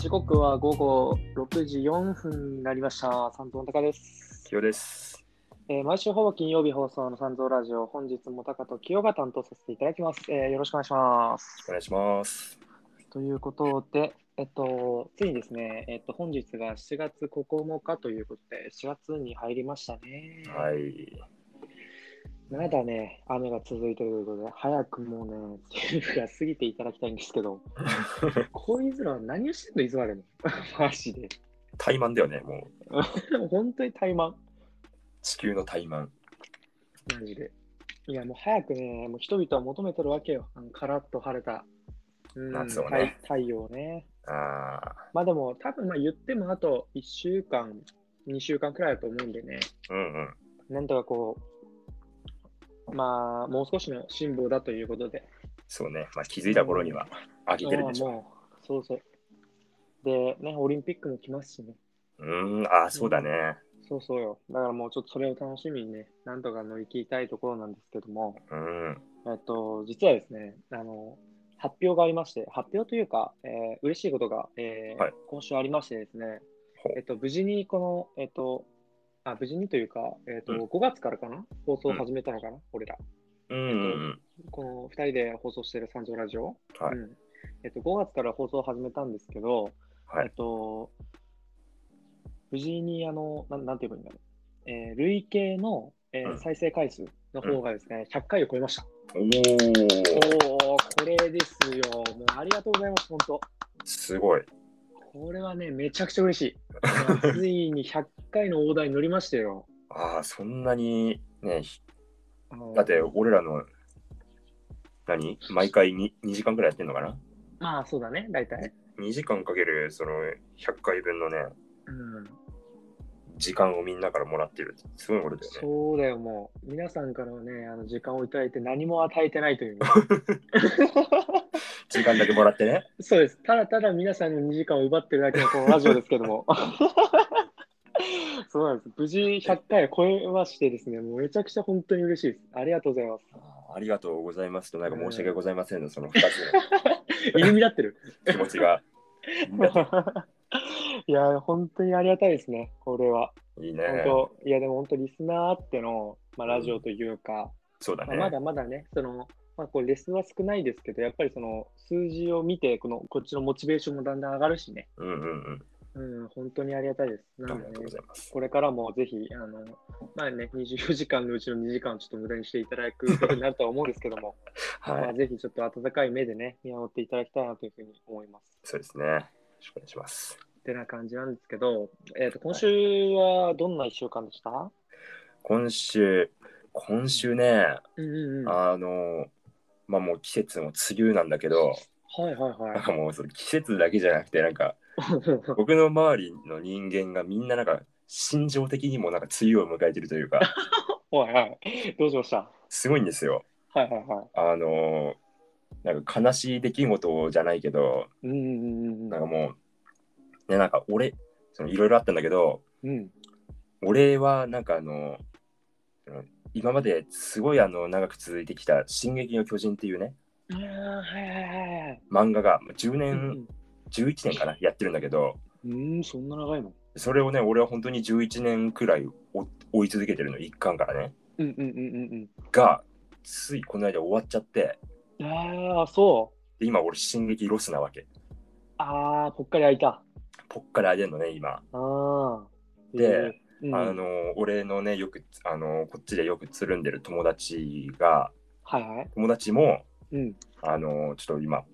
時刻は午後6時4分になりました。三蔵高です、清です。えー毎週ほぼ金曜日放送の三蔵ラジオ、本日も高と清が担当させていただきます。えーよろしくお願いします。お願いします。ということで、えっと、ついにですね、えっと、本日が7月9日ということで、4月に入りましたね。はい。まだね、雨が続いてるということで、早くもうね、 梅雨が過ぎていただきたいんですけ ど、こいつらは何をしてんの、いつまでも。 マジで。怠慢だよね、もう。本当に怠慢。地球の怠慢。マジで。いや、もう早くね、もう人々は求めてるわけよ。あのカラッと晴れた、うん夏をね太太陽をね。ああ。まあでも、多分まあ言ってもあと1週間、2週間くらいだと思うんでね、うんうん。なんとかこう、まあ、もう少しの辛抱だということで。そうね。まあ、気づいた頃には飽きてるでしょ。もう、そうそう。で、ね、オリンピックも来ますしね。うーん、ああ、そうだね。そうそうよ。だからもうちょっとそれを楽しみにね、なんとか乗り切りたいところなんですけども、うん。えっと、実はですね、あの、発表がありまして、発表というか、えー嬉しいことが、えーはい今週ありましてですねほう、えっと、無事にこの、えっと、あ無事にというか、えっとうん5月からかな放送を始めたのかな、俺ら。うんうんこの2人で放送してる三条ラジオ、はいうんえっと、5月から放送を始めたんですけど、はいえっと、無事にあのなん、なんて言えばいいんだろう、えー累計の、えーうん再生回数の方がですね、100回を超えました。うん。おお。おお、これですよ。もうありがとうございます、本当。すごい。これはね、めちゃくちゃ嬉し い。ついに100回の大台に乗りましたよ。ああ、そんなに、ね、ひあのだって、俺らの、何毎回に2時間くらいやってんのかなまあそうだね、大体。 ?2 時間かける、その、100回分のね、うん、時間をみんなからもらってる。すごいことだよね。そうだよ、もう。皆さんからはね、あの時間をいただいて何も与えてないという。時間だけもらってね。 そうです。ただただ皆さんの2時間を奪ってるだけのこのラジオですけども。 そうなんです。無事100回を超えましてですね、もうめちゃくちゃ本当に嬉しいです。ありがとうございます。あありがとうございますと、なんか申し訳ございませんの、その2つ入り乱ってる。 の気持ちが。いや、本当にありがたいですね、これは。いいね。本当、いや、でも本当、リスナーあっての、まあ、ラジオというか、そうだまあね。まだまだね、その、まあ、こうレスは少ないですけど、やっぱりその数字を見てこの、こっちのモチベーションもだんだん上がるしね、うんうんうん。うん、本当にありがたいです。なあのりがとでうごね、ざいます。これからもぜひ、あの、まあね、24時間のうちの2時間をちょっと無駄にしていただくことになるとは思うんですけども、まはあ、い。ぜひちょっと温かい目でね、見守っていただきたいなというふうに思います。そうですね。よろしくお願いします。ってな感じなんですけど、えー、と今週はどんな1週間でした、今週、今週ね、うんうんうん。はいあの、まあもう季節も梅雨なんだけど、はいなんはかもうその季節だけじゃなくて、なんかい。僕の周りの人間がみんななんか心情的にもなんか梅雨を迎えてるというか、おい はい。どうしましたすごいんですよ。はいはいはあの、なんか悲しい出来事じゃないけど、い。うんうんうんなんかもう、ね、なんか俺、そのいろいろあったんだけど、うん。うん。俺はなんかあのうん今まですごいあの長く続いてきた「進撃の巨人」っていうねああ、はいはいはいはい。漫画がまあ10う年ん11年かなやってるんだけどうん、うん、そんな長いのそれをね俺は本当に11年くらい追追い続けてるの一巻からねうんうんうんがついこの間終わっちゃってうんうん。ああ、そう。で今俺進撃ロスなわけああ、ぽっかり開いた。ぽっからあげるのね今、ああ。で、うん、あの俺のねよくあのこっちでよくつるんでる友達がはいはい。友達もうん。あのちょっと今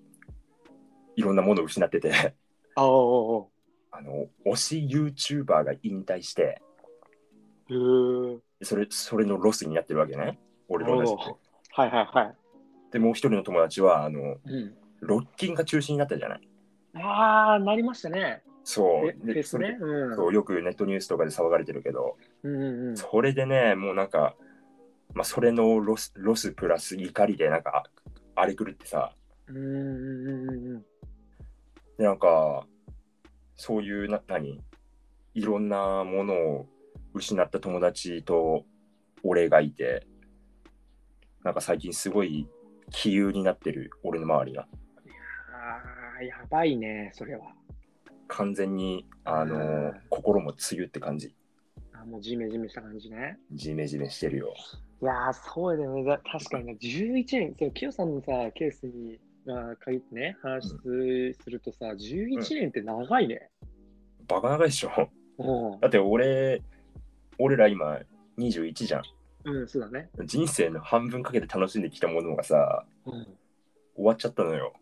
いろんなものを失ってて あおあの推し YouTuber が引退してうおうおう。へえ。それそれのロスになってるわけね俺と同じなるほくはいはいはでもう一人の友達はあのい。うん。ロッキンが中止になったじゃないああ、なりましたね。そえうフェでスそれね。うん。そうよくネットニュースとかで騒がれてるけどうんうんうん。それでねもうなんか、まあ、それのロスロスプラス怒りでなんかああれ狂ってさうんうんうんうんうん。でなんかそういうな何いろんなものを失った友達と俺がいてなんか最近すごい気憂になってる俺の周りがああ、やばいね、それは。完全に、あのーうん心も梅雨って感じ。あもうジメジメした感じね。ジメジメしてるよ。いやー、そうだよね。だ確かにね、11年、そう、キヨさんのさ、ケースに、まあ、限ってね、話するとさ、11年って長いね。バカ長いでしょ。 うん、だって俺、俺ら今21じゃん。うん、そうだね。人生の半分かけて楽しんできたものがさ、うん、終わっちゃったのよ。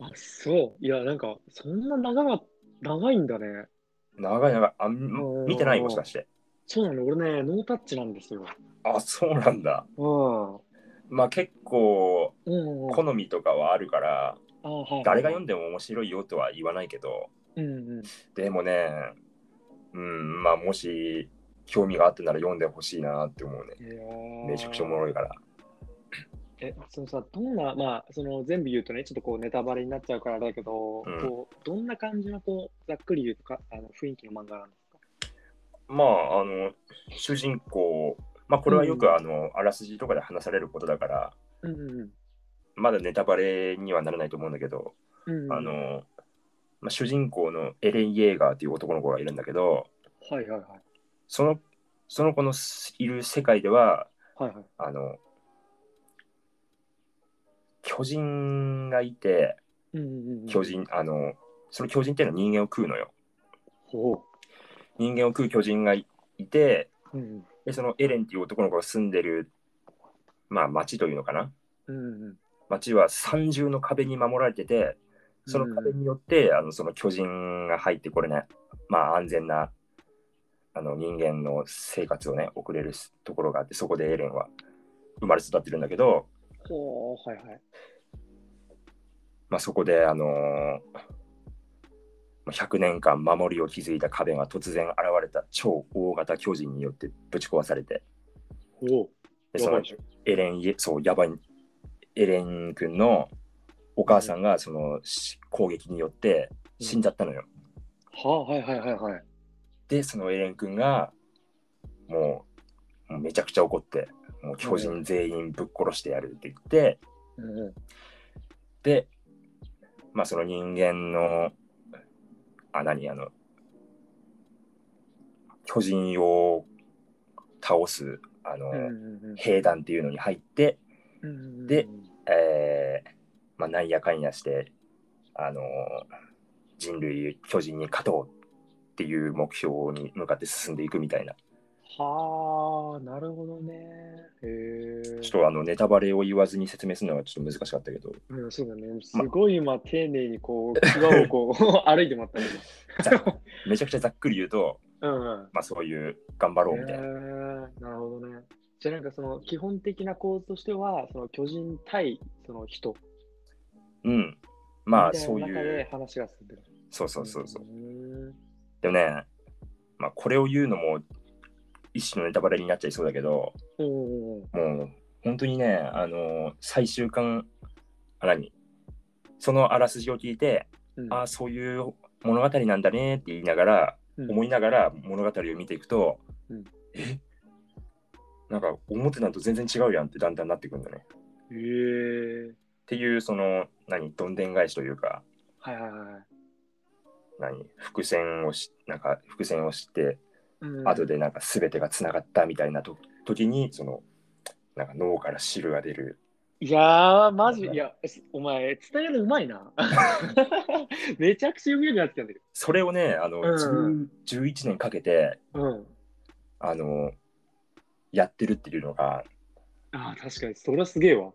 あ、そう。いや、なんか、そんな長か長いんだね。長い長い。あんうん見てないもしかして。そうなの、俺ね、ノータッチなんですよ。あ、そうなんだ。うん。まあ結構、うんうん、好みとかはあるから、あはい、誰が読んんでも面白いよとは言わないけど、うんうん、でもね、うん、まあもし興味があったなら読んでほしいなって思うね。めめちゃくちゃおもろいから。えそのさどんなまあその全部言うとねちょっとこうネタバレになっちゃうからあれだけど、うんこうどんな感じのこうざっくり言うとかあの雰囲気の漫画なんですかまあ、あの、主人公、まあこれはようくんあの、あらすじとかで話されることだから、うんうんまだネタバレにはならないと思うんだけど、うんうんあの、まあ、主人公のエレン・イェーガーっていう男の子がいるんだけど、はいはいはいその、その子のいる世界では、はいはいあの、巨人がいて、うんうんうん巨人、あの、その巨人っていうのは人間を食うのよ。ほ人間を食う巨人がいいてううんでそのエレンっていう男の子が住んでる、まあ、町というのかなうんうんうん町は三重の壁に守られててその壁によって、あのその巨人が入ってこれない、まあ、安全なあの人間の生活をね送れるところがあってそこでエレンは生まれ育ってるんだけど、ほうはいはいまあ、そこで、あのーまあ100年間守りを築いた壁が突然現れた超大型巨人によってぶち壊されてほうでそやばいのでしょエレンイェ、そう、やばい、エレン君のお母さんがそのし攻撃によって死んじゃったのよ。はあはいはいはいはいで、そのエレン君がもうもうめちゃくちゃ怒って、もう巨人全員ぶっ殺してやるって言って、うんうんで、まあその人間の、あ、何、あの、巨人を倒す、あの、うんうんうん兵団っていうのに入って、うんうんうんでえーまあ、なんやかんやして、あのー人類巨人に勝とうっていう目標に向かって進んでいくみたいなはあなるほどねへえちょっとあのネタバレを言わずに説明するのはちょっと難しかったけどうん、そうだね。すごい今、丁寧にこう、岩を こう、歩いてもらったね。めちゃくちゃざっくり言うと、うん。まあ、そういう頑張ろうみたえいな、ー、なるほどね。じゃあなんかその基本的な構図としては、その巨人対その人。うんまあみたそうな中いでう話が進んでる。そうそうそうそうーんでもね、まあ、これを言うのも一種のネタバレになっちゃいそうだけどおうおうもう本当にねあのー最終巻あ何そのあらすじを聞いておう、ああそういう物語なんだねって言いながら、思い、いながら物語を見ていくと、うんえなんか思ってたのと全然違うやんってだんだんなってくるんだね。っえー、ていうその何どんでん返しというかはいはいはい。何伏線をしなんか伏線を知って、うん後でなんか全てがつながったみたいなと時にそのなんか脳から汁が出るいやー、マジ、いや、お前、伝えるのうまいな。 めちゃくちゃ読めるようになってきたんだけそれをねあうの、ん10 11年かけてど。うん。あのやってるっていうのがああ、確かに、それはすげえわ。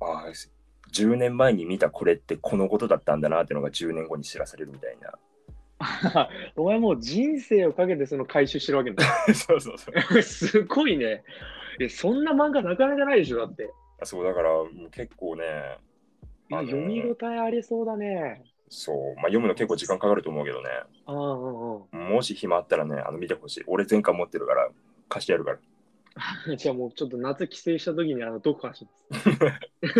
ああ、す10年前に見たこれってこのことだったんだなってのが10年後に知らされるみたい な。お前もう人生をかけてその回収してるわけね。 そうそうそう。すごいね。いやそんな漫画なかなかないでしょ、だって。そうだからもう結構ね、いやあのー読み応えありそうだね。そう、まあ、読むの結構時間かかると思うけどね、ああ、うんうもし暇あったらね、あの見てほしい。俺全巻持ってるから貸してやるから。ん。 じゃあもうちょっと夏帰省した時にあの、どこ走る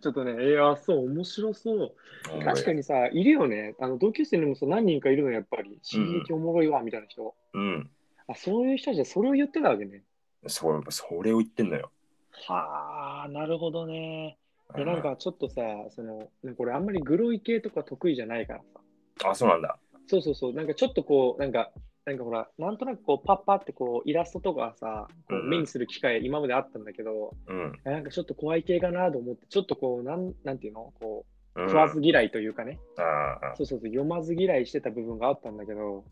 ちょっとね、いや、そう、面白そう。確かに。にさ、いるよね。あの、同級生にもそう何人かいるの、やっぱり。刺激おもろいわ、みたいな人。うん。あ、そういう人たちはそれを言ってたわけね。そう、やっぱそれを言ってんのよ。はあ、なるほどね。うえなんかちょっとさ、その、ねこれあんまりグロい系とか得意じゃないからさ、あ、そうなんだ。そうそうそう、なんかちょっとこう、なんか、なんかほら、なんとなくこう、パッパってこう、イラストとかさ、こううん目にする機会、今まであったんだけど、うん。なんかちょっと怖い系かなと思って、ちょっとこう、なんなんていうのこうう、ん、食わず嫌いというかね、ああそうそうそう、読まず嫌いしてた部分があったんだけど、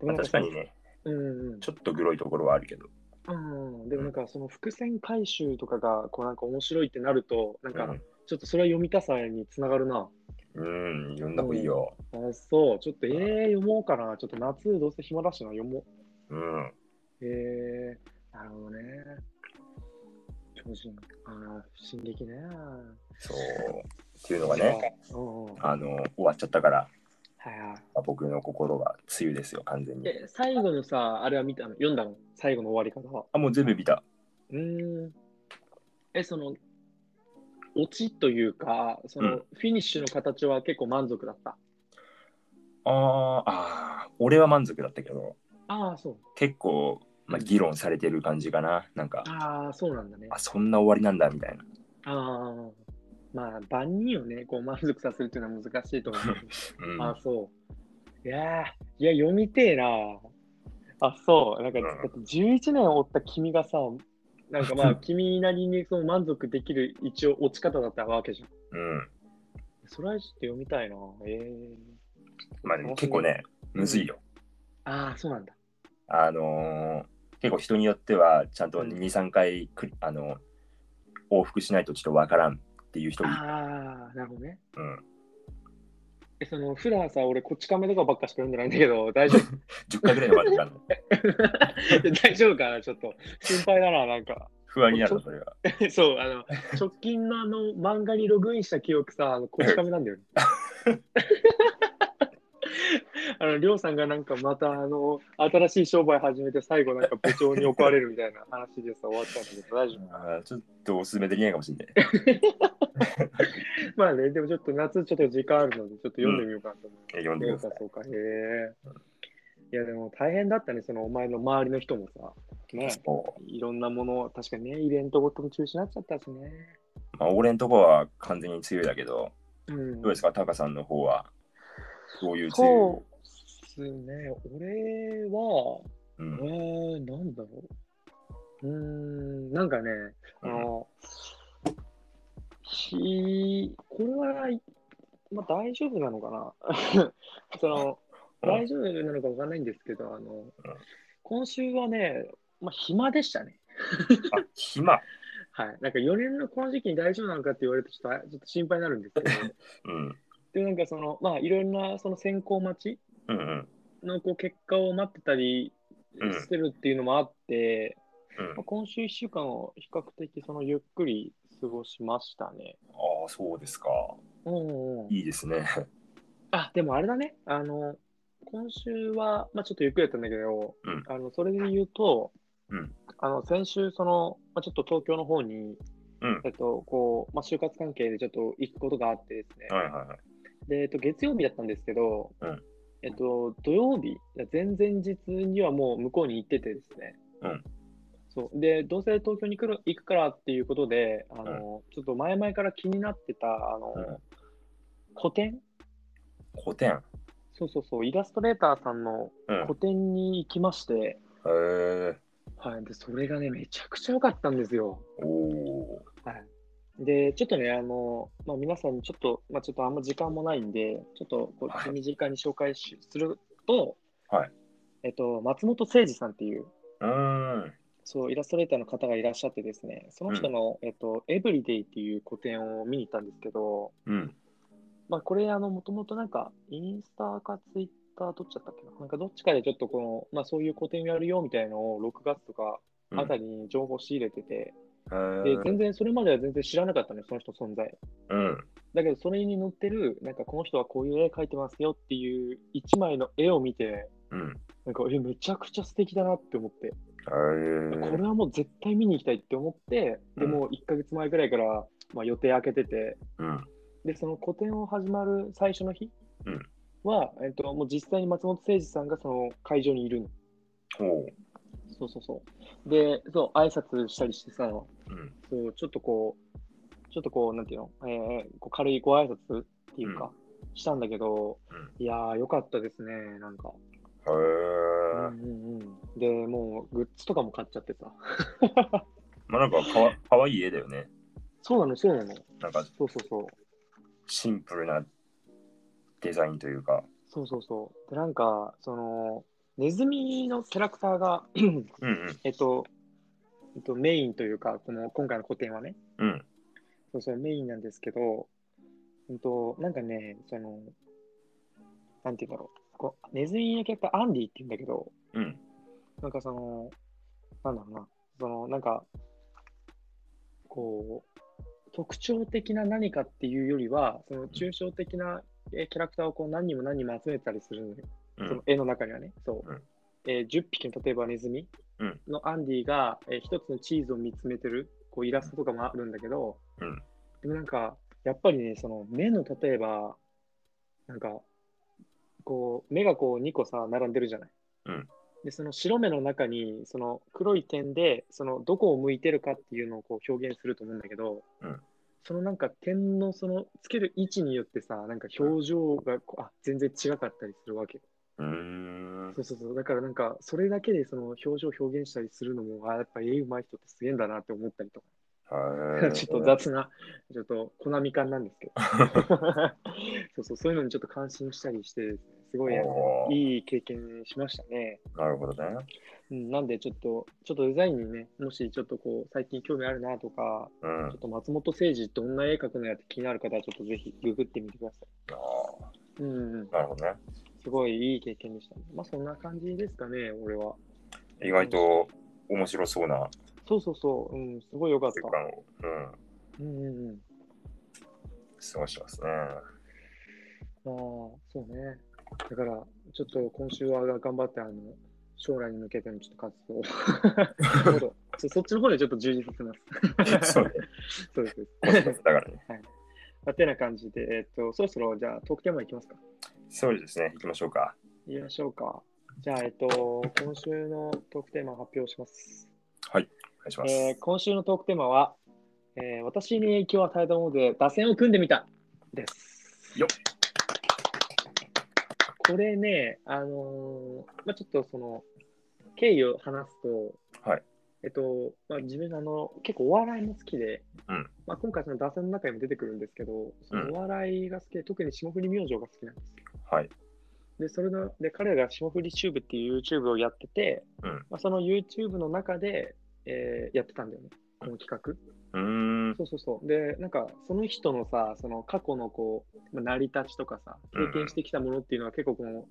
でもなまあん確かにね。ね、うんうんちょっとグロいところはあるけど。うん、でもなんかその伏線回収とかがこうなんか面白いってなるとなんかちょっとそれは読みたさにつながるな、うん、うん、読んだ方がいいよ。あそうちょっとえー、読もうかなちょっと夏どうせ暇だしな読もうん。うえー、なるほどね超人ああ進撃ねそう。っていうのがね、うんうんはいあの、終わっちゃったから、はいまあ僕の心が梅雨ですよ、完全に。え最後のさあれは見たの読んだの最後の終わり方はあ、もう全部見た。うーんえそのオチというかその、うんフィニッシュの形は結構満足だったあーあー、俺は満足だったけど、ああそう結構、まあ、議論されてる感じかな。なんか、ああ、そうなんだね。あ、そんな終わりなんだ、みたいな。ああ。まあ、万人をね、こう満足させるっていうのは難しいと思う。うん、ああ、そう。いやーいや、読みてえなあ、そう。なんか、うんだって11年追った君がさ、なんか まあ、君なりにその満足できる一応落ち方だったわけじゃん。うん。それはちょっと読みたいなええまあ、でも結構ね、うんむずいよ。ああ、そうなんだ。あのー結構人によっては、ちゃんとうん2、3回くり、あの往復しないとちょっとわからんっていう人もいるああ、なるほどね。うん、え、その、普段さ、俺、こち亀とかばっかしか読んでないんだけど、大丈夫 10回ぐらいの割りかな。大丈夫かなちょっと。心配だな、なんか。不安になるの、それは。 そう、あの、直近のあの、漫画にログインした記憶さ、あの、こち亀なんだよね。 あの、りょうさんがなんかまた、あの、新しい商売始めて、最後なんか部長に怒られるみたいな話でさ、終わったんだけど、大丈あーちょっとおすすめできないかもしれない。夫。 まあね、でもちょっと夏、ちょっと時間あるので、ちょっと読んでみようかなと思う。読んでくそだうさかそうい。、か、へえ。いや、でも大変だったね、その、お前の周りの人もさ。ね。そいろんなもの、確かにね、イベントごとも中止になっちゃったしね。うまあ、俺んとこは完全に強いだけど、うんどうですか、タカさんの方は。どういう梅雨そうですね、俺は、うえん。ー、なんだろう。うーん、なんかね、あの、ひこれは、まあ、大丈夫なのかな その、うん大丈夫なのかわかんないんですけど、あの、今週はね、まあ、暇でしたね。あ、暇。はい。なんか4年のこの時期に大丈夫なのかって言われるとちょっと、ちょっと心配になるんですけど、うん。でもなんかその、まあ、いろんなその選考待ちうんうん。のこう結果を待ってたりうんしてるっていうのもあって、うんまあ、今週1週間を比較的そのゆっくり過ごしましたね。ああ、そうですか。うんうん、いいですね。 あでもあれだね、あの今週は、まあ、ちょっとゆっくりだったんだけど、うんあのそれで言うと、うんあの先週その、まあ、ちょっと東京の方に、うんえっとこうまあ、就活関係でちょっと行くことがあってですね、はいはいはい。で、えっと、月曜日だったんですけど、うんえっと、土曜日、いや前々日にはもう向こうに行っててですね、うんそうでどうせ東京に来る行くからっていうことであの、ちょっと前々から気になってたあの、うん古典古典。そうそうそう、イラストレーターさんのうん。へ個展に行きまして、え。はい、でそれがね、めちゃくちゃ良かったんですよ。おお。はい、で、ちょっとね、あのまあ、皆さんにちょっと、まあ、ちょっとあんま時間もないんで、ちょっとこはうい手短に紹介しすると、はいえっと、松本誠二さんっていううーん。そうイラストレーターの方がいらっしゃってですね、その人の、えっと、エブリデイっていう個展を見に行ったんですけど、うん。まあ、これ、あの、もともとなんか、インスタかツイッター、どっちだったっけな、なんかどっちかでちょっとこの、まあ、そういう個展をやるよみたいのを、6月とかうんあたりに情報仕入れてて、へでえ、全然、それまでは全然知らなかったね、その人存在。うん。だけど、それに載ってる、なんか、この人はこういう絵描いてますよっていう、一枚の絵を見て、うん。なんか、え、めちゃくちゃ素敵だなって思って、へこえれ。はもう絶対見に行きたいって思って、でうんも、1ヶ月前ぐらいから、まあ、予定開けてて、うん。で、その個展を始まる最初の日うんは、えっと、もう実際に松本誠二さんがその会場にいるの。おう。そうそうそう。で、そう、挨拶したりしてさ、うん。そうちょっとこう、ちょっとこう、なんていうの、えーこう軽いご挨拶っていうか、したんだけど、ういやー、よかったですね、なんか。へうんえ。うんうん、で、もうグッズとかも買っちゃってさ。 まあなんかかわかわいい絵だよね。そうなの、そうなの。なんかそうそうそう。シンプルなデザインというか。そうそうそう。で、なんか、その、ネズミのキャラクターが、うんうん。えっと、えっと、メインというか、この今回の個展はね、うん。そうそう、メインなんですけど、うんと、なんかね、その、なんて言うんだろう、こうネズミのキャラクター、アンディって言うんだけど、うん。なんかその、なんだろうな、その、なんか、こう、特徴的な何かっていうよりは、その抽象的なえキャラクターをこう何人も何人も集めてたりするのようそのん。絵の中にはね、そう、うんえー10匹の例えばネズミうんのアンディが、えー一つのチーズを見つめてるこうイラストとかもあるんだけど、うんでもなんかやっぱりねその目の例えばなんかこう目がこう2個さ並んでるじゃない。うんでその白目の中にその黒い点でそのどこを向いてるかっていうのをこう表現すると思うんだけど、うんそのなんか点のそのつける位置によってさなんか表情がこうあ全然違かったりするわけようーん。そうそうそう、だからなんか、それだけでその表情を表現したりするのも、あやっぱ絵うまい人ってすげえんだなって思ったりとへか、えちょっと雑な、ちょっとコナミ感なんですけど、 そうそう、そういうのにちょっと感心したりしてですね、すごいあのおーいい経験しましたね。なるほどね。うん、なんで、ちょっと、ちょっとデザインにね、もしちょっとこう、最近興味あるなとか、うん。ちょっと松本誠治どんな絵描くのやって気になる方は、ちょっとぜひググってみてくださああい。うん、うん、なるほどね。すごいいい経験でした、ね。まあ、そんな感じですかね、俺は。意外と面白そうなそうそうそう、うん、すごい良かっ時た。間を、ううん、んうんうん。過ごしてますね。 まあ、そうね。だから、ちょっと今週は頑張って、あの、将来に向けてのちょっと活動をちょっと。そそっちの方でちょっと充実させます。そうね。そうです。面 白そうだからね。まあてな感じで、えっと、そろそろじゃあ、トークテーマいきますか。そうですね。行きましょうか。いきましょうか。じゃあ、えっと、今週のトークテーマを発表します。はい。お願いします。えー今週のトークテーマは、えー私に影響を与えたもので、打線を組んでみたです。よっこれね、あのーまあ、ちょっとその、経緯を話すと、はいえっと、まあ、自分あの、結構お笑いも好きで、うんまあ、今回その打線の中にも出てくるんですけど、そうんのお笑いが好きで、特に霜降り明星が好きなんですよ。はい。で、それの、で、彼らが霜降りチューブっていう YouTube をやってて、うんまあ、その YouTube の中で、えーやってたんだよね、この企画。うーん。そうそうそう。で、なんか、その人のさ、その過去のこう、まあ成り立ちとかさ、経験してきたものっていうのは結構この、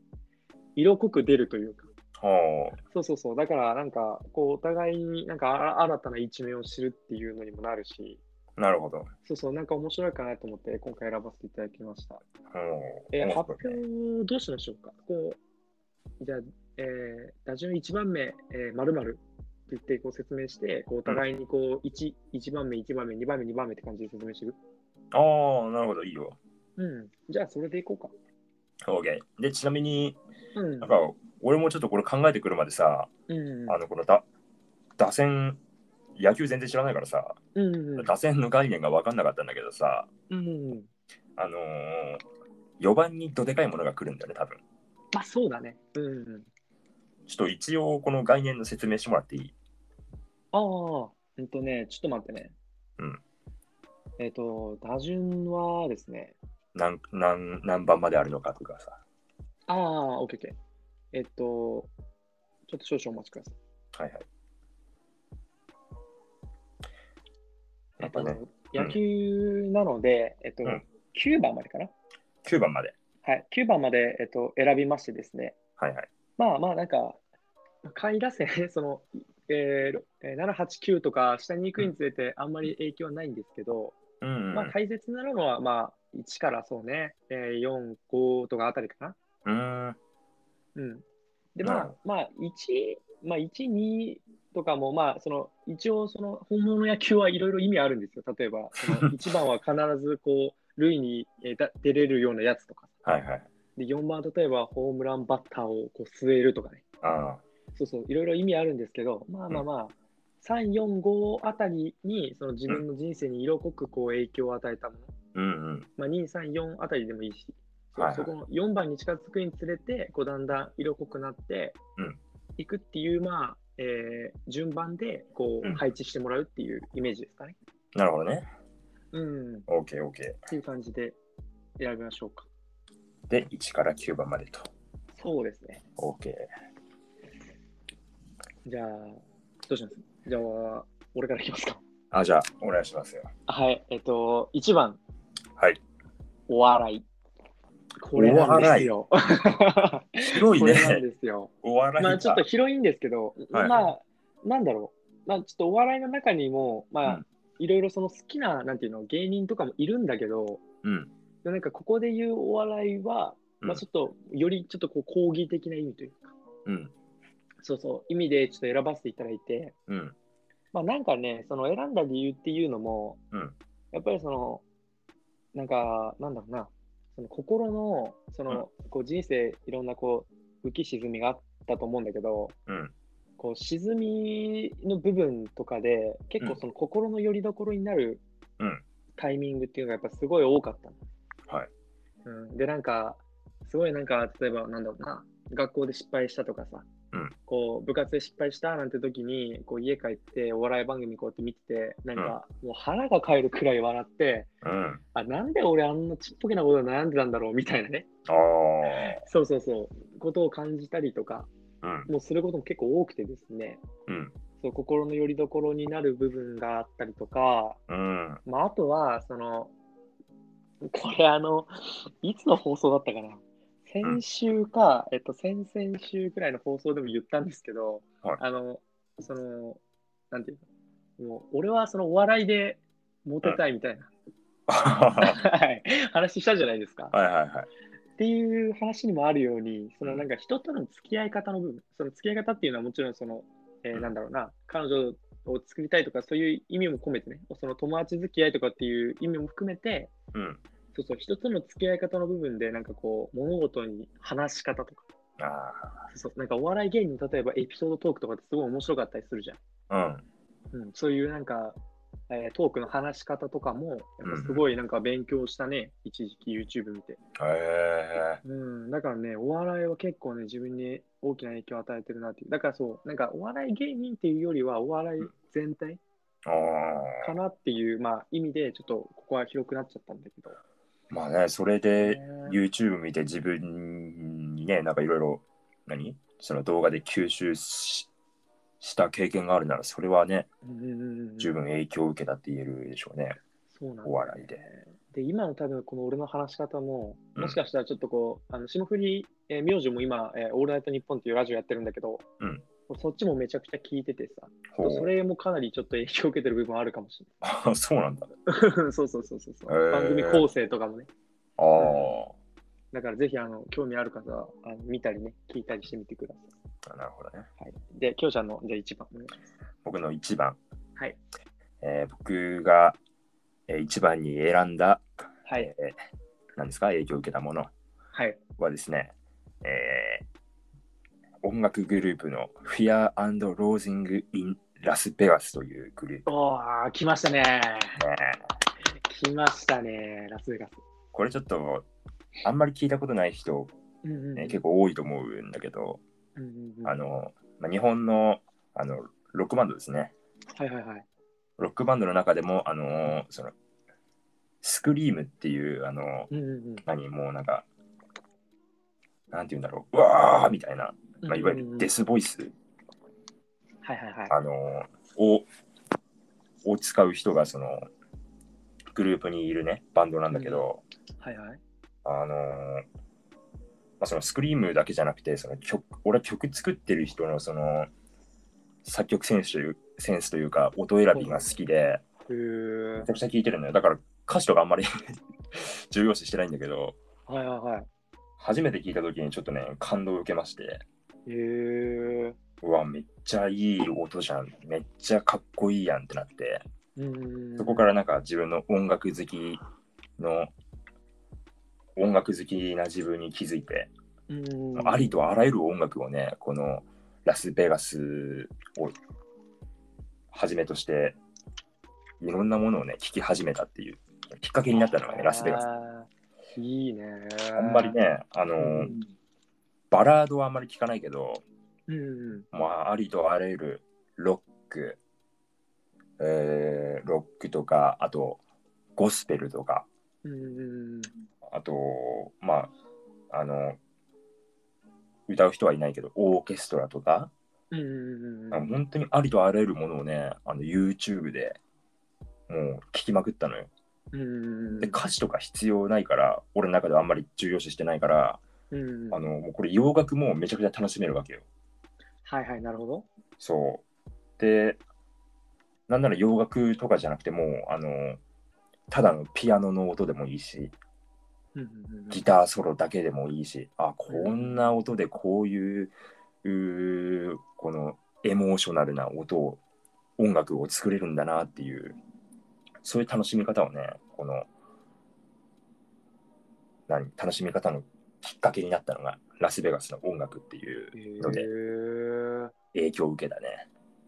色濃く出るというか、はそうそうそう。だから、なんか、こう、お互いになんかあら新たな一面を知るっていうのにもなるし、あ。なるほど。はそうそう、なんか面白いかなと思って、今回選ばせていただきました。あえー面白発い表どうしましょうか。こう、じゃあ、えー、打順1番目、えー、〇〇って言ってこう説明して、こうお互いにこう 1, 1番目、1番目、2番目、2番目って感じで説明していく。ああ、なるほど。いいよ。うん。じゃあ、それでいこうか。 OK。で、ちなみにうんなん。か、俺もちょっとこれ考えてくるまでさ、うん。あの、このだ打線、野球全然知らないからさ、うんうん。打線の概念が分かんなかったんだけどさ、うんうん。あのー、4番にどでかいものが来るんだよね、多分。まあ、そうだね。うんうん。ちょっと一応この概念の説明してもらっていいああ、うんとね、ちょっと待ってね。うん。えっ、と、打順はですね、何何何番まであるのかとかさ。ああ、オッケーオッケー。えっ、と、ちょっと少々お待ちください。はいはい。えやっっぱと、ね、野球なので、えっと、うん9番までかな。 9番まで。はい、9番まで、えっと、選びましてですね、はいはい。まあまあ、なんか、下位打線、 その、えーえー7、8、9とか下に行くにつれてあんまり影響はないんですけど、うん、うん。まあ解説なのは、まあ、1からそうね、えー4、5とかあたりかな。うーん。うん。で、まうあん、まあ、1、まあ、1、2とかも、まあ、その、一応、その、本物の野球はいろいろ意味あるんですよ。例えば、その1番は必ず、こう、塁にえーだ出れるようなやつとか。はいはい。で、4番は、例えば、ホームランバッターをこう据えるとかね。あそうそう、いろいろ意味あるんですけど、まあまあまあ、3、4、5あたりに、その自分の人生に色濃くこう影響を与えたもの、ーうんうん。まあ、2、3、4あたりでもいいし、そうはいはいそこの4番に近づくにつれて、こうだんだん色濃くなってうんいくっていう、まあ、えー順番でこうんう配置してもらうっていうイメージですかね。なるほどね。うん、っ OK、OK。ていう感じで選びましょうか。で、1から9番までと。そうですね。 OK。じゃあ、どうしますじゃあ、俺からいきますか。あ、じゃあ、お願いしますよ。はい、えっと、1番、はい。お笑い。これなんですよ。 広いこれなんね。ですよ。お笑いまがあちょっと広いんですけど、はいまあなんだろう、まあちょっとお笑いの中にも、まあ、うんいろいろその好きな、なんていうの、芸人とかもいるんだけど、うん。でもなんかここで言うお笑いは、うんまあちょっとよりちょっとこう講義的な意味というか、うん。そうそう、意味でちょっと選ばせていただいて、うん。まあなんかね、その選んだ理由っていうのも、うんやっぱりその、なんか、なんだろうな、その心の、その、こう人生いろんなこう、浮き沈みがあったと思うんだけど、うん。こう沈みの部分とかで結構その心の拠り所になるうんタイミングっていうのがやっぱすごい多かったの、はいうん、でなんかすごいなんか例えばなんだろうな学校で失敗したとかさ、うんこう部活で失敗したなんて時にこう家帰ってお笑い番組こうやって見ててなんかもう腹がかえるくらい笑って、うん。あなんで俺あんなちっぽけなことで悩んでたんだろうみたいなねああ。そうそうそうことを感じたりとかうん。もうすることも結構多くてですね、うん。そう心の拠り所になる部分があったりとか、うん。 まあ、あとはそのこれあのいつの放送だったかな先週か、えっと、先々週くらいの放送でも言ったんですけど、はいあのそのなんていうのもう俺はそのお笑いでモテたいみたいな、 ははい話したじゃないですか。いはいはい。っていう話にもあるように、そのなんか人との付き合い方の部分、その付き合い方っていうのはもちろんその、えーうんなんだろうな、彼女を作りたいとか、そういう意味も込めてね、その友達付き合いとかっていう意味も含めて、うん。そうそう、人との付き合い方の部分で、なんかこう、物事に話し方とか、あそうそうなんかお笑い芸人の例えばエピソードトークとかってすごい面白かったりするじゃん。あ。うん。うん、そういうなんか、えートークの話し方とかも、やっぱすごいなんか勉強したね、一時期 YouTube 見て。へえ。うん、だからね、お笑いは結構ね、自分に大きな影響を与えてるなっていう。だからそう、なんかお笑い芸人っていうよりは、お笑い全体ああ。かなっていう、まあ、意味で、ちょっとここは広くなっちゃったんだけど。まあね、それねで YouTube 見て自分にね、なんかいろいろ、何その動画で吸収しした経験があるなら、それはね、うんうんうんうん十分影響を受けたって言えるでしょうね。そうなんだよねお笑いで。で、今の多分、この俺の話し方も、うんもしかしたらちょっとこう、あの霜降り、えー、明星も今、えーオールナイトニッポンっていうラジオやってるんだけど、うん俺そっちもめちゃくちゃ聞いててさ、ほうそれもかなりちょっと影響を受けてる部分あるかもしれない。あ そうなんだ。 そうそうそうそうそう、へー番組構成とかもね。ああ、だからぜひあの興味ある方はあの見たりね、聞いたりしてみてくださなるほどね。い。はい、で、きょうちゃんのじゃあ1番お願いします。僕の一番。はい。えー僕が、えー、一番に選んだ、はい。えー何ですか、影響を受けたものはい。はですね、えー音楽グループの Fear and Losing in Las Vegas というグループ。おー、来ましたね。ね来ましたね、ラスベガス。これちょっと、あんまり聞いたことない人、うんうんうんね、結構多いと思うんだけど、うんうんうんあの、まあ、日本のあのロックバンドですね。はいはいはい。ロックバンドの中でも、あのーそのスクリームっていう、あのーうんうんうん何もうなんか、なんて言うんだろう、うわーみたいな、まあ、いわゆるデ。スボイス、はいはいはい。あのーをを使う人がそのグループにいるね、バンドなんだけど、はいはい。あのーまあ、そのスクリームだけじゃなくて、その曲俺は曲作ってる人のその作曲センスというセンスというか、音選びが好きで、うーめちゃくちゃ聴いてるのよ。だから歌詞とかあんまり 重要視してないんだけど、はいはいはい。初めて聴いた時にちょっとね、感動を受けまして、へーうわ、めっちゃいい音じゃん、めっちゃかっこいいやんってなって、うんうんうん。そこからなんか自分の音楽好きの、音楽好きな自分に気づいて、うんうんうんありとあらゆる音楽をね、このラスベガスをはじめとして、いろんなものをね、聴き始めたっていう、きっかけになったのがね、ラスベガス。あーいいね。あんまり。ね、あのうー、ん。バラードはあんまり聞かないけど、うん。まあ、ありとあらゆるロック、えーロックとか、あと、ゴスペルとか、うん。あと、まあ、あの、歌う人はいないけど、オーケストラとか、うん。あの本当にありとあらゆるものをね、あの YouTube でもう聞きまくったのよ。うん。で、歌詞とか必要ないから、俺の中ではあんまり重要視してないから、うん。あはいの、もうこれ洋楽もめちゃくちゃ楽しめるわけよ。はい、なるほど。そう。で、なんなら洋楽とかじゃなくても、あの、ただのピアノの音でもいいし、うんうんうんギターソロだけでもいいし、あ、こんな音でこういう、うーこのエモーショナルな音を、音楽を作れるんだなっていう、そういう楽しみ方をね、この、何、楽しみ方のきっかけになったのが、ラスベガスの音楽っていうのへでー影響を受けたね。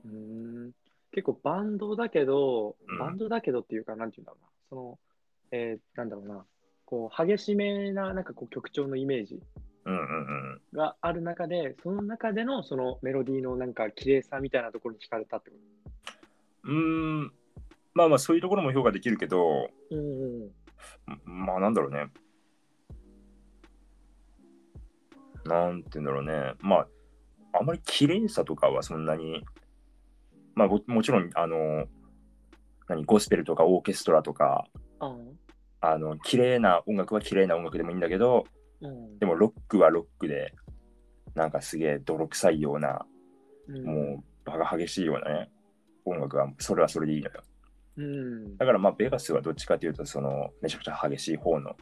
うん結構バンドだけどうん、バンドだけどっていうか、なんていうんだろうな、その、えーなんだろうな、こう、激しめな、なんかこう、曲調のイメージうんうんうん。がある中で、その中での、そのメロディーのなんか、綺麗さみたいなところに惹かれたってこうーん、まあまあそういうところも評価できるけど、と。うんうん。んまあなんだろうね。なんて言うんだろうね。まあ、あまり綺麗さとかはそんなに、まあももちろん、あの、何、ゴスペルとかオーケストラとか、ああの、綺麗な音楽は綺麗な音楽でもいいんだけど、うんでもロックはロックで、なんかすげえ泥臭いような、うん。もう場が激しいようなね、音楽は、それはそれでいいのよ。うん。だからまあベガスはどっちかというとそのめちゃくちゃ激しい方の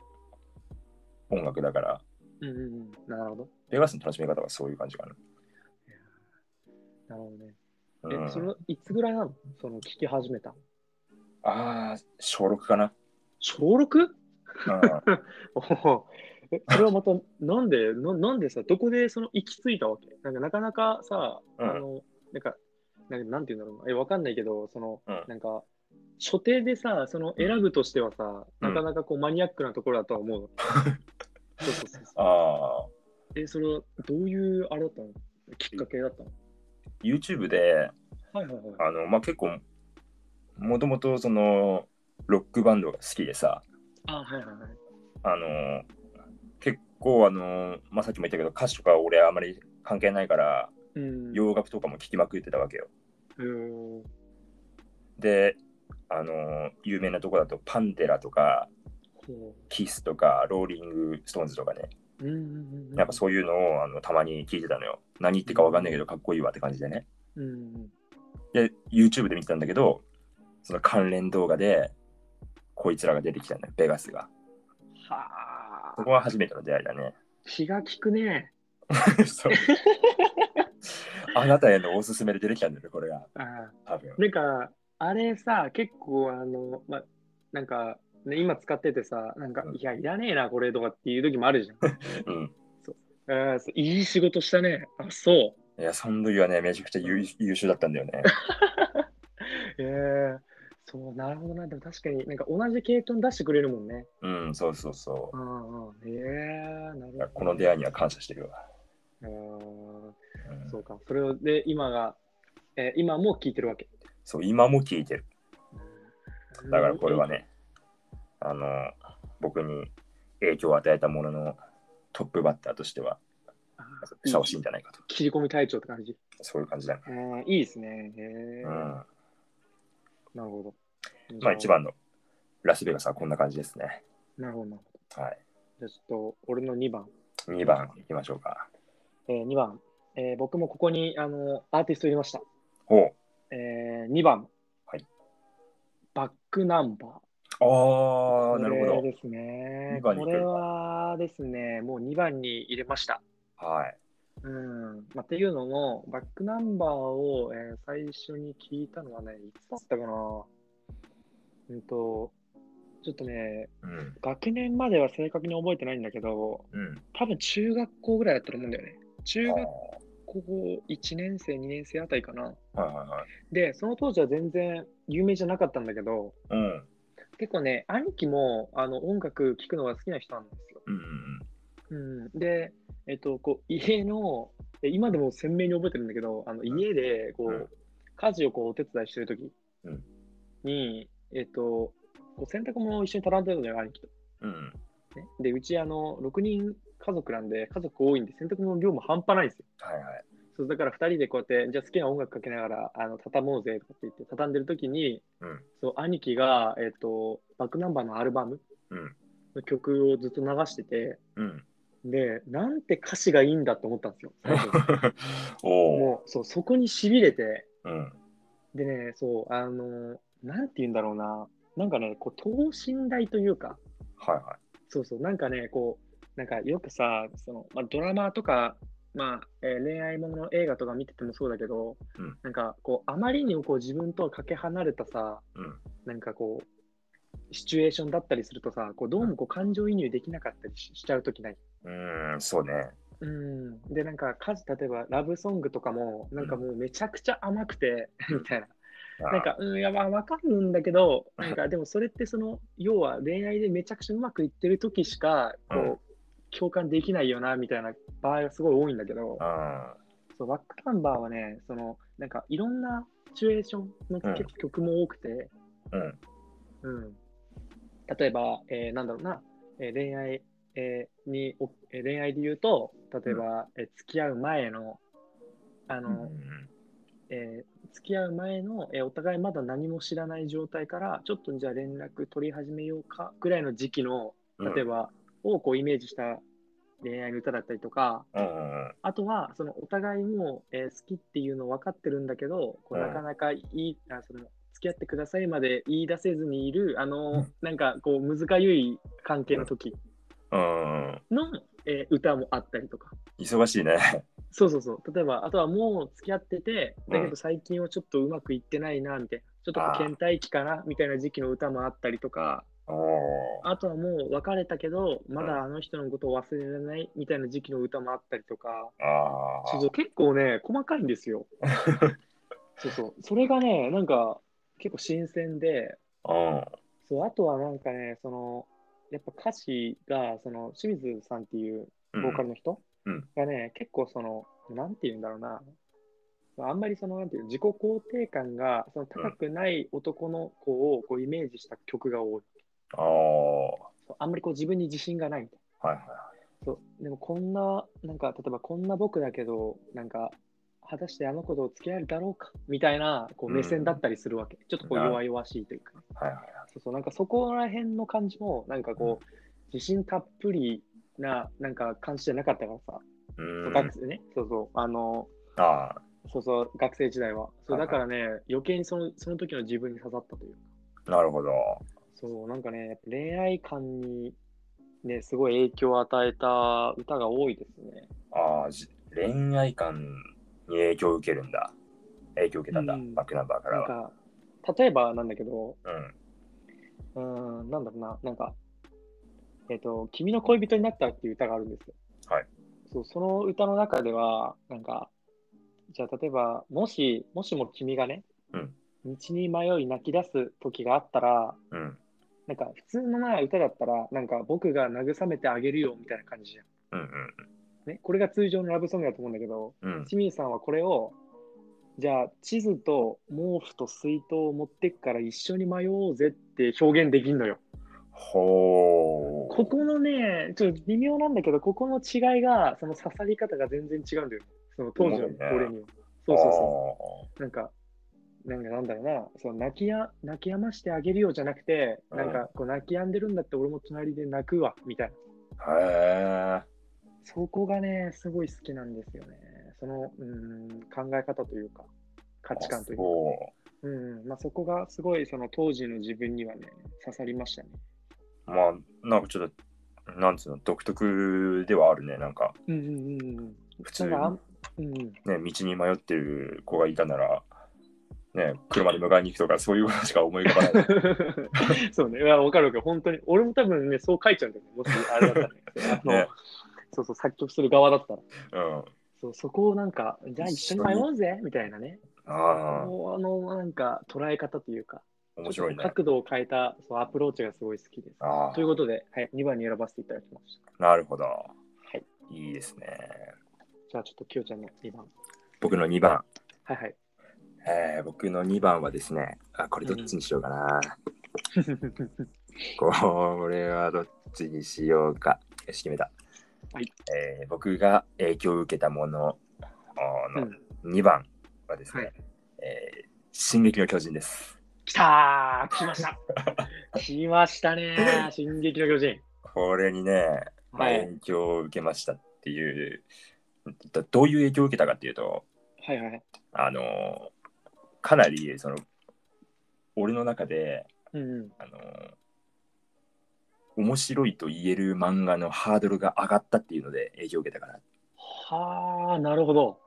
音楽だからうんうんうん。なるほど。ベガスの楽しみ方はそういう感じかなるほどね。な。うんえ、それ、いつぐらいなのその、聴き始めた。ああ小6かな。小 6? うん おおえそれはまた、なんでな、なんでさ、どこでその行き着いたわけなんかなかなかさ、うんあの、なんか、なんなんて言うんだろうな、え、わかんないけど、その、うんなんか、所定でさ、その選ぶとしてはさ、うんなかなかこうマニアックなところだとは思うの。そうそうそうそああう。え、それはどういうあれだったのきっかけだったの YouTube ではいはいはい。あの、まあ、結構もともとそのロックバンドが好きでさあ、はいはいはい。あの結構あの、まあ、さっきも言ったけど歌詞とか俺あまり関係ないからうん。洋楽とかも聴きまくってたわけよ。うーんであの有名なとこだとパンテラとかほキスとかローリングストーンズとかね、ううんうんうんうん。なんかそういうのをあのたまに聞いてたのよ。何言ってかわかんないけどかっこいいわって感じでね。うんうん。で、YouTube で見てたんだけど、その関連動画でこいつらが出てきたんだよ、ベガスが。はそあ。こは初めての出会いだね。 気が利くね。そうあなたへのおすすめで出てきたんだよね、これが。ああ。多分。なんか、あれさ、結構、あの、ま、なんか、ね、今使っててさ、なんかう、んいや、いらねえな、これとかっていう時もあるじゃん。 うん。あーそういい仕事したね。あ、そう。いや、その時はね、めちゃくちゃ優優秀だったんだよね。えー、そう、なるほどな。でも確かに、なんか同じ系統に出してくれるもんね。うん、そうそうそうう。んうん。えー、なるほいどや。この出会いには感謝してるわ。あーうんそうか。それをで、今が、えー今も聞いてるわけ。そう、今も聞いてる。だからこれはね。ね、あの、僕に影響を与えたもののトップバッターとしては、あーふさわしいんじゃないかと。切り込み隊長って感じ。そういう感じだね。えー、いいですね。えうん。ーまなるほど。あ一。番のラスベガスはこんな感じですね。なるほどな。はい。じゃあちょっと、俺の2番。 2番いきましょうか。えー、2番。えー、僕もここにあのアーティスト入れました。おうえー、2番。はい。バックナンバー。ああ、なるこほれですね。 2こ番に来るれはですね、もう2番に入れました。ど。はい。うん。まあ、っていうのも、バックナンバーを、えー最初に聞いたのはね、いつだったかな。うんと、ちょっとね、うん。学年までは正確に覚えてないんだけど、うん。多分中学校ぐらいだったと思うんだよね。中学あ高校1年生、2年生あたりかな。ーはいはいはい。で、その当時は全然有名じゃなかったんだけど、うん。結構ね、兄貴もあの音楽聴くのが好きな人なんですよ。うんうんうん、で、えっと、こう家の、え今でも鮮明に覚えてるんだけど、あのん家でこう、うん家事をこうお手伝いしてるときうんに、えっと、こう洗濯物を一緒に畳んでるのよ、兄貴と。うんうんね、で、うちあの6人家族なんで、家族多いんで、洗濯物の量も半端ないんですよ。はいはいそうだから2人でこうやって、じゃあ好きな音楽かけながらあの畳もうぜとかって言って、畳んでるときに、うんそう兄貴が、えっと、バックナンバーのアルバムうんの曲をずっと流してて、うんで、なんて歌詞がいいんだと思ったんですよ。最初 おおもうそうそこにしびれて、うんでね、そう、あの、なんて言うんだろうな、なんかね、こう等身大というか、はいはいそうそう、なんかね、こう、なんかよくさ、そのまあ、ドラマとか、まあえー恋愛ものの映画とか見ててもそうだけど、うんなんかこう、あまりにもこう自分とはかけ離れたさ、うんなんかこう、シチュエーションだったりするとさ、こうどうもこう感情移入できなかったりししちゃうときない。うーんそうねうん、で、なんか歌詞、例えばラブソングとかも、なんかもうめちゃくちゃ甘くて、 みたいな。あーなんか、うん、いやば、わかるんだけど、なんか、でもそれって、その、要は恋愛でめちゃくちゃうまくいってる時しか、こう、うん共感できないよな、みたいな場合がすごい多いんだけど、あそう、バックナンバーはね、その、なんか、いろんなシチュエーションのうん曲,、曲も多くて、ーうんうん。例えば、えーなんだろうな、えー恋愛、えーに、おえー恋愛で言うと、例えば、えー付き合う前の、あうの、んうんえー付き合う前の、えーお互いまだ何も知らない状態からちょっとじゃあ連絡取り始めようかぐらいの時期のうん例えば、をこうイメージした恋愛の歌だったりとかうんうんうんあとはそのお互いも、えー好きっていうの分かってるんだけどこううんなかなかいい、あその付き合ってくださいまで言い出せずにいるあの、うんなんかこうむずかゆい関係の時うんうんの、えー歌もあったりとか忙しいね そうそうそう。例えば、あとはもう付き合ってて、だけうどん最近はちょっとうまくいってないな、みたいな。ちょっとこあうー倦怠期かな、みたいな時期の歌もあったりとか、おおあとはもう別れたけど、まうだあの人のことを忘れられない、みたいな時期の歌もあったりとか、あそうそう結構ね、細かいんです よ。そうそう。それがね、なんか結構新鮮で、あうんそう、あとはなんかね、その、やっぱ歌詞が、その、清水さんっていううんボーカルの人うんがね、結構その、なんて言うんだろうな、あんまりその、なんていうの自己肯定感がその高くない男の子をこうイメージした曲が多い。ああはそうあんまりこう自分に自信がないみたいいはいな。そうでもこんな、なんか、例えばこんな僕だけど、なんか、果たしてあの子と付き合えるだろうかみたいなこう目線だったりするわけ。ちょっとこうなる弱々しいというか。はいはいそうそう、なんかそこら辺の感じも、なんかこう、自信たっぷりな、なんか感じじゃなかったからさ、うそうーん学生ね、そうそう、あの、あそうそう、学生時代は。そう、はいはだかいらね、余計にその、その時の自分に刺さったというか、あなるほどそう、なんかね、やっぱ恋愛観に、ね、すごい影響を与えた歌が多いですね。ああじ恋愛観に影響を受けるんだ影響を受けたんだ、うんバックナンバーかならんはか、例えばなんだけど、うんうーん、なんだろうな、なんか、えっ、と、君の恋人になったっていう歌があるんですよ。はい。そう、その歌の中では、なんか、じゃあ例えば、もし、もしも君がね、うん道に迷い泣き出す時があったら、うんなんか普通のな歌だったら、なんか僕が慰めてあげるよみたいな感じじゃん。うんね、これが通常のラブソングだと思うんだけど、うんうん清水さんはこれを、じゃあ地図と毛布と水筒を持ってくから一緒に迷おうぜって表現できんのよ。ほうここのね、ちょっと微妙なんだけど、ここの違いが、その刺さり方が全然違うんだよ。その当時の俺には。そうそうそう。なんか、なんかなんだろうな、その泣きや泣き止ましてあげるよじゃなくて、うんなんかこう泣き止んでるんだって俺も隣で泣くわ、みたいな。あーへそこがね、すごい好きなんですよね。その、うん、考え方というか、価え値観というか。そうん、まあそこがすごい、その当時の自分にはね、刺さりましたね。うまあなんかちょっとなんつうの独特ではあるねなんかうんうんうんうん。普通なんにかあん、うんうん。ね、道に迷ってる子がいたなら、ね、車で迎えに行くとか、そういうことしか思い浮かば ない。 そうね、いや、わかるわかる、本当に。俺も多分ね、そう書いちゃうんだよね、もしあれだった らね。あのねそうそう、作曲する側だったら。うん。そうそこをなんか、じゃあ一緒に迷おうぜみたいなね、ああ、このなんか捉え方というか、面白いちょっねと。角度を変えたそうアプローチがすごい好きです。あということで、はい、2番に選ばせていただきました。。あ、なるほど。はいいいですね。じゃあちょっときよちゃんの2番。僕の2番。はい はい。えー僕の2番はですね、あ、これどっちにしようかな。これはどっちにしようか。よし、決めた。はいえー僕が影響を受けたものあうのん、 2番はですね、はいえー進撃の巨人です。きたー来ました来ましたね ー進撃の巨人。これにね、まあ、はい影響を受けましたっていう、どどういう影響を受けたかっていうと、はいはい。あのかなりその俺の中で、うんうん。あの面白いと言える漫画のハードルが上がったっていうので影響を受けたからはあ、なるほど。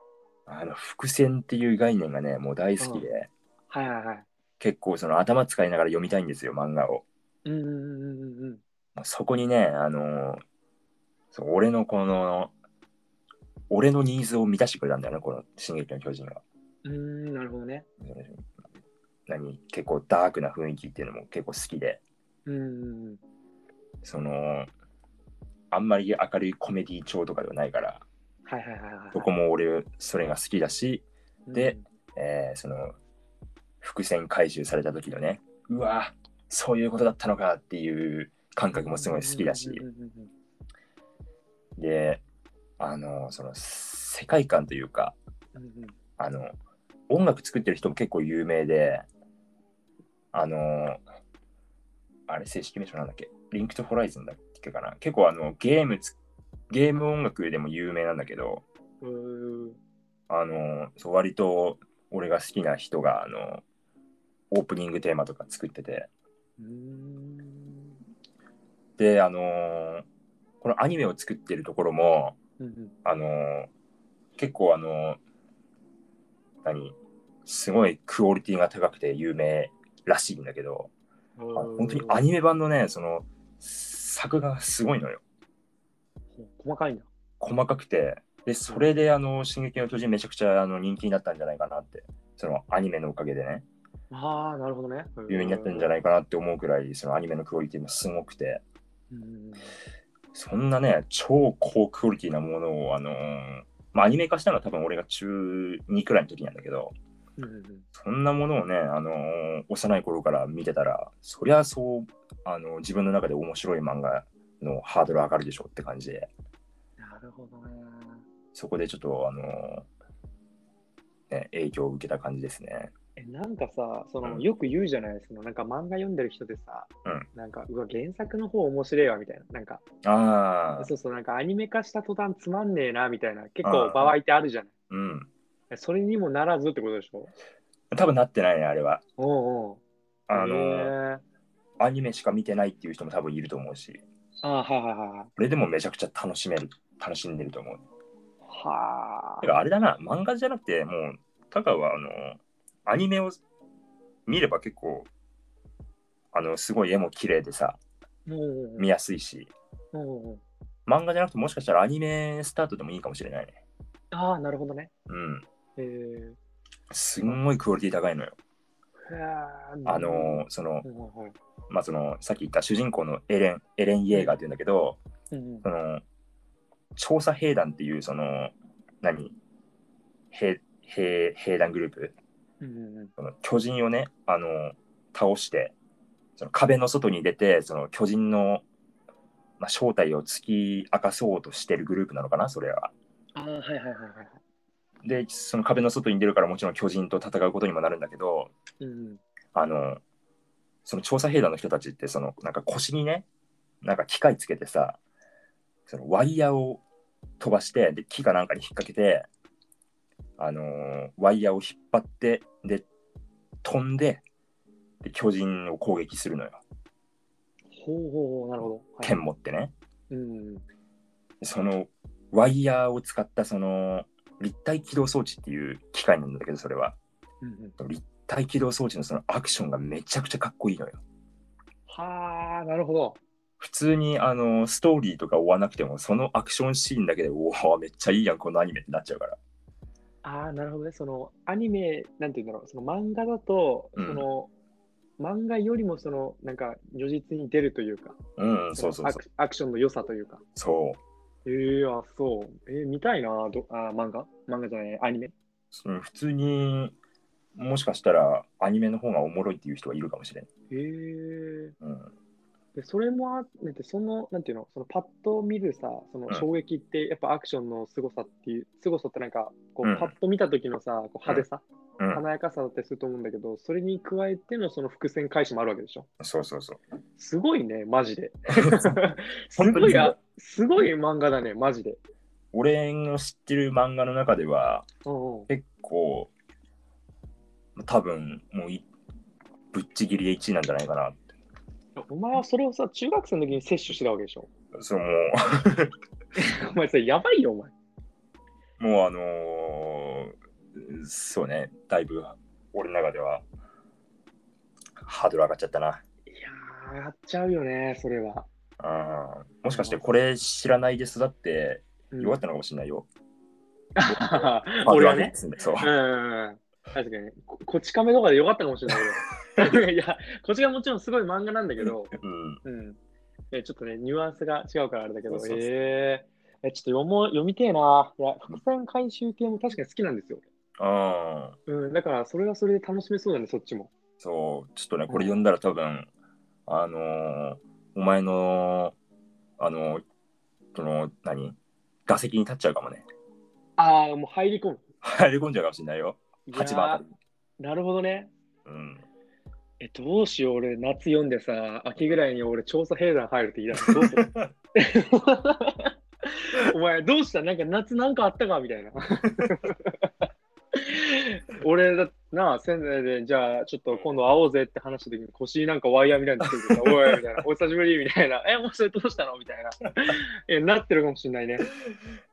あの伏線っていう概念がねもう大好きで、はいはいはい。結構その頭使いながら読みたいんですよ漫画をうんうんうんうんうん。もうそこにねあのそう俺のこの俺のニーズを満たしてくれたんだよねこの「進撃の巨人は」うーん、なるほどね。何結構ダークな雰囲気っていうのも結構好きでうんうんうん。そのあんまり明るいコメディ調とかではないからはいはいはいはい。そこも俺それが好きだし、でうん、えーその伏線回収された時のねうわそういうことだったのかっていう感覚もすごい好きだし、うんうんうんうんであのその世界観というかうんうんあの音楽作ってる人も結構有名であのあれ正式名称なんだっけリンクトホライズンだっけかな結構あのゲームつゲーム音楽でも有名なんだけどうーんあのそう割と俺が好きな人があのオープニングテーマとか作っててうーんであのこのアニメを作ってるところもうんうんあの結構あの何すごいクオリティが高くて有名らしいんだけど、あうーん本当にアニメ版のねその作画がすごいのよ細かいな。細かくてでそれで「あの進撃の巨人」めちゃくちゃあの人気になったんじゃないかなってそのアニメのおかげでねああ、なるほどね。有名になったんじゃないないかなって思うくらいそのアニメのクオリティもすごくてうんそんなね超高クオリティなものをあのまあアニメ化したのは多分俺が中2くらいの時なんだけど、うんうんそんなものをね、あのー幼い頃から見てたら、そりゃそう、あのー自分の中で面白い漫画のハードル上がるでしょって感じで、なるほどね。そこでちょっと、あのーね、影響を受けた感じですね。えなんかさその、うんよく言うじゃないですか、なんか漫画読んでる人でさ、うんなんか、うわ、原作の方面白いわみたいな、なんか、ああ、そうそう、なんかアニメ化した途端つまんねえなみたいな、結う構ん場合ってあるじゃない。うん。えそれにもならずってことでしょ多分なってないね、あれは。おうおう。あのへーーアニメしか見てないっていう人も多分いると思うし、あーはいはいはいはい。これでもめちゃくちゃ楽しめる、楽しんでると思う。はてかあれだな、漫画じゃなくて、もう、タカは、あの、アニメを見れば結構、あの、すごい絵も綺麗でさ、あ。もう見やすいし、おうおう。漫画じゃなくて、もしかしたらアニメスタートでもいいかもしれないね。ああ、なるほどね。うん。えー、すんごいクオリティ高いのよ。あの、そのう、んはいはいまあ、その、さっき言った主人公のエレン、エレン・イェーガーっていうんだけど、うんうんその、調査兵団っていう、その、何兵、兵、兵団グループうんうんその巨人をねあの倒してその壁の外に出てその巨人の、まあ、正体を突き明かそうとしてるグループなのかなそれは。ああ、はいはいはいはいはい。でその壁の外に出るからもちろん巨人と戦うことにもなるんだけどうんあのその調査兵団の人たちってそのなんか腰にねなんか機械つけてさそのワイヤーを飛ばしてで木かなんかに引っ掛けて、あのーワイヤーを引っ張ってで飛んでで巨人を攻撃するのよほうほうほう、なるほど。はい剣持ってね。うん。そのワイヤーを使ったその立体起動装置っていう機械なんだけどそれはうんうん立体起動装置のそのアクションがめちゃくちゃかっこいいのよ。はあ、なるほど。普通にあのストーリーとか追わなくてもそのアクションシーンだけでおおめっちゃいいやんこのアニメってなっちゃうからああ、なるほどね。そのアニメ、なんて言うんだろう、その漫画だと、うんその漫画よりもその、なんか、如実に出るというか、うん、そうそうアそう。クアクションの良さというか。そええあ、そう。えー見たいなどあ、漫画漫画じゃない、アニメ。ううん。普通に、もしかしたらアニメの方がおもろいっていう人はいるかもしれない。えー、うん。でそれもあってて、その、なんていうの、そのパッと見るさ、そのうん衝撃って、やっぱアクションの凄さっていう、凄さってなんか、こうんう、パッと見た時のさ、こう派手さ、うん、華やかさだったりすると思うんだけど、それに加えてのその伏線回収もあるわけでしょ。そうそうそう。すごいね、マジで。す 本当ごにいあ、すごい漫画だね、マジで。俺の知ってる漫画の中では、うんうん。結構、多分、もうい、ぶっちぎりで1位なんじゃないかなって。お前はそれをさ、中学生の時に摂取してたわけでしょ。そのもお前それやばいよ、お前。う、もうあのーそうね、だいぶ、俺の中では、ハードル上がっちゃったな。いやー、やっちゃうよね、それは。あーもしかしてこれ知らないですだって、うんよかったのかもしれないよ。 俺はね。ハードル上げ てそう。うん。確かに。こ こち亀とかでよかったかもしれないけど。いや、こち亀もちろんすごい漫画なんだけど、うん。うん。えちょっとね、ニュアンスが違うからあれだけど、そうそうそうえーえ、ちょっと読もう読みてえな。いや、伏線回収系も確かに好きなんですよ。あーうん、だからそれはそれで楽しめそうだね、そっちも。そう、ちょっとね、これ読んだら多分、あのーお前の、あのーその、何打席に立っちゃうかもね。ああ、もう入り込む。入り込んじゃうかもしれないよ。いやー8番あたり。なるほどね。うん。え、どうしよう、俺、夏読んでさ、秋ぐらいに俺、調査兵団入るって言い出す。どうするお前、どうしたなんか夏なんかあったかみたいな。 俺だ、なあ、仙台で、じゃあ、ちょっと今度会おうぜって話した時に、腰なんかワイヤーみたいにつけてさ、おい、みたいな、お久しぶり、みたいな、え、もうそれどうしたのみたいな。え、なってるかもしれないね。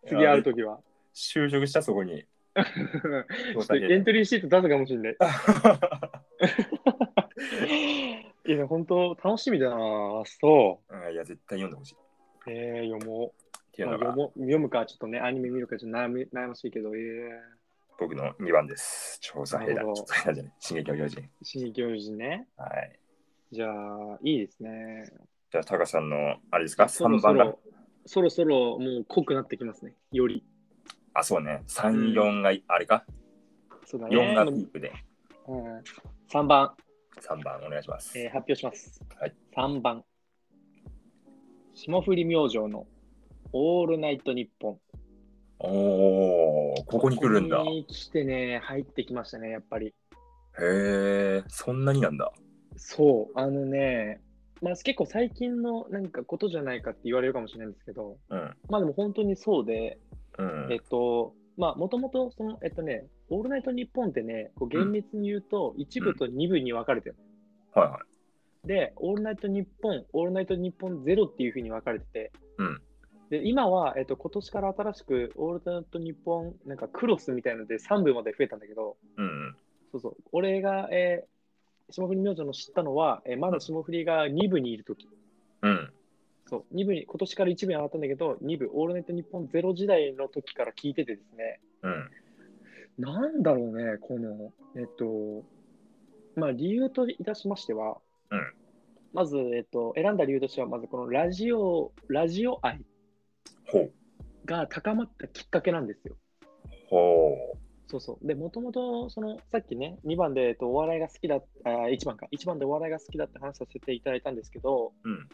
次会う時は。就職したそこに。ちょっとエントリーシート出すかもしれない。いや、本当楽しみだなそうんいや、絶対読んでほしい。っう。えー、読もてう。いうまあのが読、もう読むか、ちょっとね、アニメ見るか、ちょっと悩み悩ましいけど、え僕の2番です。調査兵な団。るほど調査兵団じゃない。進撃の巨人。ー、新教授ね。はい。じゃあ、いいですね。じゃあ、タカさんの、あれですか、そろ3そ番が。ろ、そろそろもう濃くなってきますね、より。あ、そうね。3、う4が、あれか。そうだね。 4がピうんークで。 3番、 3番、お願いします。えー発表します。はい3番、霜降り明星のオールナイトニッポン。おお、ここに来るんだ。ここへに来てね、入ってきましたね、やっぱり。え、そんなになんだ。そう、あのね、まあ、結構最近のなんかことじゃないかって言われるかもしれないんですけど、うん。まあでも本当にそうで、うん。えっと、まあもともとその、えっとね、オールナイトニッポンってね、こう厳密に言うと1部と2部に分かれてる。はいはい。で、オールナイトニッポン、オールナイトニッポンゼロっていうふうに分かれてて、うんで今は、えっと、今年から新しく、オールナイトニッポン、なんかクロスみたいので3部まで増えたんだけど、うん。そうそう、俺が、えー霜降り明星の知ったのは、えーまだ霜降りが2部にいるとき、うん。そう、2部に、今年から1部に上がったんだけど、2部、オールナイトニッポンゼロ時代の時から聞いててですね、うん。なんだろうね、この、えっと、まあ、理由といたしましては、うんまず、えっと、選んだ理由としては、まずこのラジオ、ラジオ愛ほう。が高まったきっかけなんですよ。ほそうそう。で、もともと、その、さっきね、2番で、えっと、お笑いが好きだあー、1番か、1番でお笑いが好きだって話させていただいたんですけど、う。うん。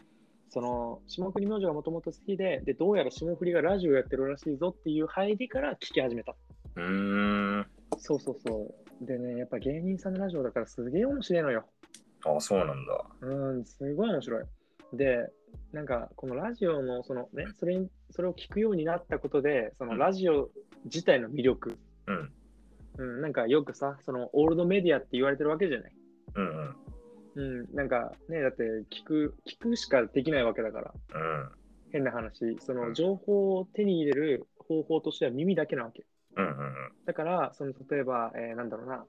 その、霜降り明星がもともと好きで、で、どうやら霜降りがラジオやってるらしいぞっていう入りから聞き始めた。うーん。そうそうそう。でね、やっぱ芸人さんのラジオだからすげえ面白いのよ。あ、そうなんだ。うん、すごい面白い。で、なんか、このラジオの、そのね、それに、それを聞くようになったことで、そのラジオ自体の魅力、うん。うん、なんかよくさ、そのオールドメディアって言われてるわけじゃない。うんうん。うん、なんかね、だって聞く、聞くしかできないわけだから、うん。変な話、そうのん情報を手に入れる方法としては耳だけなわけ。うんうん。だから、その例えば、えーなんだろうな、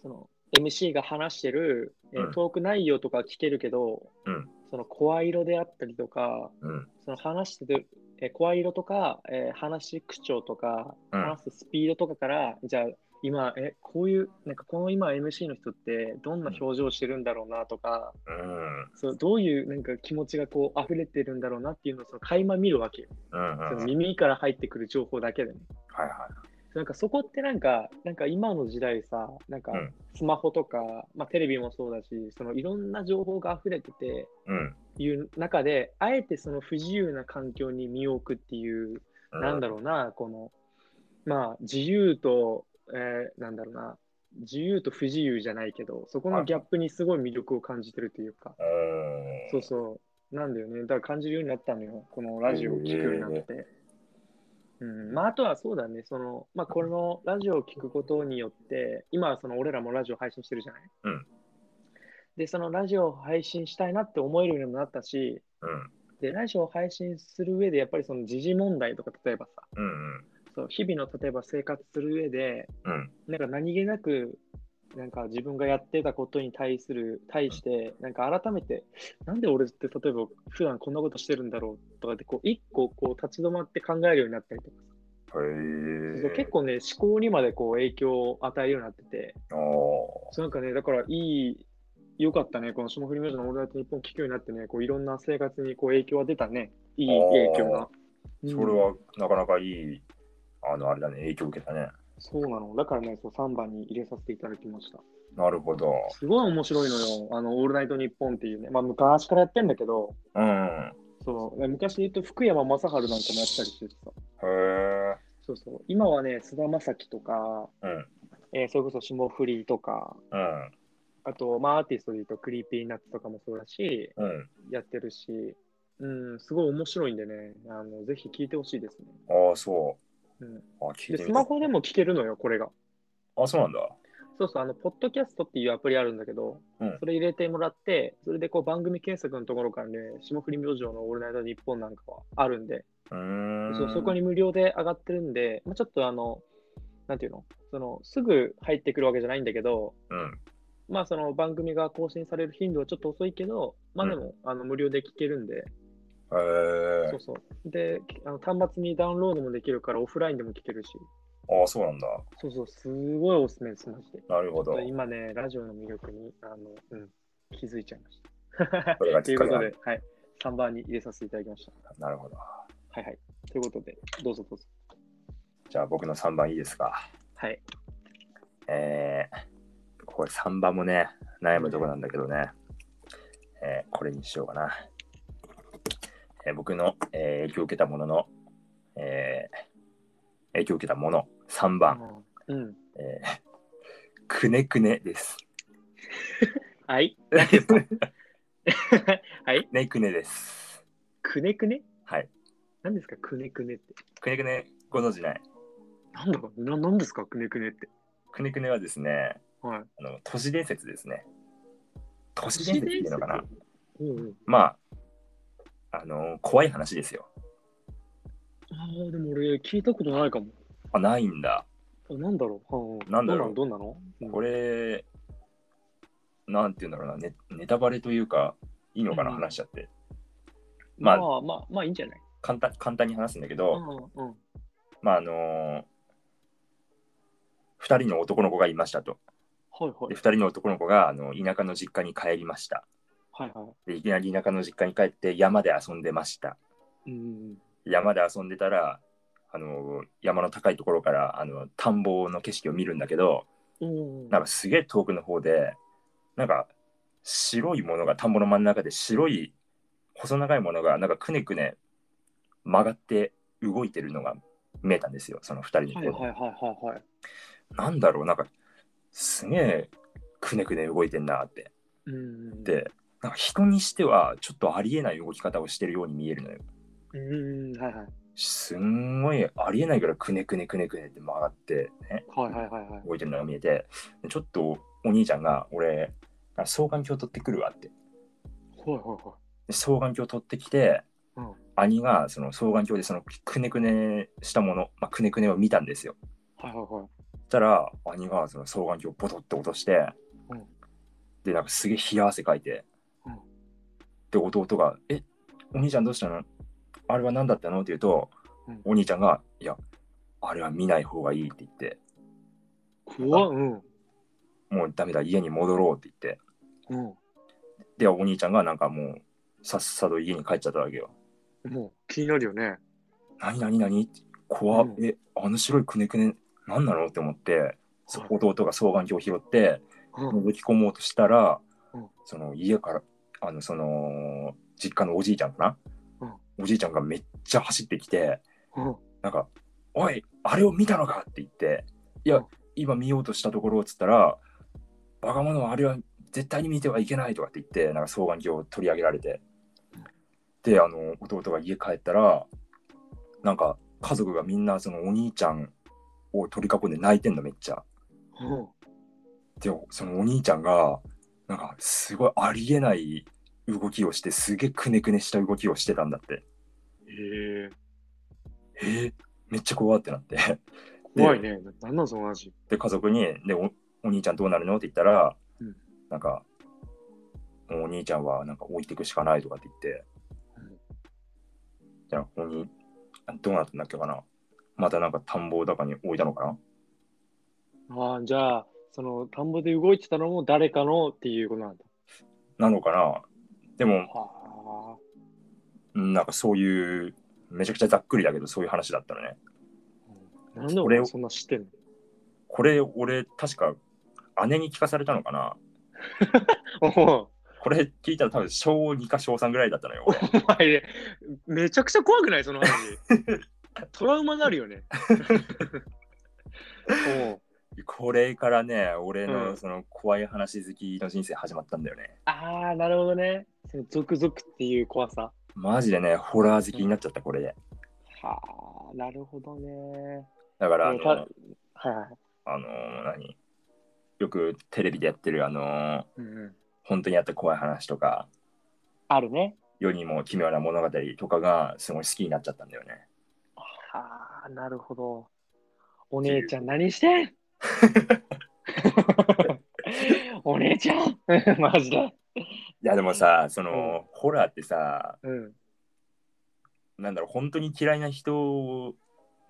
その MC が話してる、えーうんトーク内容とかは聞けるけど、うんその声色であったりとか、うん。その話してる、えー声色とか、えー話し口調とか、うん話すスピードとかから、じゃあ、今、え、こういう、なんかこの今 MC の人ってどんな表情してるんだろうなとか、うん。そうどういうなんか気持ちがこう溢れてるんだろうなっていうのをその垣間見るわけよ。うん。うん。そのはい耳から入ってくる情報だけでね。はい。なんかそこってなんか、なんか今の時代さ、なんかうんスマホとか、まあ、テレビもそうだし、そのいろんな情報が溢れてて、うん。いう中で、あえてその不自由な環境に身を置くっていうなんだろろうな、この、まあ、自由と、えーなんだろうな、自由と不自由じゃないけど、そこのギャップにすごい魅力を感じてるというか、う。うん。そうそう、なんだよね、だから感じるようになったのよ、このラジオを聴くようになって。うんまあ、あとはそうだね、そのまあ、このラジオを聴くことによって、今はその俺らもラジオ配信してるじゃない、うんで、そのラジオを配信したいなって思えるようにもなったし、うん。でラジオを配信する上で、やっぱりその時事問題とか、例えばさ、うん。うん。そう日々の例えば生活する上でうん。なんか何気なくなんか自分がやってたことに対する対してなんか改めてなんで俺って例えば普段こんなことしてるんだろうとかってこう一個こう立ち止まって考えるようになったりとかへそうえ。結構ね思考にまでこう影響を与えるようになってて構。そうなんかねだからいい良かったねこの霜降り明星の「オールナイトニッポン」聞くようになってねこういろんな生活にこう影響は出たねいい影響が。うんそれはなかなかいい、あの、あれだね、影響を受けたね。そうなのだからねそう3番に入れさせていただきました。なるほど。すごい面白いのよ。あの、オールナイトニッポンっていうね。まあ、昔からやってんだけど、うん。へそう、ね昔で言うと福山雅治なんかもやったりしててさ。え。そうそう。今はね、菅田将暉とか、うん。えーそれこそ霜降りとか、うん。あと、まあ、アーティストで言うと、クリーピーナッツとかもそうだし、うん。やってるし、うん、すごい面白いんでね、あのぜひ聞いてほしいですね。ああ、そうん、う。あ、聞いでてスみたマ。ホでも聞けるのよ、これが。あ、そうなんだ。そうそう、あの、ポッドキャストっていうアプリあるんだけど、うんそれ入れてもらって、それでこう番組検索のところからね、霜降り明星のオールナイトニッポンなんかはあるんで、うーん。そうそこに。無料で上がってるんで、まあ、ちょっとあの、なんていうの、その、すぐ入ってくるわけじゃないんだけど、うん。まあその番組が更新される頻度はちょっと遅いけど、まあでも、あの無料で聞けるんで、へそうそう。で、あの端末にダウンロードもできるから、オフラインでも聞けるし、え。ああ、そうなんだ。そうそう、すごいおすすめです、マジで。なるほど。今ね、ラジオの魅力にあの、うん、気づいちゃいましこれた。とがきいっうかこけとだで、はい、3番に入れさせていただきました。なるほど。はいはい。ということで、どうぞどうぞ。じゃあ僕の3番いいですか。はい。えー、これ3番もね、悩むとこなんだけどね、えーこれにしようかな。えー僕の、えー影響を受けたものの、えー影響を受けたもの、3番、うん。えーくねくね です。はい。 くはい。ねくねです。くねくねはい。何ですか、くねくねって。くねくね、ご存知ない。なんだか、ななんですか、くねくねって。くねくねはですね、はい。あの都市伝説ですね。都市伝説っていうのかな。うんうん。まあ、あの怖い話ですよ。ああ、でも俺、聞いたことないかも。あ、ないんだ。あなんだろう。はあなんだろうどんなのどんなのこれ、なんていうんだろうな、ネネタバレというか、いいのかな、うん話しちゃって。うんままああ、まあ、まあいいんじゃない簡単簡単に話すんだけうど、んうん。まあ、あのー、2人の男の子がいましたと。はいはで、い2。人の男の子があの田舎の実家に帰りました。はいはで、いきなり田舎の実家に帰って山で遊んでました。い。うん山で遊んでたら、あのー山の高いところからあの田んぼの景色を見るんだけど、うんうん。うん。なんかすげえ遠くの方で、なんか白いものが田んぼの真ん中で白い細長いものがなんかくねくね曲がって動いてるのが見えたんですよ、その2人のはいはいはいはいはい。なんだろう、なんかすげえくねくね動いてんなって。うんうん。で、なんか人にしてはちょっとありえない動き方をしてるように見えるのよ。うん、はいはい。すんごいありえないからくねくねくねくねって曲がって、ね、はいはいはいはい。動いてるのが見えて、でちょっとお兄ちゃんが俺、あ双眼鏡取ってくるわって。はいはいはで双眼鏡取ってきて、うん兄がその双眼鏡でそのくねくねしたもの、まあ、くねくねを見たんですよ。い。はいはいはい。そしたら兄がその双眼鏡をボトって落として、うんでなんかすげえ冷や汗かいて、うんで弟が「えお兄ちゃんどうしたのあれは何だったの?」って言うと、うんお兄ちゃんが「いやあれは見ない方がいい」って言って怖っ、うん。もうダメだ、家に戻ろうって言って。うん。で、お兄ちゃんがなんかもう、さっさと家に帰っちゃったわけよ。もう気になるよね。何何何って怖っ、うんえ、あの白いくねくね、何なのって思って、そう弟が双眼鏡を拾って、うん。覗き込もうとしたら、うんその家から、あの、その、実家のおじいちゃんかな、おじいちゃんがめっちゃ走ってきて、うん。なんか、おい、あれを見たのかって言って、いや、うん今見ようとしたところっつったら、バカ者はあれは絶対に見てはいけないとかって言って、なんか双眼鏡を取り上げられて。で、あの、弟が家帰ったら、なんか家族がみんなそのお兄ちゃんを取り囲んで泣いてんのめっちゃ。うん。で、そのお兄ちゃんが、なんかすごいありえない動きをして、すげえくねくねした動きをしてたんだって。へえ。えーめっちゃ怖ってなって。怖いね。なんなんその話。で家族にでおお兄ちゃんどうなるのって言ったら、うんなんかお兄ちゃんはなんか置いていくしかないとかって言って、うんじゃあおにあどうなったんだっけかなまたなんか田んぼとかに置いたのかなああ、じゃあ、その田んぼで動いてたのも誰かのっていうことなんだ。なのかなでもはうんなんかそういうめちゃくちゃざっくりだけどそういう話だったのねあ。なんでそれ俺をそんな知ってんのこれ俺確か姉に聞かされたのかなおこれ聞いたら多分小2か小3ぐらいだったのよ俺前、めちゃくちゃ怖くないその話。トラウマになるよ ね。おうこれからね俺うんのその怖い話好きの人生始まったんだよね、ああ、なるほどね。そのゾクゾクっていう怖さ。マジでね、ホラー好きになっちゃった、これで。はあ、なるほどね。だから、あうんたはい、のはい。あの何よくテレビでやってる、あのうんうん、本当にあった怖い話とか、あるね。世にも奇妙な物語とかが、すごい好きになっちゃったんだよね。はあ、なるほど。お姉ちゃん何して んお姉ちゃん マジで。いや、でもさ、その、ホラーってさ、うん。なんだろう、本当に嫌いな人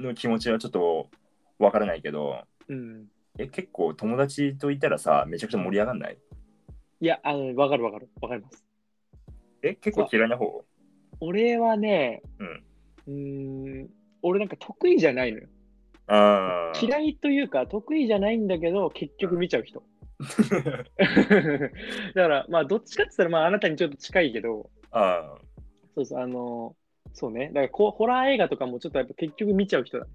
の気持ちはちょっとわからないけど、うん。え、結構友達といたらさ、めちゃくちゃ盛り上がんないいや、あの、わかるわかる。わかります。え、結構嫌いな方俺はね、うん。うーん、俺なんか得意じゃないのよ。ああ。 嫌いというか、得意じゃないんだけど、結局見ちゃう人。だ から、まあ、どっちかって言ったら、まあ、あなたにちょっと近いけど、あそうそう、あの、そうね。だからこう、ホラー映画とかもちょっとやっぱ結局見ちゃう人だ。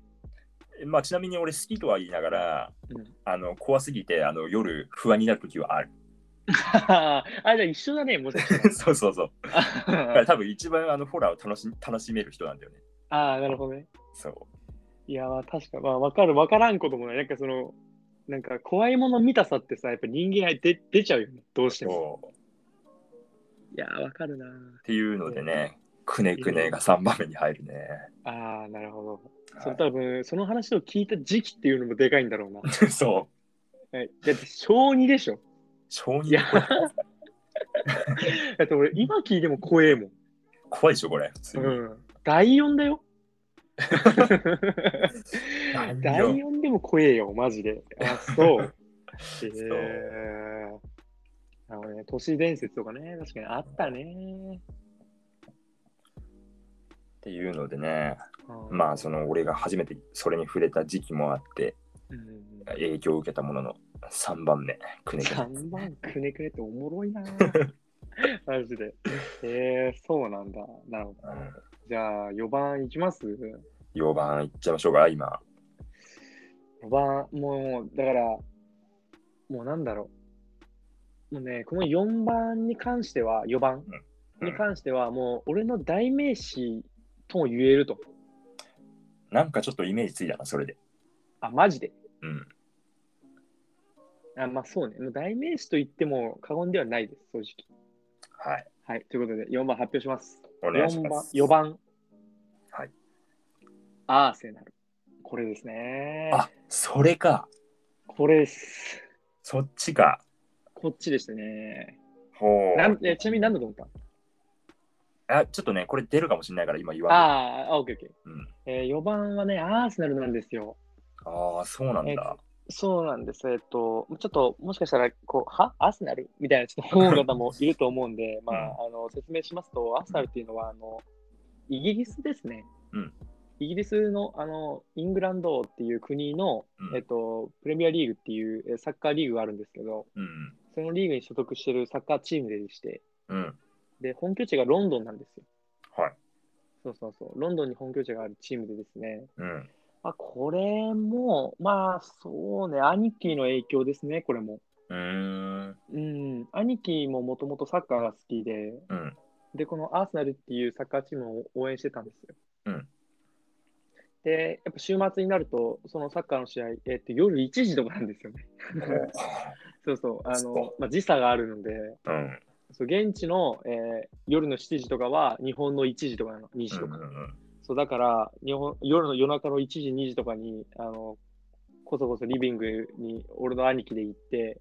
ーまあ、ちなみに俺好きとは言いながら、うん あの怖すぎてあの夜不安になる時はある。 あ、じゃあ一緒だね、もしかしたらそうそうそう。だ から多分一番あのホラーを楽し楽しめる人なんだよね。ああ、なるほどね。そいや、まあ確か、まあ、わかる、わからんこともない。なんかその、なんか怖いもの見たさってさ、やっぱ人間愛で出ちゃうよね、どうしてう。も。そういや、わかるな。っていうのでね、くねくねが3番目に入るね。ああ、なるほど。そはの多分、その話を聞いた時期っていうのもでかいんだろうな。 い そう。はいだって、小2でしょ。小児いや、だって俺、今聞いても怖えもん。怖いでしょ、これ。普通にうん。第4だよ。何よ第4でも怖えよ、マジで。あ、そう。へ そうえあのね、都市伝説とかね、確かにあったね。っていうのでね、うんまあその俺が初めてそれに触れた時期もあって、うん影響を受けたものの3番目、くねくね。 3万くねくねっておもろ いな。マジで。へえそうなんだ。なるほど。じゃあ、4番いきます4番いっちゃいましょうか、今。 4番、もう、だから、もうなんだろう。もうね、この4番に関しては、4番うんに関しては、もう俺の代名詞とも言えると。なんかちょっとイメージついたな、それで。あ、マジで。うん。あまあそうね。もう代名詞と言っても過言ではないです、正直。はい。はい。ということで、4番発表します。お願いします。 4番。4番はい。アーセナル。これですね。あ、それか。これです。そっちか。こっちでしたね。ほなんえちなみに何だと思ったあ、ちょっとね、これ出るかもしれないから今言わあーあ、オッケーオッケない。うん、ー。えー、4番はね、アーセナルなんですよ。ああ、そうなんだ。そうなんです。えっと、ちょっと、もしかしたら、こう、はアーセナルみたいな、ちょっと思う方もいると思うんで、まあ、あの、説明しますと、アーセナルっていうのは、あの、イギリスですね。うんイギリスの、あの、イングランドっていう国の、うんえっと、プレミアリーグっていうえサッカーリーグがあるんですけど、うん。そのリーグに所属してるサッカーチームでして、うん。で、本拠地がロンドンなんですよ。はい。そうそうそう。ロンドンに本拠地があるチームでですね、うん。まあ、これも、まあ、そうね、兄貴の影響ですね、これも。うーん。うん、兄貴ももともとサッカーが好きで、 うん。で、このアーセナルっていうサッカーチームを応援してたんですよ。うんで、やっぱ週末になると、そのサッカーの試合、えっと、夜1時とかなんですよね。 そうそう、あの、まあ、時差があるので、うん。そう現地の、えー夜の7時とかは日本の1時とかなの2時とか、そうだから日本夜の夜中の1時2時とかにあのこそこそリビングに俺の兄貴で行って、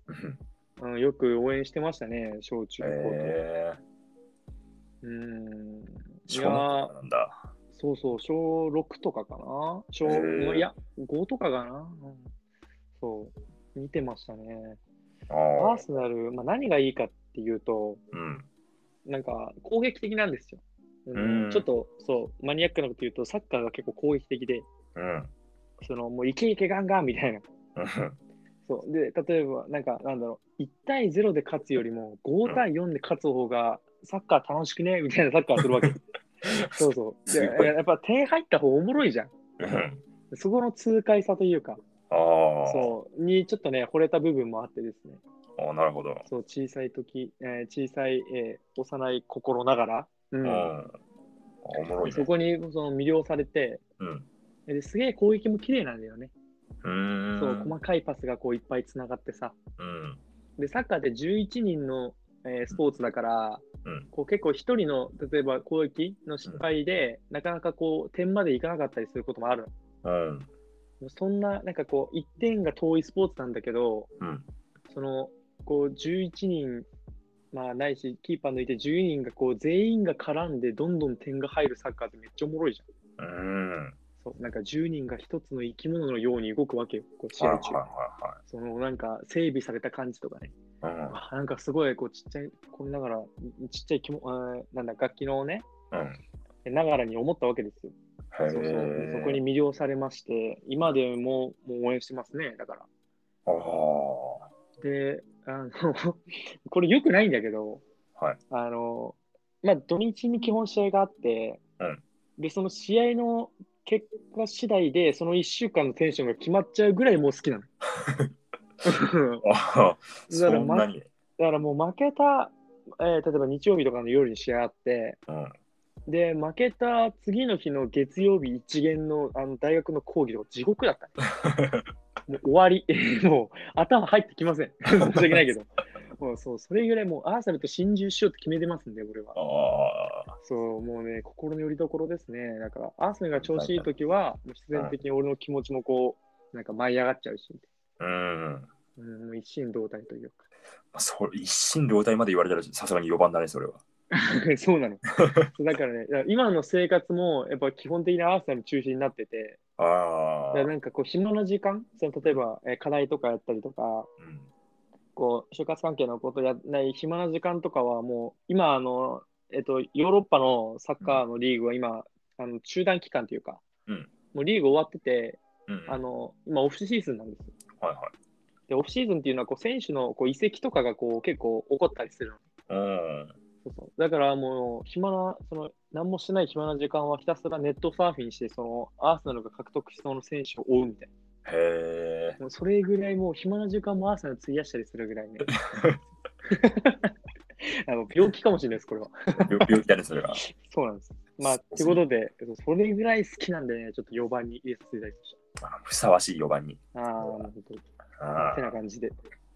うん。うん、よく応援してましたね小中高と、えー、うんい小や学ー校なんだ。そうそう小6とかかな小、へーいや5とかかな、うんそう見てましたねあアあー。セナル、まあ、何がいいかっていうと、うん。なんか攻撃的なんですよ。うんちょっとそうマニアックなこと言うとサッカーが結構攻撃的でうん。そのもうイケイケガンガンみたいなうん。そうで例えばなんかなんだろう1対0で勝つよりも5対4で勝つ方がサッカー楽しくねみたいなサッカーをするわ けそうそうですごいややっぱ点入った方おもろいじゃんうん そこの痛快さというかああ。そうにちょっとね惚れた部分もあってですねああ、なるほど。そう小さい時、えー小さい、えー幼い心ながら、ううんん。あおもろいそね。こにその魅了されてうん。ですげえ攻撃も綺麗なんだよね、うーん。そう細かいパスがこういっぱいつながってさうん。でサッカーって11人の、えースポーツだから、うんこう結構1人の例えば攻撃の失敗で、なかなかこう点までいかなかったりすることもあるうん。そんななんかこう1点が遠いスポーツなんだけどうん。そのこう11人まあないしキーパー抜いて10人がこう全員が絡んでどんどん点が入るサッカーってめっちゃおもろいじゃんうん。そうなんか10人が1つの生き物のように動くわけよこう試はい合中。はそのなんか整備された感じとかね、いはいはい。あなんかすごいこうちっちゃい、これながら、ちっちゃいきも、えーなんだ、楽器のね、うん。うん。ながらに思ったわけですよ。へそうそえうでそこに魅了されまして、今でももう応援してますね、だから。ああ。で、あの これよくないんだけど、はいあのまあ、土日に基本試合があって、うんでその試合の結果次第で、その1週間のテンションが決まっちゃうぐらいもう好き なの。 ああ。そだからんまなに。 だからもう負けた、えー例えば日曜日とかの夜に試合あって、うん。で、負けた次の日の月曜日一限のあの大学の講義とか地獄だった、ね。もう終わり。 もう頭入ってきません。申し訳ないけ ど。もうそう、それぐらいもうアーサルと心中しようって決めてますんで、俺は。ああ。そう、もうね、心の拠り所ですね。だから、アーサルが調子いいときは、もう必然的に俺の気持ちもこう、なんか舞い上がっちゃうし、うん。うん、もう一心同体というか。それ一心両体まで言われたらさすがに4番だね、それは。 そうなの。だからね、だから今の生活もやっぱ基本的にアーサル中心になってて、だあかあら。なんかこう暇な時間、その例えば、えー課題とかやったりとか、うんこう就活関係のことやらない暇な時間とかはもう今あの、えっと、ヨーロッパのサッカーのリーグは今、あの中断期間というか、うんもうリーグ終わってて、うん。あの今オフシーズンなんですよ。はいはい。でオフシーズンっていうのはこう選手のこう移籍とかがこう結構起こったりするの。うん。そうそうだからもう暇なその何もしてない暇な時間はひたすらネットサーフィンしてそのアーセナルが獲得しそうな選手を追うみたいへえ。なもうそれぐらいもう暇な時間もアーセナル費やしたりするぐらいねあの病気かもしれないですこれは病病気だね、それは。 そうなんですまあそうでというすねことでそれぐらい好きなんでねちょっと4番に入れさせていただきましあふさわしい4番に。たああ本当にあてーな感じで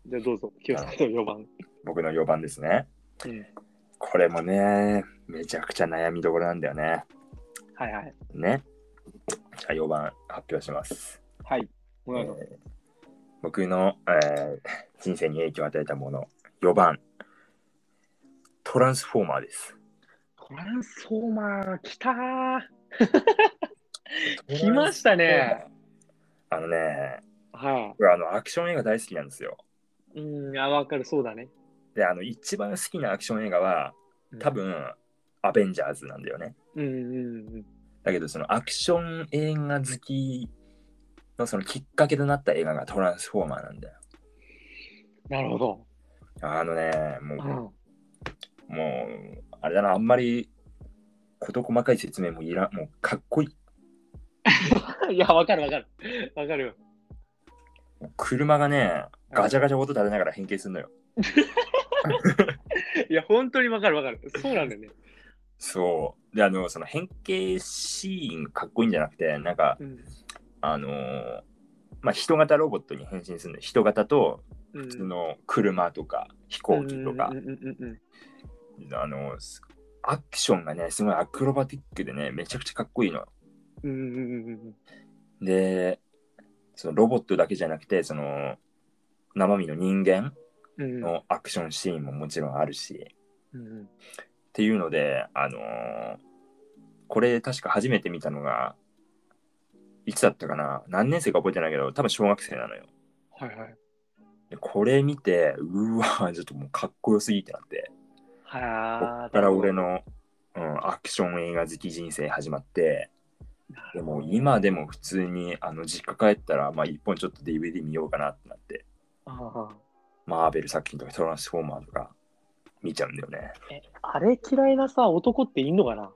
じゃあどうぞ清さんと4番、僕の4番ですね。うん、これもね、めちゃくちゃ悩みどころなんだよね。はいはいね。じゃあ4番発表します。はいお願いしますえー僕の、えー人生に影響を与えたもの、4番。トランスフォーマーです。トランスフォーマー来たー来ましたねあのね、は僕あのアクション映画大好きなんですよ。い。うん、あ、わかる、そうだね。で、あの一番好きなアクション映画はうん多。分、アベンジャーズなんだよね。うんうんうん。だけどそのアクション映画好きのそのきっかけとなった映画がトランスフォーマーなんだよ。なるほど。あのね、もうう、ん。 もうあれだな、あんまり事細かい説明もいらん、もうかっこいい。いや、わかるわかる。わかるよ。車がね、ガチャガチャ音立てながら変形するのよ。 いや、本当にわかるわかる。そうなんだよね。そう。で、あの、その変形シーンかっこいいんじゃなくて、なんか、うん。あのーまあ、人型ロボットに変身するのよ人型とうん普通の車とか飛行機とかうん、うんうんうんうんあのーすアクションがね、すごいアクロバティックでね、めちゃくちゃかっこいいの。うんうんうんうんで、そのロボットだけじゃなくて、その、生身の人間うんのアクションシーンももちろんあるし、うんっていうので、あのーこれ確か初めて見たのが、いつだったかな何年生か覚えてないけど、多分小学生なのよ。はいはい。でこれ見て、うわー、ちょっともうかっこよすぎってなって、こはっから俺の。の、うん、アクション映画好き人生始まって、なるでも今でも普通にあの実家帰ったら、まあ一本ちょっと DVD 見ようかなってなって、ああマーベル作品とかトランスフォーマーとか見ちゃうんだよね。えあれ嫌いなさ、男っていんのかな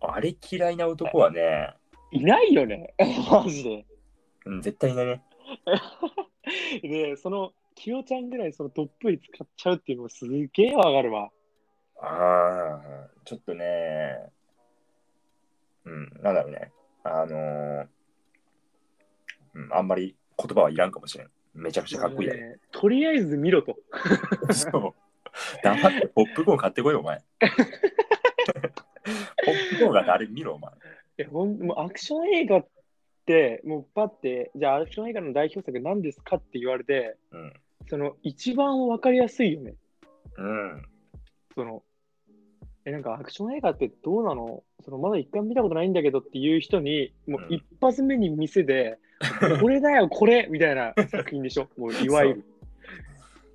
あれ嫌いな男はね、いないよね。 マジで。うん、絶対いないね。で、その、きよちゃんぐらいそのどっぷり使っちゃうっていうのもすげえわかるわ。ああ、ちょっとね、うん、なんだろうね。あのーうん、あんまり言葉はいらんかもしれん。めちゃくちゃかっこいいね。ねとりあえず見ろと。そう。黙ってポップコーン買ってこいよ、お前。 ポップコーンだってあれ見ろ、お前。えほんもうアクション映画って、もうパって、じゃあアクション映画の代表作何ですかって言われて、うん。その一番わかりやすいよね。うん。その、え、なんかアクション映画ってどうなのそのまだ一回も見たことないんだけどっていう人に、もううん一発目に店で、これだよ、これみたいな作品でしょ。もういわ ゆる。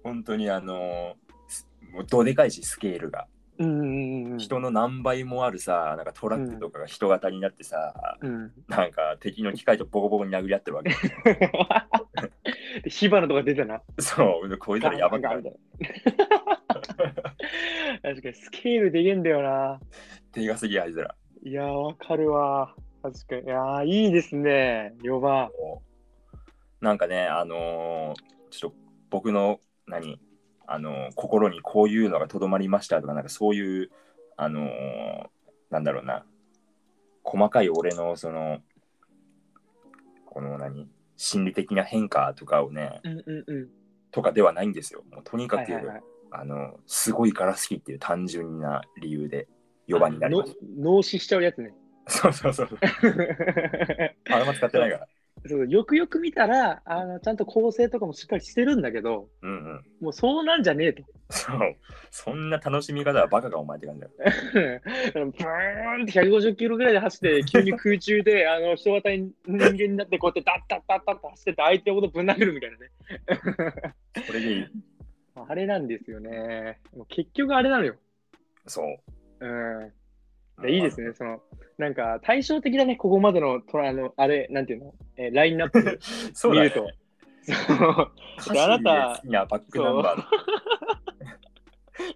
本当にあのーすもうどでかいし、スケールが。うんうんうんうん。人の何倍もあるさ、なんかトラックとかが人型になってさ、うん。 なんか敵の機械とボコボコに殴り合ってるわけ。で火花とか出てな。そう、こいつらやばくなガンるガン。みたいな 確かにスケールでけんだよな。手がすぎあいつら。いやー、わかるわ。確かに。いやー、いいですね。4番。なんかね、あのーちょっと僕の何、あのー心にこういうのがとどまりましたとか、なんかそういう、あのーなんだろうな、細かい俺のその、この何、心理的な変化とかをね、うんうんうん。とかではないんですよ。もうとにかはく、いはいはい。あのすごいから好きっていう単純な理由で4番になりましの脳死しちゃうやつね。 た。そう そうそう。頭使ってない から。そうよくよく見たらあの、ちゃんと構成とかもしっかりしてるんだけど、うんうん。もうそうなんじゃねえと。 そう。そんな楽しみ方はバカかお前って感じだよ。ブーンって150キロぐらいで走って、急に空中であの人型に人間になって、こうやってダッダッダッダッと走ってて、相手のことぶん殴るみたいなね。これでいい。あれなんですよね。もう結局あれなのよ。そう。うん。でいいですね、その、なんか対照的だね、ここまでのトラあの、あれ、なんていうの、えーラインナップあ。 そう見だ、ねる。と。そう歌詞であなた好きなバックナンバーの。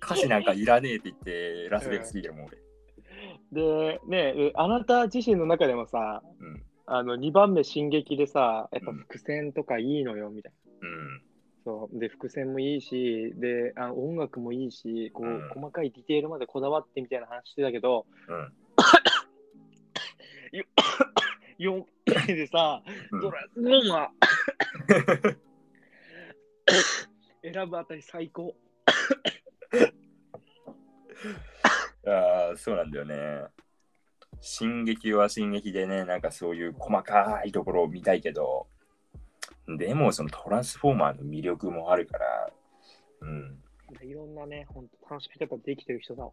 歌詞なんかいらねえって言って、ラスベガスにでも俺。で、ねえ、あなた自身の中でもさ、うん。あの2番目、進撃でさ、やっぱうん伏線とかいいのよみたいな。うん。そうで伏線もいいしであ音楽もいいしこう、うん細かいディテールまでこだわってみたいな話してたけど うん。 4でさ、うんドラえもん は選ぶあたり最高。ああ、そうなんだよね。進撃は進撃でね、なんかそういう細かいところを見たいけど、でもそのトランスフォーマーの魅力もあるから、うん。いろんなね、本当楽しみ方できてる人だわ。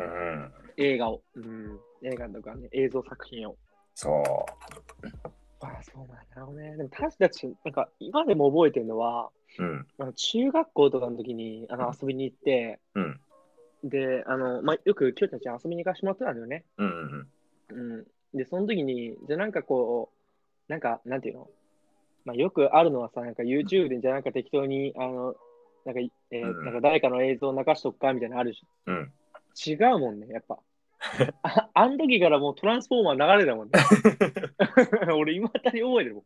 うん。映画を、うん、映画とかね、映像作品を。そう。ああ、そうなんだろうね。でも確かに、なんか今でも覚えてるのは、うん。あの中学校とかの時にあの遊びに行って、うん。で、あの、まあ、よく今日たち遊びに行かしてもらってたんだよね。うんうんうん。で、その時に、じゃあなんかこう、なんか、なんていうのまあ、よくあるのはさ、なんか YouTube で、じゃあなんか適当に、あの、なんか、えーうんなんか誰かの映像流しとくかみたいなのあるじうん。うん。ゃん。違うもんね、やっぱ。ああん時からもうトランスフォーマー流れだもんね。 俺、今あたり覚えてるもん。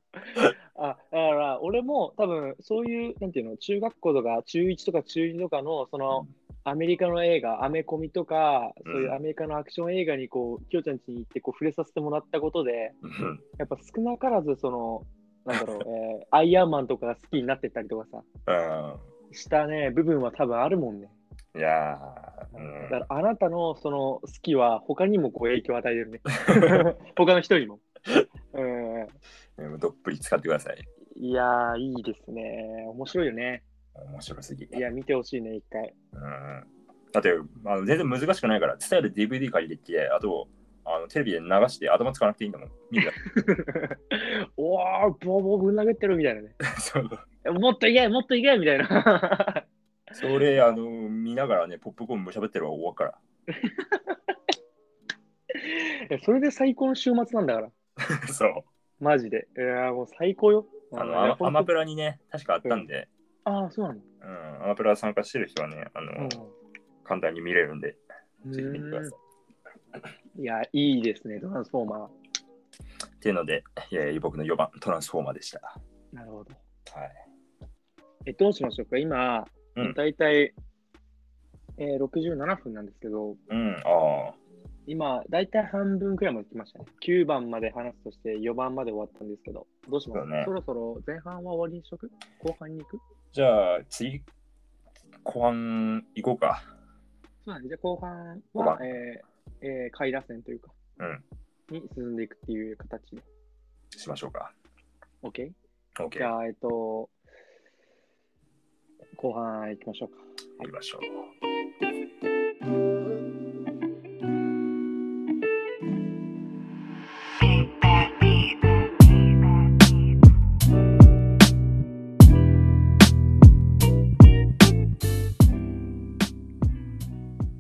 あだから、俺も多分、そういう、なんていうの、中学校とか、中1とか中2とかの、その、アメリカの映画、アメコミとか、そういうアメリカのアクション映画にこう、きよちゃん家に行ってこう触れさせてもらったことで、うんやっぱ少なからず、その、なんだ ろう、えーアイアンマンとかが好きになってったりとかさ、うしたね、部分は多分あるもんね。ん。いやだー、うんから、あなたのその好きは、他にもこう影響を与え てるね。他の人にも。うんでもどっぷり使ってください。いやー、いいですね。面白いよね。面白すぎ。いや、見てほしいね、一回。 うんだってあの全然難しくないから、伝える DVD 借りてきて、あとあのテレビで流して頭使わなくていいん だもん。見るおー、ボーボーぶん殴ってるみたいなね。だけそうもっといけ、もっといけみたいな。 それあの見ながらね、ポップコーンむしゃべってるわ終わるから。 いやそれで最高の週末なんだから。そう。マジで。いやーもう最高よ。あいやの、アマアマ本当プラにね、確かあったんで、ああ、そうなの。うん、アマプラ参加してる人はね、あの、簡単に見れるんで、うんぜひ見てください。いや、いいですね、トランスフォーマー。っていうので、えー僕の4番、トランスフォーマーでした。なるほど。はい。え、どうしましょうか今、うんだいたい、えー、67分なんですけど、うん、ああ、今、だいたい半分くらいまで来ましたね。9番まで話すとして4番まで終わったんですけど、どうしますか、そうねそろそろ前半は終わりにしとく後半に行くじゃあ次、後半行こうか。そうなんです。じゃあ後半後は半、えーえー、下位打線というか、うん、に進んでいくっていう形で。しましょうか。 OK? OK、じ行ゃあ、えっと、後半行きましょうか。きましょう。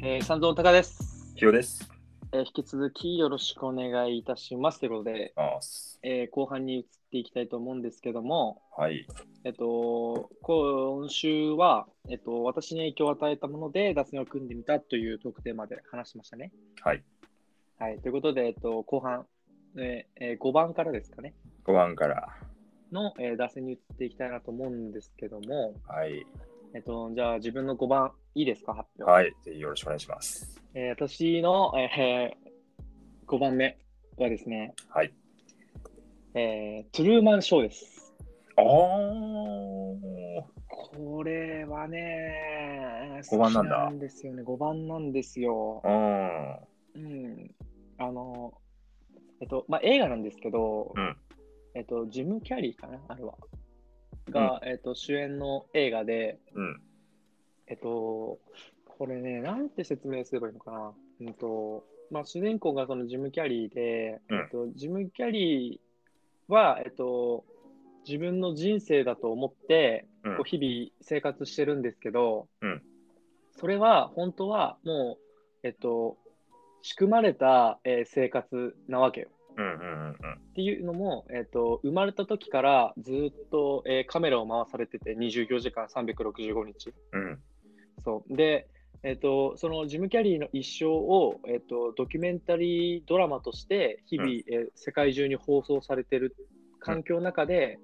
えー、三蔵高です、ひよです。えー引き続きよろしくお願いいたします。ということで、あーすえー後半に移っていきたいと思うんですけども、はい。えっと、今週は、えっと、私に影響を与えたもので、脱線を組んでみたというトークテーマで話しましたね。はい。はい、ということで、えっと、後半、えーえ5番からですかね、 5番から。の、えー打線に移っていきたいなと思うんですけども、はい。えっと、じゃあ自分の5番、いいですか、発表。はい。ぜひよろしくお願いします。えー私の、え5番目はですね、はい。えートゥルーマンショーです。あー。これはね、五番なんだ好きなんですよね、5番なんですよう。ん。うん。あの、えっと、まあ、映画なんですけど、うんえっと、ジム・キャリーかな、あれは。が、えっと、主演の映画で、うん。えっと、これね、なんて説明すればいいのかな。うんとまあ、主人公がそのジム・キャリーで、うんえっと、ジム・キャリーは、えっと、自分の人生だと思って、うんこう日々生活してるんですけど、うんそれは本当はもう、えっと、仕組まれた、えー生活なわけよ。うんうんうんうん。っていうのも、えっと、生まれた時からずっと、えーカメラを回されてて24時間365日。うん。そうで、えっとそのジム・キャリーの一生を、えっとドキュメンタリードラマとして日々、うんえー世界中に放送されてる環境の中で、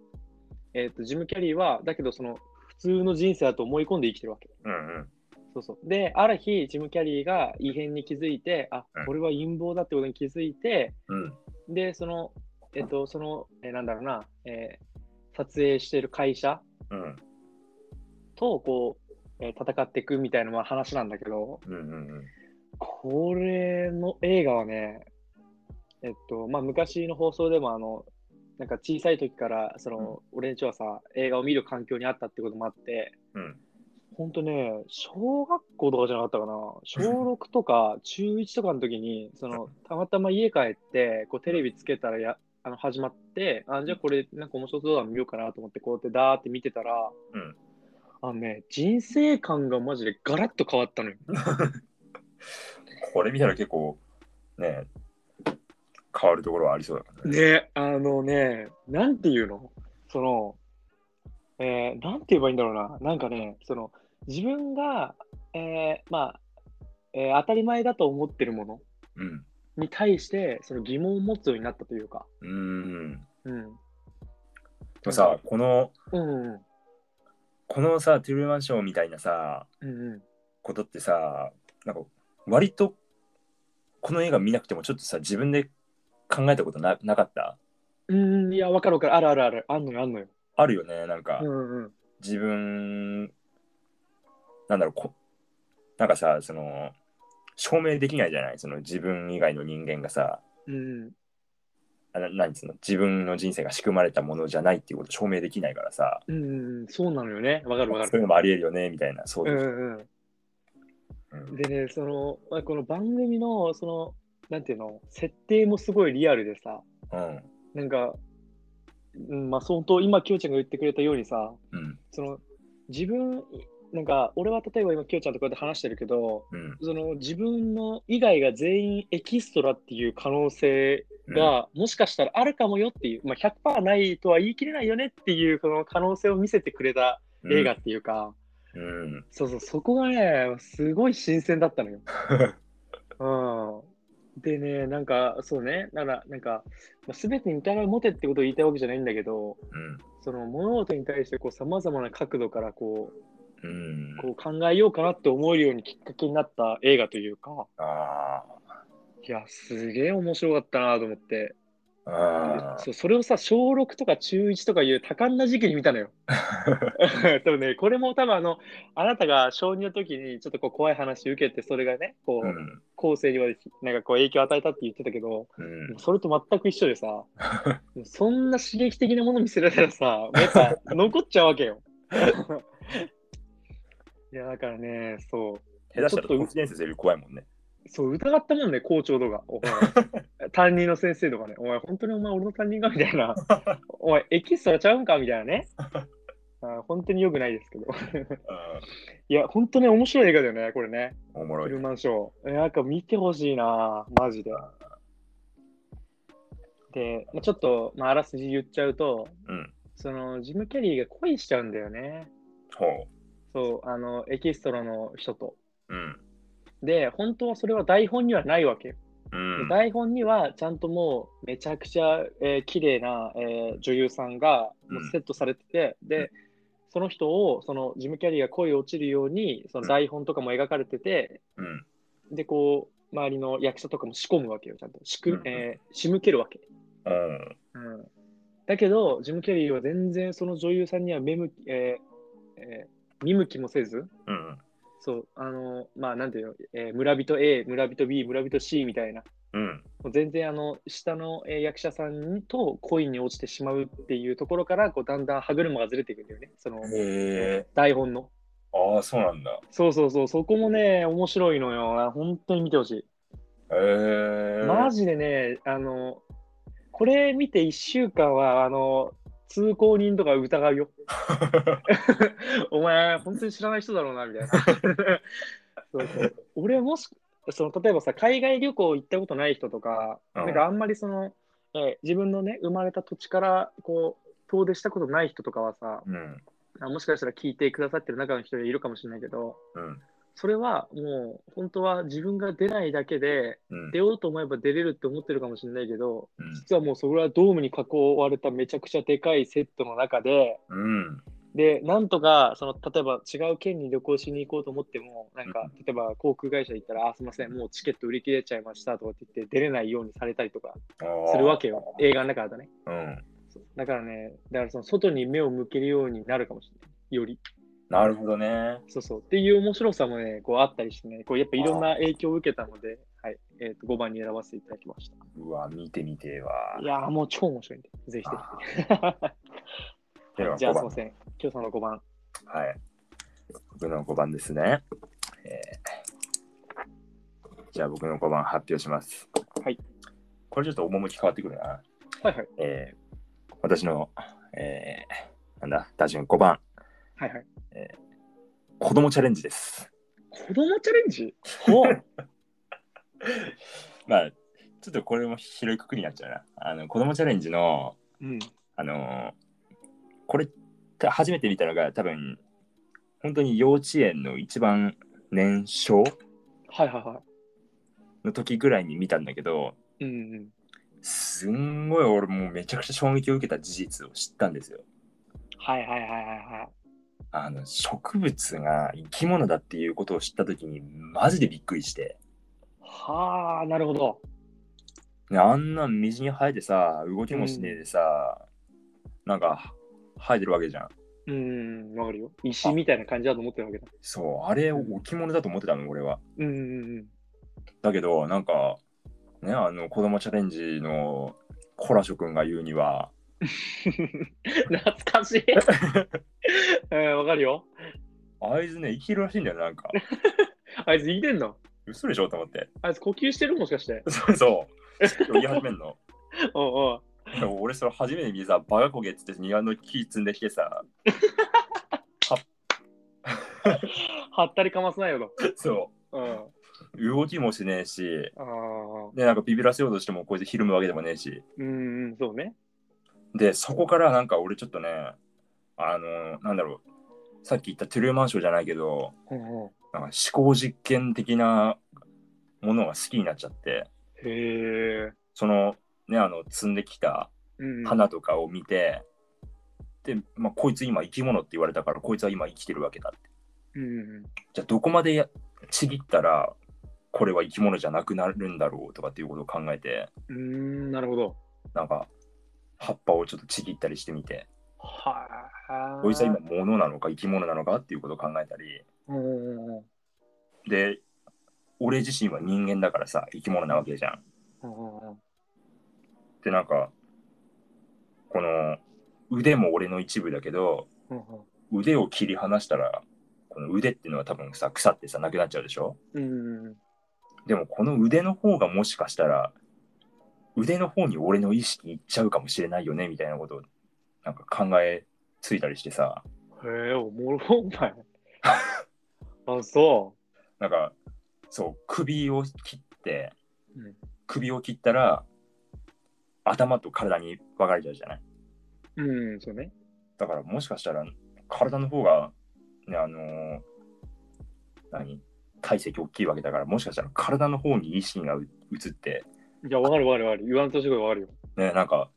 えっとジム・キャリーはだけどその普通の人生だと思い込んで生きてるわけ。うんうん。そうそうである日ジム・キャリーが異変に気づいてあうんこれは陰謀だってことに気づいてうん。でそのえっとその、えーなんだろうな、えー撮影してる会社うん。とこう、えー戦っていくみたいなまあ話なんだけど、うんうんうん。これの映画はね、えっと、まあ、昔の放送でも、あの、なんか小さい時から、その、俺んちはさ、映画を見る環境にあったってこともあって、うん。ほんとね、小学校とかじゃなかったかな、小6とか中1とかの時に、その、たまたま家帰って、こう、テレビつけたらや、あの始まって、あ、じゃあこれなんか面白そうだな見ようかなと思って、こうやってダーって見てたら、うんあのね、人生観がマジでガラッと変わったのよ。これ見たら結構、ね、変わるところはありそうだからね。ね、あのね、なんていうのその、えーなんて言えばいいんだろうな。なんかね、その、自分が、えーまあ、えー当たり前だと思ってるものうん。に対して、その疑問を持つようになったというか。うーん。でうん。もさ、この、うんうんこのさ、テレビマンションみたいなさ、うんうん。ことってさ、なんか、割と、この映画見なくても、ちょっとさ、自分で考えたことななかったうん、いや、わかるわかる。あるあるある。あんのよ、あんのよ。あるよね、なんか。うんうん。自分なんだろうこなんかさその証明できないじゃないその自分以外の人間がさうんあななんつうの自分の人生が仕組まれたものじゃないっていうことを証明できないからさうんうんうん、そうなのよね。わかるわかそういる。うのもありえるよねみたいなそうういんう、うんうんうん、でね、その、まあこの番組の、その、なんていうの、設定もすごいリアルでさ、うんなんか、うん、まあ、相当、今、きよちゃんが言ってくれたようにさ、うんその、自分、なんか、俺は例えば今、きよちゃんとこうやって話してるけど、うんその、自分の以外が全員エキストラっていう可能性うんが、もしかしたらあるかもよっていう、まあ、100%ないとは言い切れないよねっていうこの可能性を見せてくれた映画っていうか、うんそうそうそこがねすごい新鮮だったのよ。うん、でねなんかそうねだからなんか、まあ、全てに疑いを持てってことを言いたいわけじゃないんだけどうんその物事に対してさまざまな角度からこううんこう考えようかなって思えるようにきっかけになった映画というかあいやすげえ面白かったなと思って。ーあそうそれをさ小6とか中1とかいう多感な時期に見たの よ。 多分ねこれも多分あのあなたが小2の時にちょっとこう怖い話受けてそれがねこーう、うん後世にまでなんかこう影響を与えたって言ってたけどうんそれと全く一緒でさ もうそんな刺激的なもの見せられたらさやっぱ残っちゃうわけ よ。いやだからねそう下手したら都市伝説より怖いもんねそう、疑ったもんね、校長とか。お前担任の先生とかね。お前、本当にお前、俺の担任かみたいな。お前、エキストラちゃうんかみたいなね。あ本当に良くないですけど。いや、本当ね、面白い映画だよね、これね。うんおもろフいルマンション。えなんか見てほしいな、マジで。で、まあ、ちょっと、まあ、あらすじ言っちゃうと、うんその、ジム・キャリーが恋しちゃうんだよね。ほそう、あの、エキストラの人と。ううんで、本当はそれは台本にはないわけようん台本にはちゃんともうめちゃくちゃ、えー綺麗な、えー女優さんがもうセットされてて、でその人をそのジム・キャリーが恋落ちるようにその台本とかも描かれてて、うんでこう周りの役者とかも仕込むわけよちゃんと仕組、うんえー仕向けるわけ、うんうん、だけどジム・キャリーは全然その女優さんには目向き、えーえー見向きもせずうんそうあのまあなんていうの、えー村人 A 村人 B 村人 C みたいなうんもう全然あの下のえー役者さんと恋に落ちてしまうっていうところからこうだんだん歯車がずれていくんだよねそのへえ台本のああそうなんだそうそうそうそこもね面白いのよ本当に見てほしへい、えマジでねあのこれ見て1週間はあの通行人とか疑うよお前本当に知らない人だろうなみたいなそうそう俺もしその例えばさ海外旅行行ったことない人とか、うんなんかあんまりその、えー自分のね生まれた土地からこう遠出したことない人とかはさうんあもしかしたら聞いてくださってる中の人いるかもしれないけどうんそれはもう本当は自分が出ないだけでうん出ようと思えば出れるって思ってるかもしれないけどうん実はもうそれはドームに囲われためちゃくちゃでかいセットの中でうんで、なんとか、その例えば違う県に旅行しに行こうと思っても、なんか、例えば航空会社行ったら、あ、すみません、もうチケット売り切れちゃいましたとかって言って、出れないようにされたりとかするわけよ、映画の中だとね。うんそうだからね、だからその外に目を向けるようになるかもしれない、より。なるほどねそうそう。っていう面白さもね、こうあったりしてね、こうやっぱいろんな影響を受けたので、はい、えっ、と、5番に選ばせていただきました。うわ見てみてえわいやー、もう超面白いんで、ぜひぜあひ。では じゃあ、すい5番ません、今日さんの5番。はい僕の5番ですね、えーじゃあ僕の5番発表しますはいこれちょっと趣変わってくるなはいはい。えー私の、えーなんだ、打順5番、はいはい。子供チャレンジです。子供チャレンジおまあ、ちょっとこれも広いくくりになっちゃうな。あの、子供チャレンジの、 うん。あのーこれ、た初めて見たのが多分、本当に幼稚園の一番年は少いはいはの時ぐらいに見たんだけど、い。うんうん。すんごい俺もうめちゃくちゃ衝撃を受けた事実を知ったんですよ。はいはいはいはいはい。あの植物が生き物だっていうことを知った時にマジでびっくりしてはあ、なるほど。ねあんな水に生えてさ動きもしねえでさ、なんか生えてるわけじゃんうん、わかるよ。石みたいな感じだと思ってるわけだ。そうあれを置物だと思ってたの俺はうんうんうん。だけどなんかねあの子供チャレンジのコラショ君が言うには 懐かしい。 うん、わかるよ。あいつね生きてるらしいんだよなんかあいつ生きてんの嘘でしょと思ってあいつ呼吸してるもしかして。そうそう言い始めんの おう でも俺それ初めて見てさ、バカこげっつって庭の木積んできてさ、おう。はったりかますないよそと。うん。う、動きもしねえし、ああ。で、なんかビビらせようとしてもこいつひるむわけでもねえし、うんうん、そうね。で、そこからなんか俺ちょっとね、あのなんだろう、さっき言ったトゥルーマンションじゃないけど、うんうん、なんか思考実験的なものが好きになっちゃって、へえ。その、ね、あの、積んできたうん。花とかを見て、で、まあ、こいつ今生き物って言われたから、こいつは今生きてるわけだってうんうん。じゃあどこまでやちぎったらこれは生き物じゃなくなるんだろうとかっていうことを考えてうーん、なるほど。なんか葉っぱをちょっとちぎったりしてみてはあ。こいつは今物なのか生き物なのかっていうことを考えたりうんうんうんで俺自身は人間だからさ生き物なわけじゃん。うんうんうん。でなんかこの腕も俺の一部だけどうん腕を切り離したらこの腕っていうのは多分さ腐ってさなくなっちゃうでしょうんうん。でもこの腕の方がもしかしたら腕の方に俺の意識いっちゃうかもしれないよねみたいなことをなんか考えついたりしてさへえ、おもろお 前。あ、そなんかそう首を切ってう。うん首を切ったら頭と体に分かれちゃうじゃないうん、そうね。だからもしかしたら体の方がねあのー何体積大きいわけだからもしかしたら体の方に意識がう移っていや、わかるわかるわかる。言わんとしてこいわかるよ。ね、なんか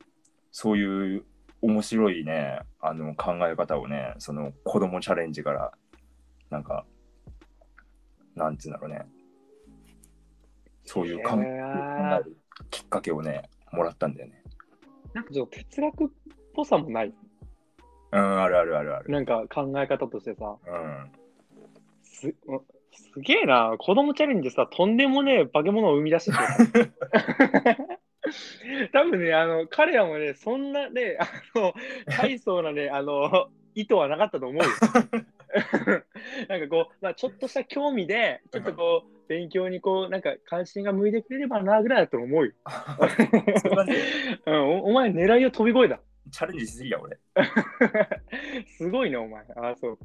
そういう面白いねあの考え方をねその子供チャレンジからなんかなんつうんだろうねそういうかんへ考ーえるきっかけをねもらったんだよねなんかちょっと哲学っぽさもない。うんあるあるあるあるなんか考え方としてさ、うんすうんすげえな、子供チャレンジさ、とんでもねえ化け物を生み出してた。 多分ね、あの、彼らもね、そんなね、あの、大層なね、あの、意図はなかったと思うよ。 なんかこう、まあ、ちょっとした興味で、ちょっとこう、勉強にこう、なんか関心が向いてくれればな、ぐらいだと思うよ。それはねうん、おお前、狙いを飛び越えた。チャレンジしすぎや俺 すごいね、お前。あそう。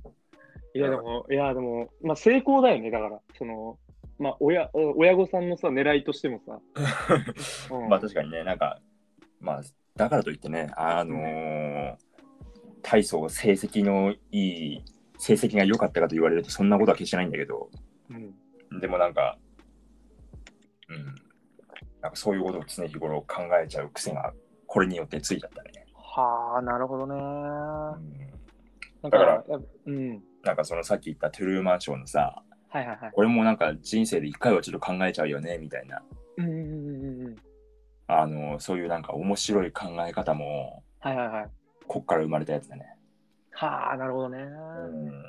いや、でも、いや、でも、まあ、成功だよね、だから、その、まあ、親、親御さんのさ、狙いとしても さ、うんまあ確かにねなんかまあだからといってねあのー体操成績のいい成績が良かったかと言われるとそんなことは決してないんだけどうん、でもなんか、うん、なんかそういうことを常日頃考えちゃう癖がこれによってついちゃったね。はあ、なるほどね。うん、だからやっぱうん。なんかそのさっき言ったトゥルーマンションのさ、はいはいはい。これもなんか人生で一回はちょっと考えちゃうよねみたいな、うんうんうんうんうん。あのそういうなんか面白い考え方もはいはいはい。こっから生まれたやつだね。はあ、なるほどね。うん、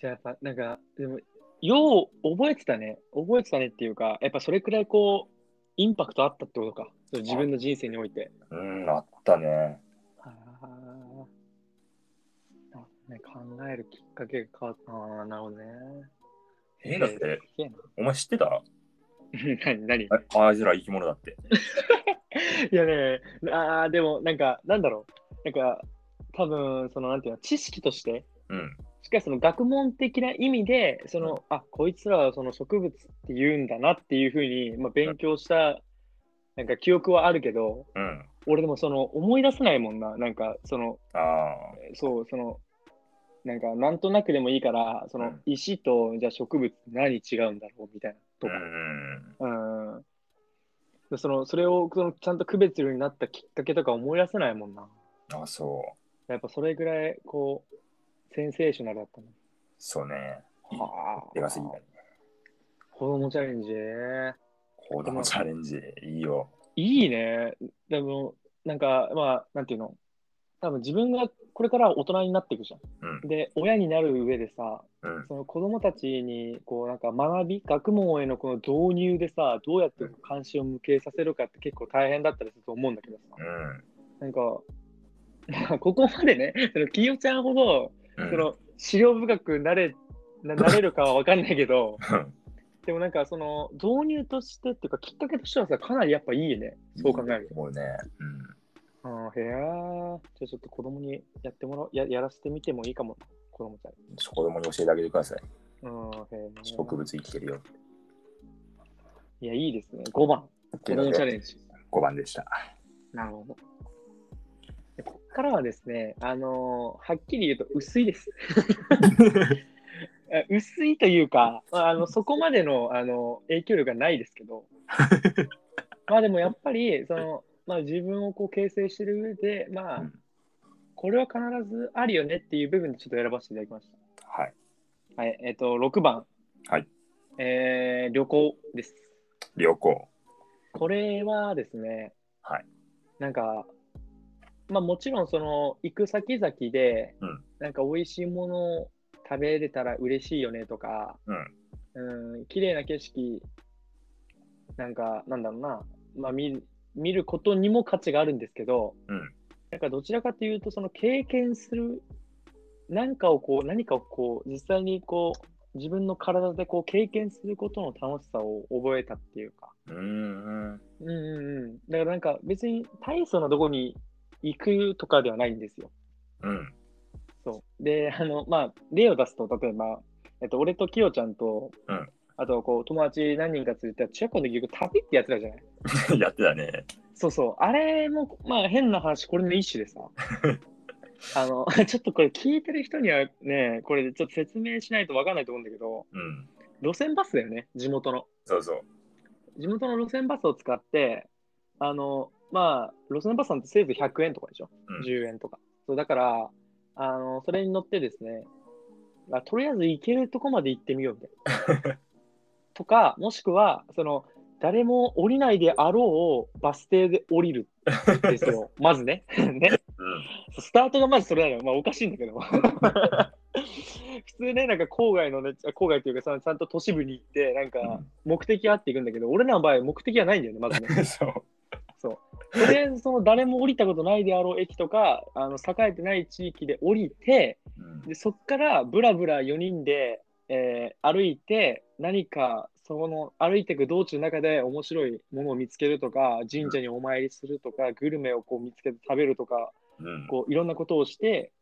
じゃあやっぱ、なんか、でも、よう覚えてたね。覚えてたねっていうか、やっぱそれくらいこう、インパクトあったってことか。そう自分の人生において。うん、あったね。ああ、ね、考えるきっかけが変わった。ああ、なるほどね。えだって、お前知ってた えー。何何 ああいつら生き物だって。いやね、あーでも、なんか、なんだろう。なんか、多分その、なんていうの、知識として、うん。しっかりその学問的な意味で、その、あ、こいつらはその植物って言うんだなっていうふうに、まあ、勉強した、なんか記憶はあるけど、うん。俺でもその、思い出せないもんな。なんか、その、ああ。そう、その、なんか、なんとなくでもいいから、そのうん、石と、じゃあ植物何違うんだろうみたいなとうか。ん。うん。でその、それをそのちゃんと区別するようになったきっかけとか思い出せないもんな。あそう。やっぱそれぐらい、こう、センセーショナルだったの。そうね。はでかすぎたね。子供チャレンジね。子供チャレンジ、いいよ。いいね。でも、なんか、まあ、なんていうの。多分自分がこれから大人になっていくじゃうんん。。で、親になる上でさ、うん。その子供たちにこうなんか学び学問へのこの導入でさどうやって関心を向けさせるかって結構大変だったりすると思うんだけどさなんか、ま あ、ここまでねそのきよちゃんほどうん。その資料深くなれななれるかは分かんないけどうん。でもなんかその導入としてっていうかきっかけとしてはさかなりやっぱいいねそう考えると。もうね。うん。あーへえじゃあちょっと子供にやってもらおうややらせてみてもいいかも子供ちゃんに。子供に教えてあげてください。うんへえ植物生きてるよ。いやいいですね5番子供チャレンジ。 5番でした。なるほど。でここからはですね、あのーはっきり言うと薄い です。あ薄いというか、まああのそこまでの、あの影響力がないですけ ど、まあでもやっぱり、そのまあ、自分をこう形成してる上で、まあ、うんこれは必ずあるよねっていう部分でちょっと選ばせていただきましはい。た。はい、えっ、と、6番。はい。えー旅行です。旅行。これはですね、はいなんか、まあ、もちろんその行く先々で、うんなんか美味しいものを食べれたら嬉しいよねとか、うん、綺麗な景色、なんか、なんだろうな、まあ、見る見ることにも価値があるんですけど、うんなんかどちらかというと、その経験する、何かをこう、何かをこう、実際にこう、自分の体でこう経験することの楽しさを覚えたっていうか、うん。うん。うんうんうん。だからなんか別に大層なとこに行くとかではないんですよ。うん。 そう。で、あの、まあ、例を出すと、例えば、えっと、俺ときよちゃんと、うんあと、こう、友達何人か連れて、中学校の結局旅ってやってたじゃないやってたね。そうそう。あれも、まあ、変な話、これの一種 でさ。あの、 ちょっとこれ聞いてる人にはね、これちょっと説明しないとわかんないと思うんだけど、うん。路線バスだよね、地元の。そうそう。地元の路線バスを使って、あの、まあ、路線バスなんてせいぜい100円とかでしょ、うん10円とか。そうだからあの、それに乗ってですね、あとりあえず行けるとこまで行ってみようみたいな。 とか、もしくは、その、誰も降りないであろうバス停で降りるんです よ。まずね。ね。うん。そうスタートがまずそれなのよ。まあおかしいんだけ ど。普通ね、なんか郊外のね、郊外というかさ、ちゃんと都市部に行って、なんか、目的あっていくんだけど、俺らの場合、目的はないんだよね、まずね。うんそう。そう。とりあえず、その誰も降りたことないであろう駅とか、あの栄えてない地域で降りて、うんでそこからぶらぶら4人で、えー歩いて、何か、その歩いていく道中の中で面白いものを見つけるとか、神社にお参りするとか、グルメをこう見つけて食べるとか、うん。こういろんなことをして、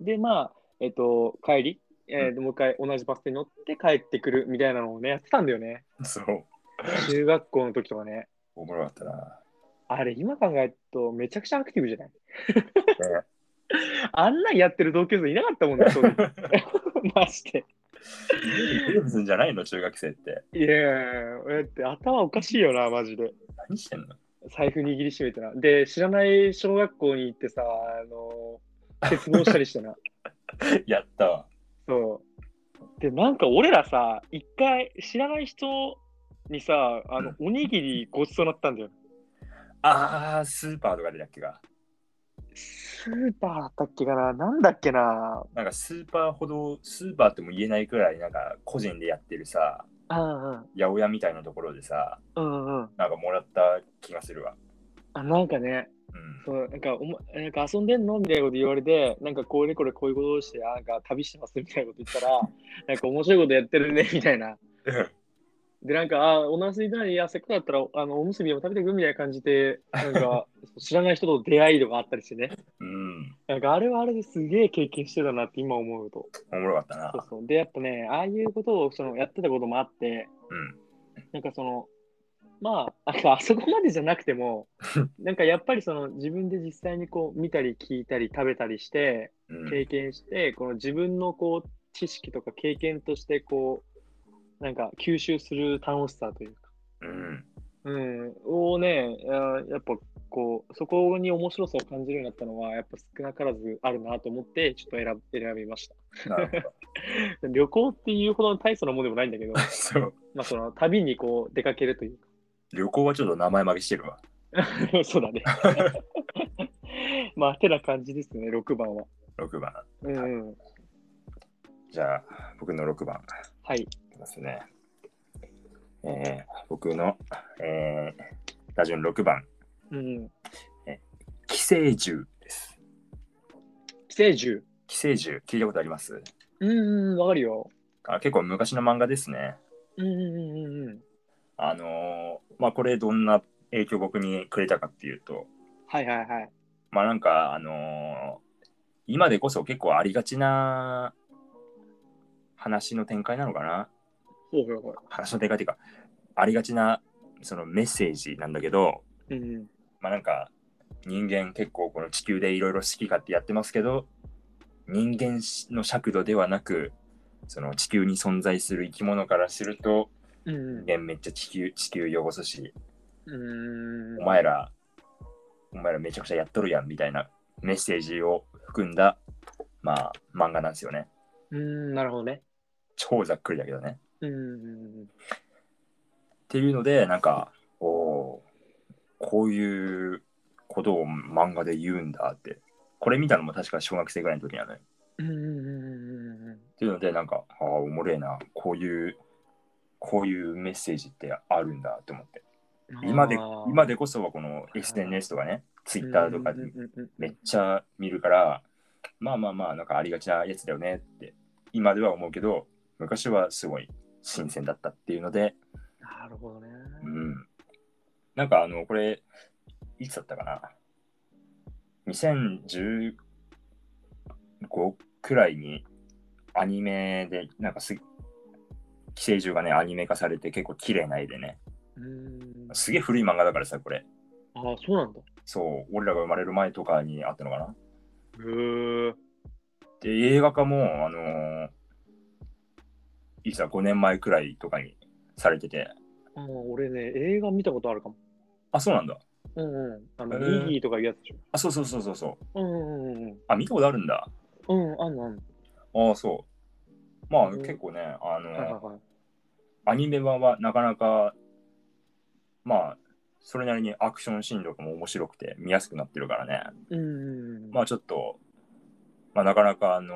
で、まあ、えっと、帰り、えーもう一回同じバス停に乗って帰ってくるみたいなのをね、やってたんだよね。そう。中学校の時とかね。おもろかったな。あれ、今考えるとめちゃくちゃアクティブじゃない ねあんなんやってる同級生いなかったもんね、そういう。まして。ゲームすんじゃないの中学生って。いやいやいやだって頭おかしいよな、マジで。何してんの財布握りしめてな。で、知らない小学校に行ってさ、あの、欠乏したりしてな。やったわ。そう。で、なんか俺らさ、一回知らない人にさ、あの、おにぎりごちそうになったんだよ。あー、スーパーとかでだっけか。スーパーだったっけかななんだっけななんかスーパーほど、スーパーとも言えないくらい、なんか個人でやってるさ、うんうん。八百屋みたいなところでさ、うんうん。なんかもらった気がするわ。あ、なんかね、うん。そうなんかおもなんか遊んでんのみたいなこと言われて、なんかこれこれこういうことをして、あ なんか旅してますみたいなこと言ったら、なんか面白いことやってるねみたいな。で、なんか、あーお腹空いてない、いや、せっかくだったら、あの、おむすびでも食べてくみたいな感じで、なんか、 知らない人と出会いとかあったりしてね。うん。なんか、あれはあれですげえ経験してたなって今思うと。おもろかったなそ。うそう。で、やっぱね、ああいうことを、その、やってたこともあって、うん。なんかその、まあ、なんかあそこまでじゃなくても、なんかやっぱりその自分で実際にこう見たり聞いたり食べたりして、うん経験して、この自分のこう知識とか経験としてこう、なんか吸収する楽しさというか、うん。うん、をね、あーやっぱこう、そこに面白さを感じるようになったのは、やっぱ少なからずあるなと思って、ちょっと選ぶ選びました。なるほど。旅行っていうほどの大層なものでもないんだ けど、 そう。まあその旅にこう出かけるというか旅行はちょっと名前負けしてるわ。 そうだね。まあ、てな感じですね、6番は。 6番。うん、うん。じゃあ、僕の6番。はい。いきますね。えー、僕の、えー、ラジオの6番。うん。寄生獣です。寄生獣。寄生獣、聞いたことありますうん、うん、わかるよ。あ結構昔の漫画ですね。うん、うん、うん、うん。あのーまあこれどんな影響僕にくれたかっていうと、はいはいはい。まあなんかあのー今でこそ結構ありがちな話の展開なのかなほうほうほ話の展開っていうか、ありがちなそのメッセージなんだけど、う。うん。まあなんか人間結構この地球でいろいろ好き勝手やってますけど人間の尺度ではなくその地球に存在する生き物からするとうん、人間めっちゃ地球地球汚すしうん。お前らお前らめちゃくちゃやっとるやんみたいなメッセージを含んだまあ漫画なんですよねうん、なるほどね。超ざっくりだけどねうん、うんっていうのでなんかおおーこういうことを漫画で言うんだってこれ見たのも確か小学生ぐらいの時なのようん、うん。うん、うん。っていうのでなんかああおもれえなこういうこういうメッセージってあるんだと思って今で今で、でこそはこの SNS とかねツイツッターとかでめっちゃ見るからまあまあまあなんかありがちなやつだよねって今では思うけど昔はすごい新鮮だったっていうのでなるほどね。うんなんかあのこれいつだったかな2015くらいにアニメでなんかす寄生獣がねアニメ化されて結構綺麗な絵でねうん。あすげえ古い漫画だからさこれあ、そうなんだ。そう俺らが生まれる前とかにあったのかなへえ。で映画化もあのーいつだ5年前くらいとかにされててああ、俺ね、映画見たことあるかも。あそうなんだうん、うん。あの、へーミギーとかいうやつでしょ。あそうそうそうそうそううんうんうんあ見たことあるんだうん。うん、あんのあんの。ああ、そう。まあ、うん結構ね、あの、はいはいはい。アニメ版はなかなか、まあ、それなりにアクションシーンとかも面白くて見やすくなってるからね。うんうんうん。まあ、ちょっと、まあ、なかなか、あの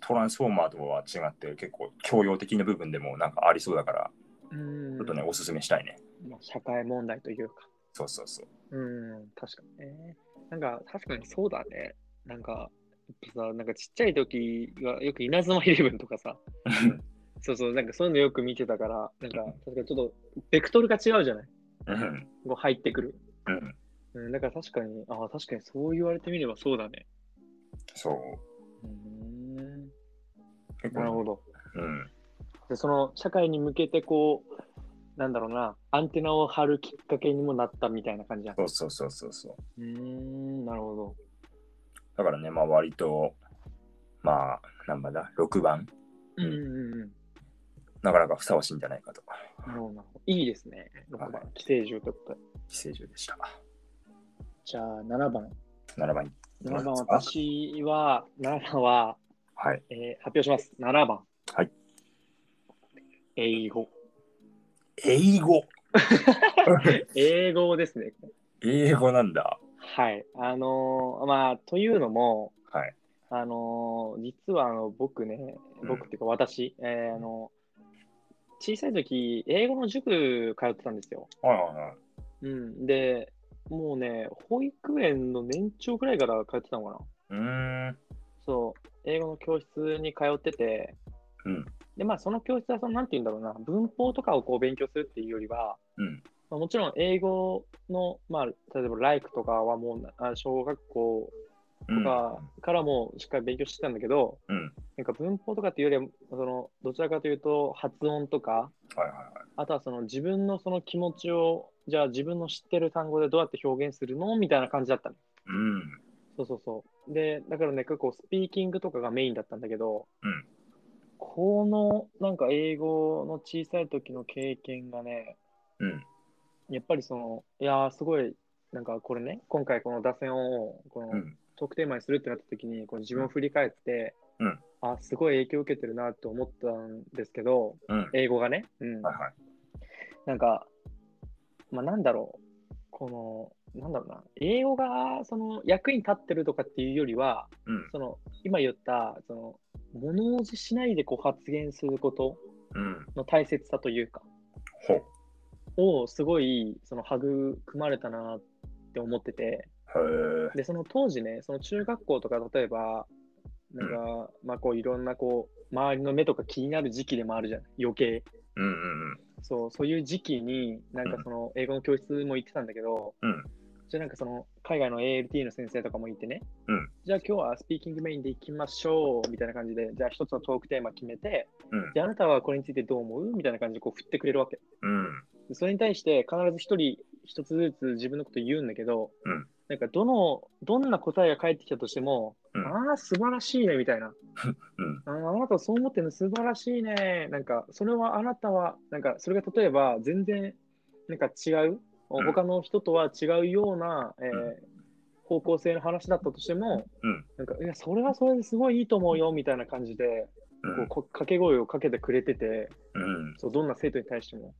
トランスフォーマーとは違って結構教養的な部分でもなんかありそうだから、うんちょっとね、おすすめしたいね。まあ、社会問題というか。そうそうそう。うん、確かにね。なんか、確かにそうだね。なんか、やっぱさ、なんかちっちゃい時はよく稲妻イレブンとかさ、そうそう、なんかそういうのよく見てたから、なんか、確かにちょっと、ベクトルが違うじゃないうん。こう入ってくる。うん。うん、だから確かに、ああ、確かにそう言われてみればそうだね。そう。うん、結構なるほど。うん。でその社会に向けてこうなんだろうなアンテナを張るきっかけにもなったみたいな感じじゃん。そうそうそうそうそう。うーんなるほど。だからね、まあ、割と、まあ、何番だ ?6 番うんうんうん。なかなかふさわしいんじゃないかと。なるほどなるほど。いいですね。6番はい。寄生獣ということで。寄生獣でした。じゃあ7番。 7番に。 7番私は、7番は、はい。えー、発表します。7番。はい。英語。英語英語ですね。英語なんだ。はい。あのーまあ、というのも、はい。あのー実はあの僕ね、うん僕っていうか私、えーあの小さい時英語の塾通ってたんですよ。はいはいはい。うん、で、もうね、保育園の年長くらいから通ってたのかな。うーん。そう、英語の教室に通ってて、うんで、まあ、その教室は、その、なんて言うんだろうな、文法とかをこう勉強するっていうよりは、うんまあ、もちろん英語の、まあ、例えば、like とかはもうな、あ小学校うんとかからもしっかり勉強してたんだけど、うん。なんか文法とかっていうよりは、その、どちらかというと、発音とか、はいはいはい。あとはその自分のその気持ちを、じゃあ自分の知ってる単語でどうやって表現するのみたいな感じだったの。うん。そうそうそう。で、だからね、結構スピーキングとかがメインだったんだけど、うんこのなんか英語の小さい時の経験がね、うん。やっぱりその、いやーすごい、なんかこれね、今回この打線をこのうん。特定マにするってなった時に、こう自分を振り返って、うんあ、すごい影響を受けてるなと思ったんですけど、うん。英語がね。うんはいはい。なんか、まあ、なんだろう、この、なんだろうな、英語がその役に立ってるとかっていうよりは、うん。その今言った、その物おじしないでこう発言することうん。の大切さというか、ほう。をすごいその育まれたなって思ってて、へえ。で、その当時ね、その中学校とか、例えば、なんか、まあ、こういろんなこう、周りの目とか気になる時期でもあるじゃん、余計。うんうんうん。そうそういう時期に、なんかその英語の教室も行ってたんだけど、うんじゃあなんかその海外の ALT の先生とかもいてね、うんじゃあ今日はスピーキングメインで行きましょうみたいな感じで、じゃあ一つのトークテーマ決めて、うんであなたはこれについてどう思うみたいな感じでこう振ってくれるわけ。うん。でそれに対して必ず一人一つずつ自分のこと言うんだけど、うんなんかどの、どんな答えが返ってきたとしても、うんああ、素晴らしいねみたいな。うん。あーあなたはそう思ってるの素晴らしいね。なんか、それはあなたは、なんか、それが例えば全然、なんか違う、うん他の人とは違うような、えーう方向性の話だったとしても、うんなんか、いや、それはそれですごいいいと思うよ、みたいな感じで、うん。こうこ掛け声をかけてくれてて、うん。そうどんな生徒に対しても。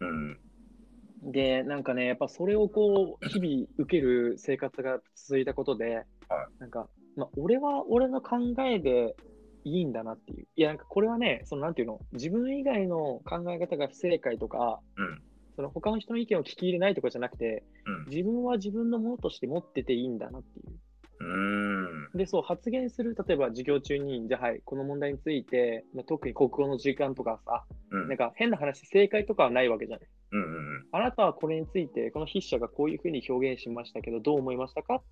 うん。で、なんかね、やっぱそれをこう、日々受ける生活が続いたことで、はなんか、まあ、俺は俺の考えでいいんだなっていう。いや、なんかこれはね、そのなんていうの、自分以外の考え方が不正解とか、うんその他の人の意見を聞き入れないとかじゃなくて、うん自分は自分のものとして持ってていいんだなっていう。うん。で、そう、発言する、例えば授業中に、じゃあはい、この問題について、まあ、特に国語の時間とかさ、うん。なんか変な話、正解とかはないわけじゃない。うんうんあなたはこれについて、この筆者がこういうふうに表現しましたけど、どう思いましたか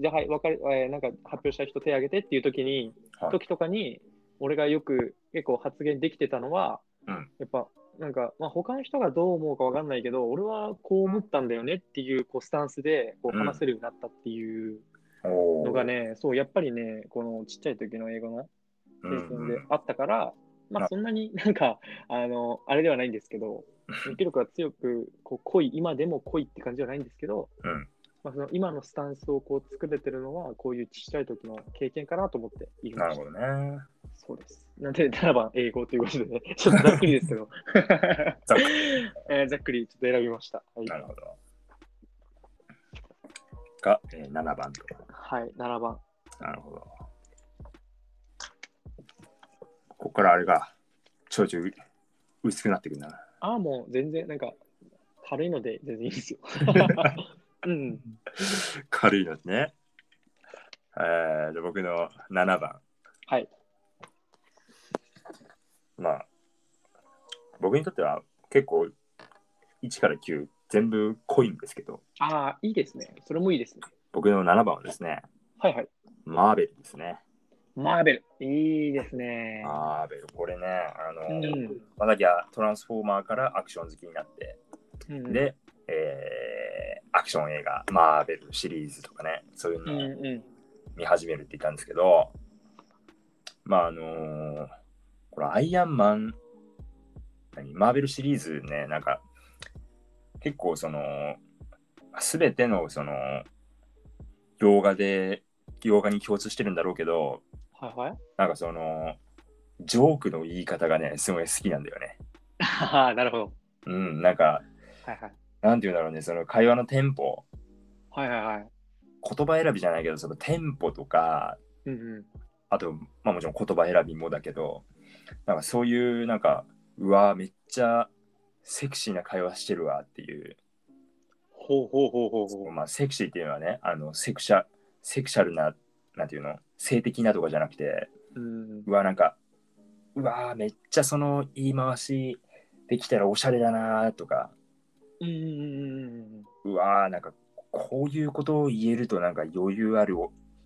じゃあ、はい、わかる、えーなんか発表した人手挙げてっていう時に、はい時とかに、俺がよく結構発言できてたのは、うんやっぱ、なんか、まあ、他の人がどう思うかわかんないけど、俺はこう思ったんだよねっていうこうスタンスでこううん話せるようになったっていううん。おーのがね、そう、やっぱりね、このちっちゃい時の英語のう経ん験うでんあったから、まあ、そんなになんか、あの、あれではないんですけど、影響力が強くこう濃い今でも濃いって感じじゃないんですけど、うんまあ、その今のスタンスをこう作れてるのはこういうちっちゃい時の経験かなと思って言いなまるしたほどね。そうですなんでならば英語ということで、 ね、ちょっとざっくりですけど ざっく えーざっくりちょっと選びましたはい、なるほど。が、えー、7番と。はい、7番なるほど。ここからあれが、ちょいちょい薄くなってくるな。ああもう全然なんか軽いので全然いい ですようん軽いのですね。えー、で僕の7番。はい。まあ、僕にとっては結構1から9全部濃いんですけど、ああいいですねそれもいいですね僕の7番はですね、はいはいマーベルですね。マーベルいいですねマーベル、これね、あうの、ん、まだきゃトランスフォーマーからアクション好きになって、うん、で、えーアクション映画、マーベルシリーズとかね、そういううのんをうん見始めるって言ったんですけど、まああのーこれアイアンマン何マーベルシリーズねなんか結構その全てのその洋画で洋画に共通してるんだろうけどはいはいなんかそのジョークの言い方がねすごい好きなんだよねああ なるほどうんなんかはいはいなんて言うんだろうねその会話のテンポはいはいはい。言葉選びじゃないけどそのテンポとかうんうん。あと、まあ、もちろん言葉選びもだけどなんかそういうなんかうわめっちゃセクシーな会話してるわっていう、ほうほうほうほうほう。まあ、セクシーっていうのはねあのセクシャセクシャルななんていうの性的なとかじゃなくてうん。うわなんかうわーめっちゃその言い回しできたらおしゃれだなーとかうんうんうんうんうわーなんかこういうことを言えるとなんか余裕ある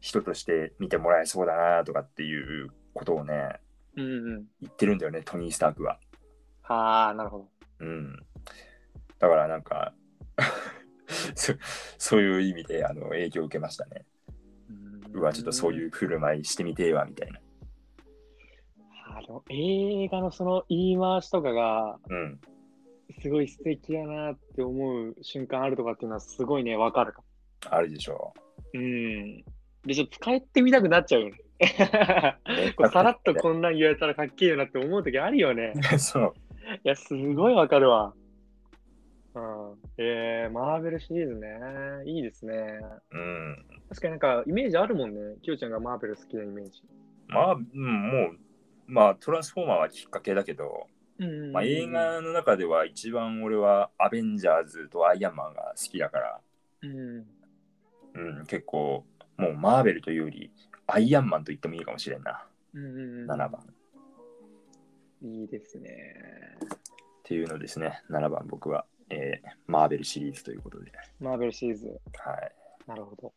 人として見てもらえそうだなーとかっていうことをねうんうんうんうん。言ってるんだよねトニー・スタークは。はあ、なるほど。うん、だからなんか そそういう意味であの影響を受けましたね。うわちょっとそうういん。う振る舞いしてみてえわみたいな。あの映画のその言い回しとかが、うん、すごい素敵やなって思う瞬間あるとかっていうのはすごいね、わかるかも。あるでしょうん。で、ちょっと使ってみたくなっちゃうよね。 こうさらっとこんなん言われたらかっけえよなって思う時あるよね。う。 そういや、すごいわかるわ。うん。えー、マーベルシリーズね。いいですね。うん、確かになんかイメージあるもんね。きよちゃんがマーベル好きなイメージ。まあ、うん、もう、まあ、トランスフォーマーはきっかけだけど、うんまあ、映画の中では一番俺はアベンジャーズとアイアンマンが好きだから、うん。うん、結構、もうマーベルというより、アイアンマンと言ってもいいかもしれんな、うん。 7番。っいいですね。ていうのですね、7番僕は、えーマーベルシリーズということで。マーベルシリーズ。はい。なるほど。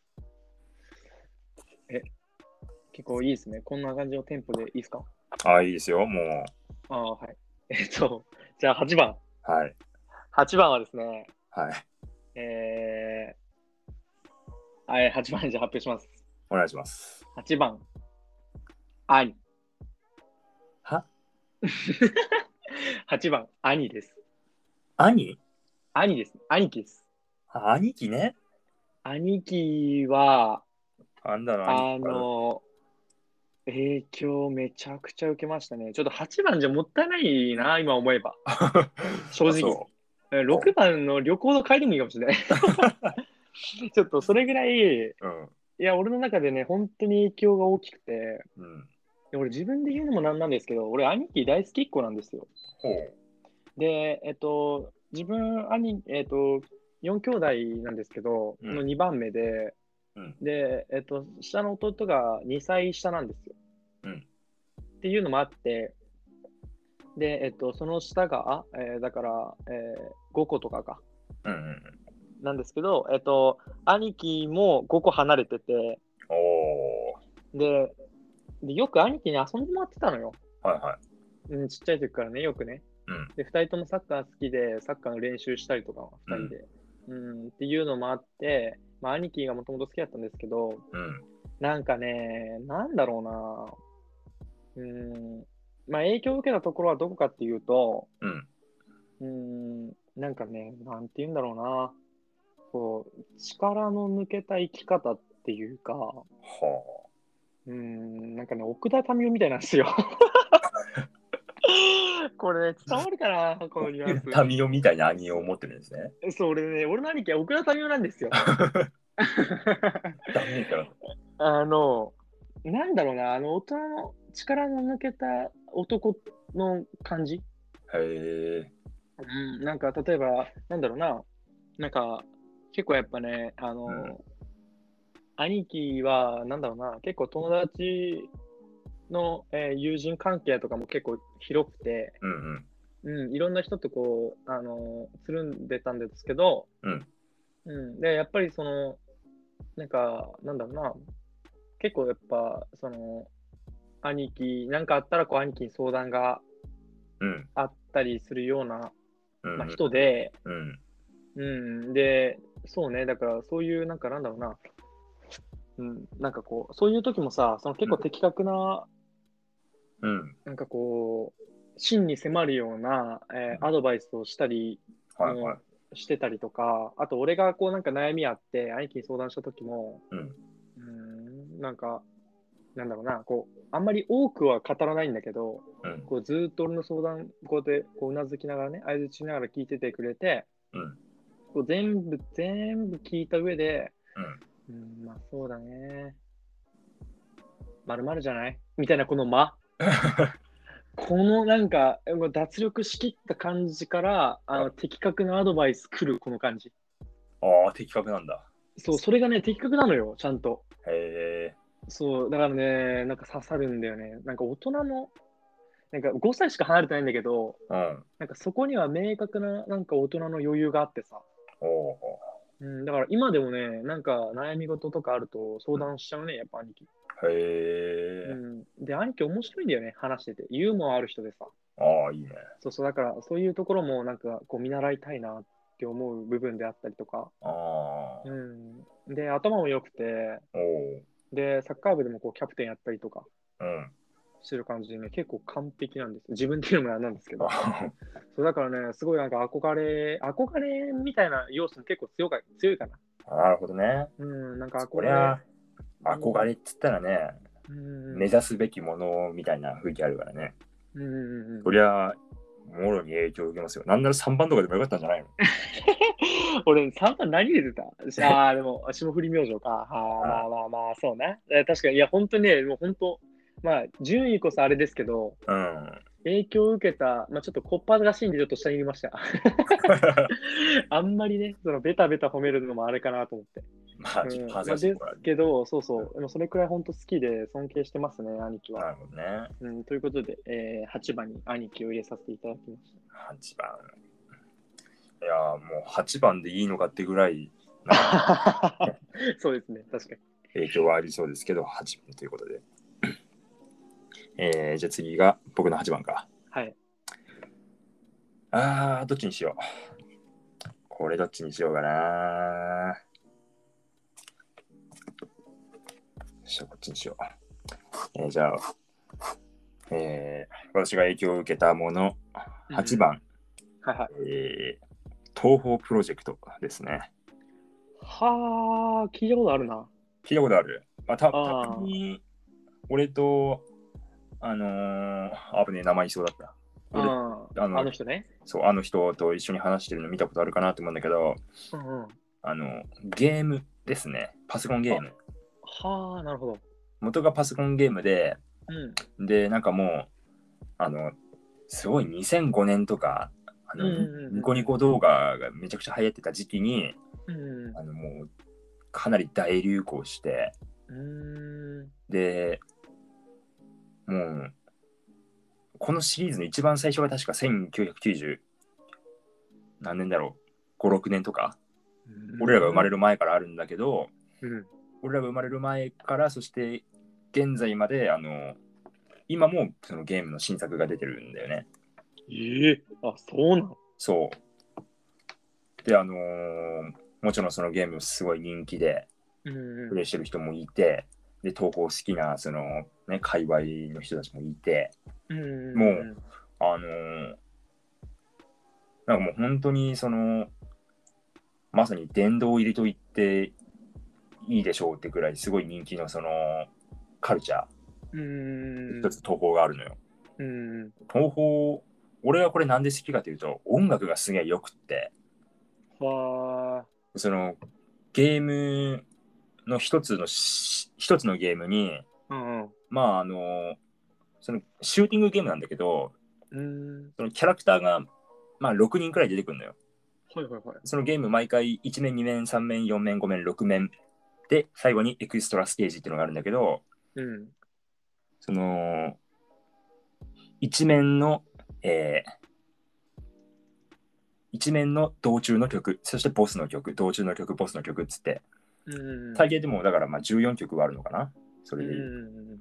え、結構いいですね。こんな感じのテンポでいいですかああ、いいですよ、もああ、はい。えっと、じゃあ8番。う。はい。 8番はですね、はい。えー、はい、8番じゃあ発表します。お願いします。 8番。兄。 は ?8 番、兄です。兄兄です。兄貴です。あ兄貴ね。兄貴は、なんだろう、あ兄貴の、影響めちゃくちゃ受けましたね。ちょっと8番じゃもったいないな、今思えば。正直あそえ6番の旅行の帰りもいいかもしれ ない。ちょっとそれぐらい、ううん。いや、俺の中でね、本当に影響が大きくて、うん。で俺自分で言うのもなんなんですけど、俺、兄貴大好きっ子なんですよ。ほう。で、えっと、自分、兄、えっと、4兄弟なんですけど、うんの2番目で、うんで、えっと、下の弟が2歳下なんですよ。うんっていうのもあって、で、えっと、その下が、えーだから、えー5個とかか、うんうんうん。なんですけど、えっと、兄貴も5個離れてて、おお。で、でよく兄貴に遊んでもらってたのよ。はいはい。うん、ちっちゃい時からね、よくね。うんで、2人ともサッカー好きで、サッカーの練習したりとか、2人で。うん、っていうのもあって、まあ、兄貴がもともと好きだったんですけど、うん。なんかね、なんだろうな。うん、まあ、影響を受けたところはどこかっていうと、うん。うん、なんかね、なんて言うんだろうな。こう、力の抜けた生き方っていうか、はうん、なんかね、奥田民生みたいなんですよ。 これ、ね、伝わるかな、このニュアンあ。民生みたいな兄を持ってるんですね。ス。そう、俺ね、俺の兄貴は奥田民生なん ですよ。ダメから。あの、なんだろうな、あの、大人の力の抜けた男の感じ。へえ。うん、なんか、例えば、なんだろうな、なんか、結構やっぱね、あの、うん兄貴は、なんだろうな、結構友達の、えー友人関係とかも結構広くて、うんうん。うん、いろんな人とこう、あのーつるんでたんですけど、うんうんで、やっぱりその、なんか、なんだろうな、結構やっぱ、その、兄貴、なんかあったらこう、兄貴に相談がうん。あったりするような、うん。まあ、人で、うん。うん、で、そうね、だからそういう、なんかなんだろうな、うん、なんかこう、そういう時もさ、その結構的確な、うん。なんかこう、真に迫るような、えーアドバイスをしたりはいはい。してたりとか、あと俺がこうなんか悩みあって、兄貴に相談した時も、うんうーんなんか、なんだろうな、こう、あんまり多くは語らないんだけど、うん。こうずーっと俺の相談、こうやってこううなずきながらね、相づちしながら聞いててくれて、うんこう全部、全部聞いた上で、うん。うん、まあそうだね。まるまるじゃないみたいなこの 間。このなんかもう脱力しきった感じからあの的確なアドバイス来るこの感じ。ああ、的確なんだ。そう、それがね、的確なのよ、ちゃんと。へえ。そう、だからね、なんか刺さるんだよね。なんか大人の、なんか5歳しか離れてないんだけど、うん。なんかそこには明確ななんか大人の余裕があってさ、おおうん、だから今でもね、なんか悩み事とかあると相談しちゃうね、やっぱ兄貴。ー。へえ。うん、で、兄貴面白いんだよね、話してて。ユーモアある人でさ。ああ、いいね。そうそう、だからそういうところもなんかこう見習いたいなって思う部分であったりとか。ああ。おうん、で、頭も良くて、お。で、サッカー部でもこうキャプテンやったりとかうん。してる感じでね、結構完璧なんですよ。自分っていうのもあれなんですけど。あそうだからね、すごいなんか憧れ、憧れみたいな要素も結構強いか強いかな。なるほどね。うん、なんかこ憧りれ。ゃ、憧れっつったらね、うん、目指すべきものみたいな雰囲気あるからね。うんうんうんこりゃ、もろに影響を受けますよ。なんなら3番とかでもよかったんじゃないの 俺、3番何で出 たああ、でも、霜降り明星か。あーまあまあまあ、そうね。え確かに、いや、本当にね、もう本当、まあ、順位こそあれですけど、うん。影響を受けた、まあ、ちょっとこっぱずかしいんで、ちょっと下に入れました。 あんまりね、そのベタベタ褒めるのもあれかなと思って。まあ、うんちょっとまあ恥ずですかしいから。けど、そうそう、でもそれくらい本当好きで、尊敬してますね、兄貴なは。るほどね。うん、ということで、えー、8番に兄貴を入れさせていただきま し8番。いやー、もう8番でいいのかってぐらい、なんかた。そうですね、確かに。影響はありそうですけど、8番 ということで。 えー、じゃあ次が僕の8番か。はい。あー、どっちにしよう。これどっちにしようかな。よっしゃ、こっちにしよう。えー、じゃあ、えー、私が影響を受けたもの、8番、はいはい。えー東方プロジェクトですね。はあ、聞いたことあるな。聞いたことある、まあ、たあーたまに俺と、あのー、あぶねえ名前言いそうだった。うん俺ああのの人ね。そう、あの人と一緒に話してるの見たことあるかなと思うんだけど、うんうん、あの、ゲームですね。パソコンゲーム。はあ、なるほど。元がパソコンゲームで、うん。で、なんかもう、あの、すごい2005年とか、あのうんうんうんうんニコニコ動画がめちゃくちゃ流行ってた時期に、うんあのもう、かなり大流行して、うん。うで、もう、このシリーズの一番最初が確か1990、何年だろう、5、6年とか、ーん俺らが生まれる前からあるんだけど、うん。俺らが生まれる前から、そして現在まで、あの、今もそのゲームの新作が出てるんだよね。ええあ、そうなのそう。で、あのーもちろんそのゲームすごい人気で、うんプレイしてる人もいて、で、投稿好きな、その、ね、界隈の人たちもいて、うん。もうあのーなんかもう本当にそのまさに殿堂入りと言っていいでしょうってくらいすごい人気のそのカルチャうん。うんー一つ投稿があるのよ。うん。東宝俺がこれなんで好きかというと音楽がすげえよくってはあ。そのゲームの一つのし一つのゲームにうんまああのそのシューティングゲームなんだけどうん。うん。そのキャラクターがまあ6人くらい出てくるのよ。はいはいはい。そのゲーム毎回1面、2面、3面、4面、5面、6面で最後にエクストラステージっていうのがあるんだけど、うん。その1面の、え1面の道中の曲、そしてボスの曲、道中の曲、ボスの曲っつって、うん。最低でもだからまあ14曲はあるのかな、それで、うん。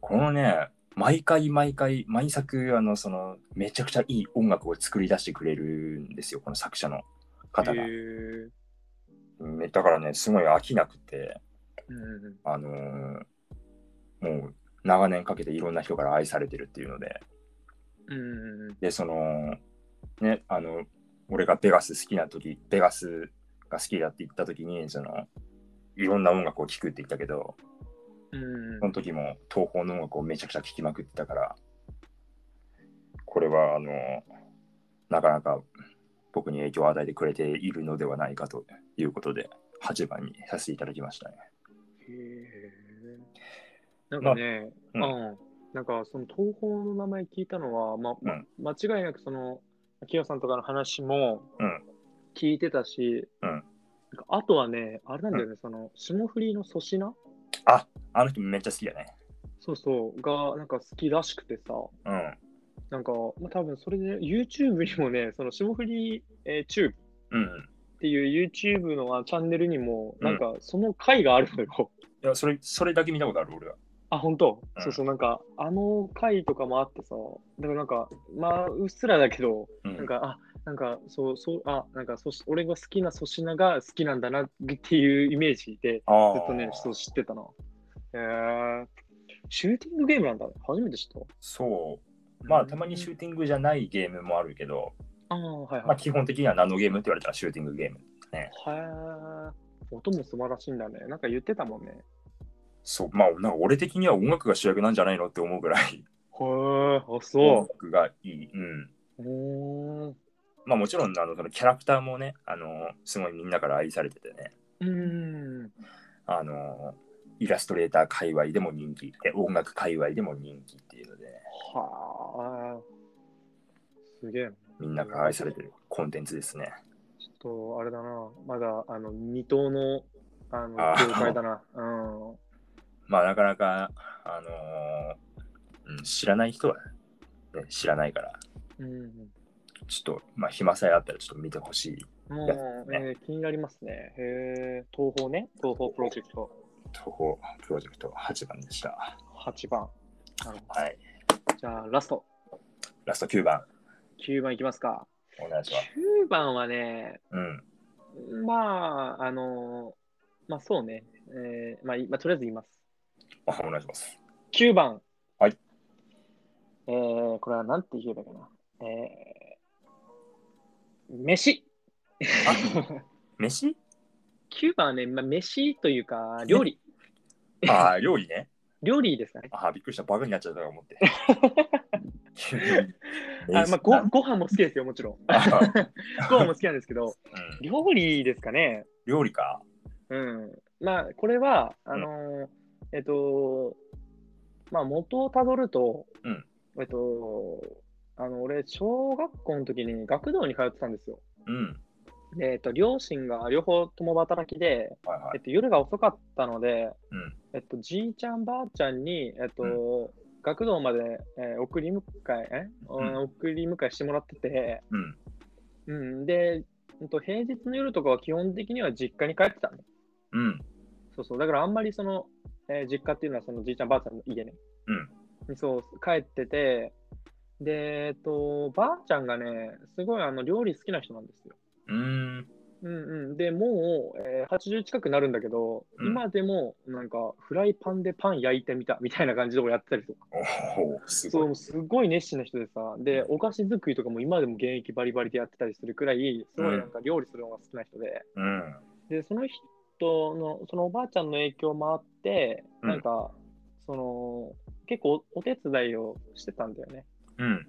このね、毎回毎回、毎作、あの、その、めちゃくちゃいい音楽を作り出してくれるんですよ、この作者の方がへ。えめだからね、すごい飽きなくて、うん。あのーもう長年かけていろんな人から愛されてるっていうので、うん。で、その、ね、あの、俺がベガス好きな時、ベガスが好きだって言った時に、その、いろんな音楽を聴くって言ったけど、うんその時も東宝の音楽をめちゃくちゃ聴きまくってたから、これは、あのなかなか僕に影響を与えてくれているのではないかということで、8番にさせていただきましたね。へえなんかね、まあうん、なんかその東宝の名前聞いたのは、まあうん間違いなくその秋代さんとかの話もうん聞いてたし、うんなんかあとはね、あれなんだよね、その霜降りの粗品あ、あの人めっちゃ好きだね。そうそうがなんか好きらしくてさ、うん。なんか、まあ、多分それで YouTube にもね、その霜降り、えー、チューブうん。っていう YouTube のあチャンネルにも、うんなんかその回があるのよ。いや、それ、それだけ見たことある、俺は。あ、本当、うんそうそう、なんかあの回とかもあってさ、だからなんか、まあ、うっすらだけど、うん。なんか、あ、なんか、そう、そう、あ、なんかそし、俺が好きな粗品が好きなんだなっていうイメージで、あーずっとね、そう知ってたな。へえシューティングゲームなんだね。初めて知ったわ。そう。まあ、たまにシューティングじゃないゲームもあるけど、ああ、はいはい。まあ、基本的にはナノゲームって言われたらシューティングゲーム。へえ。音も素晴らしいんだね。なんか言ってたもんね。へそう。まあ、なんか俺的には音楽が主役なんじゃないのって思うぐ らい、え、あ、音そ楽がいい。うん。う。うーん。まあ、もちろん、あの、そのキャラクターもね、あの、すごいみんなから愛されててね、うーん。あの、イラストレーター界隈でも人気、え音楽界隈でも人気っていうのでね、はあ。すげえな。みんなから愛されてるコンテンツですね。ちょっと、あれだな。まだ、あの、未踏の、あの、あー業界だな。うん。まあ、なかなか、あのーうん、知らない人は、ね、知らないから、うん。ちょっと、まあ、暇さえあったらちょっと見てほしい。もう、ねえー気になりますね。へえ、東宝ね。東宝プロジェクト東宝プロジェクト8番でした。 8番。なるほはい。どじゃあ、ラスト。ラスト9番、 9番いきますか。お願いします。 9番はね、うん。まあ、あのーまあそうね。えーまあ、いまあ、とりあえず言います。あお願いします。 9番。はい。えー、これはなんて言えばいいかな。えー、飯。 飯9番はね、まあ、飯というか、料理。ああ、料理ね。料理ですかね。ああ、びっくりした。バカになっちゃったと 思って。あまあ、ごご飯も好きですよ、もちろん。 あご飯も好きなんですけ ど、うん料理ですかね。料理か。うん。まあ、これは、あのーえっと、まあ、元をたどると、うんえっと、あの、俺、小学校の時に学童に通ってたんですよ。うん。で、えっと、両親が両方共働きで、はいはえっい。と、夜が遅かったので、うんえっと、じいちゃんばあちゃんに、えっと、う学童まで、えー送り迎え、えうん送り迎えしてもらってて、うん。うん、で、えっと、平日の夜とかは基本的には実家に帰ってたのうん。そうそう、だからあんまりその、えー実家っていうのはそのじいちゃんばあちゃんの家ね。にそう、帰ってて、で、えっと、ばあちゃんがね、すごいあの料理好きな人なんですよ。うん。うん。うんうん。で、もう、えー80近くなるんだけど、うん今でもなんかフライパンでパン焼いてみたみたいな感じでやってたりとか。おお、すそごう、い。すごい熱心な人でさ、で、お菓子作りとかも今でも現役バリバリでやってたりするくらい、すごいなんか料理するのが好きな人で。うん。でその人のそのおばあちゃんの影響もあってうんなんか、その結構おお手伝いをしてたんだよねうん。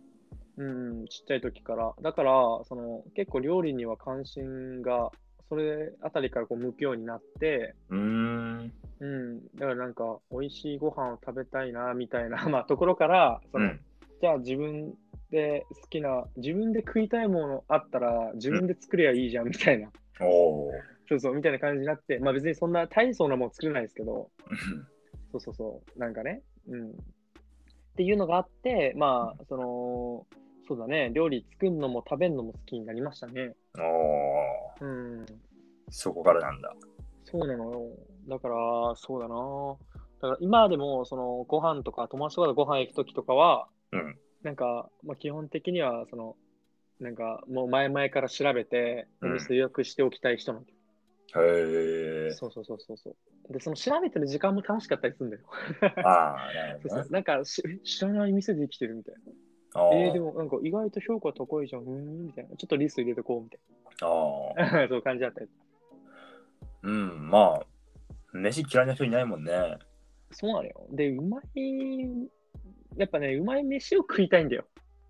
うんちっちゃい時からだからその結構料理には関心がそれあたりからこう向くようになってうーん。うんだからなんか美味しいご飯を食べたいなみたいな まあところからそうの、ん。じゃあ自分で好きな自分で食いたいものあったら自分で作ればいいじゃんみたいな、おお。そうそうみたいな感じになってまあ別にそんな大層なもの作れないですけど、うんそうそうそう、なんかね。うん。っていうのがあって、まあ、その、そうだね、料理作るのも食べるのも好きになりましたね。 おお。うん。そこからなんだ。そうなのよ。だから、そうだな。だから今でも、その、ご飯とか、友達とかとご飯行くときとかは、うん。なんか、まあ、基本的には、その、なんか、もう前々から調べて、おうん店予約しておきたい人なんだよ、へえ。そうそうそうそうそう。で、その調べてる時間も楽しかったりするんだよ。ああ、なるそうほそどう なんかし、知らない店で生きてるみたいな。えー、でね。もなんか意外と評価高いじゃん、うーん、みたいな。ちょっとリスト入れとこう、みたああ。ああ。いな。そういう 感じだったり。うん。まあ、飯嫌いな人いないもんね。そうなのよ。で、うまい、やっぱね、うまい飯を食いたいんだよ。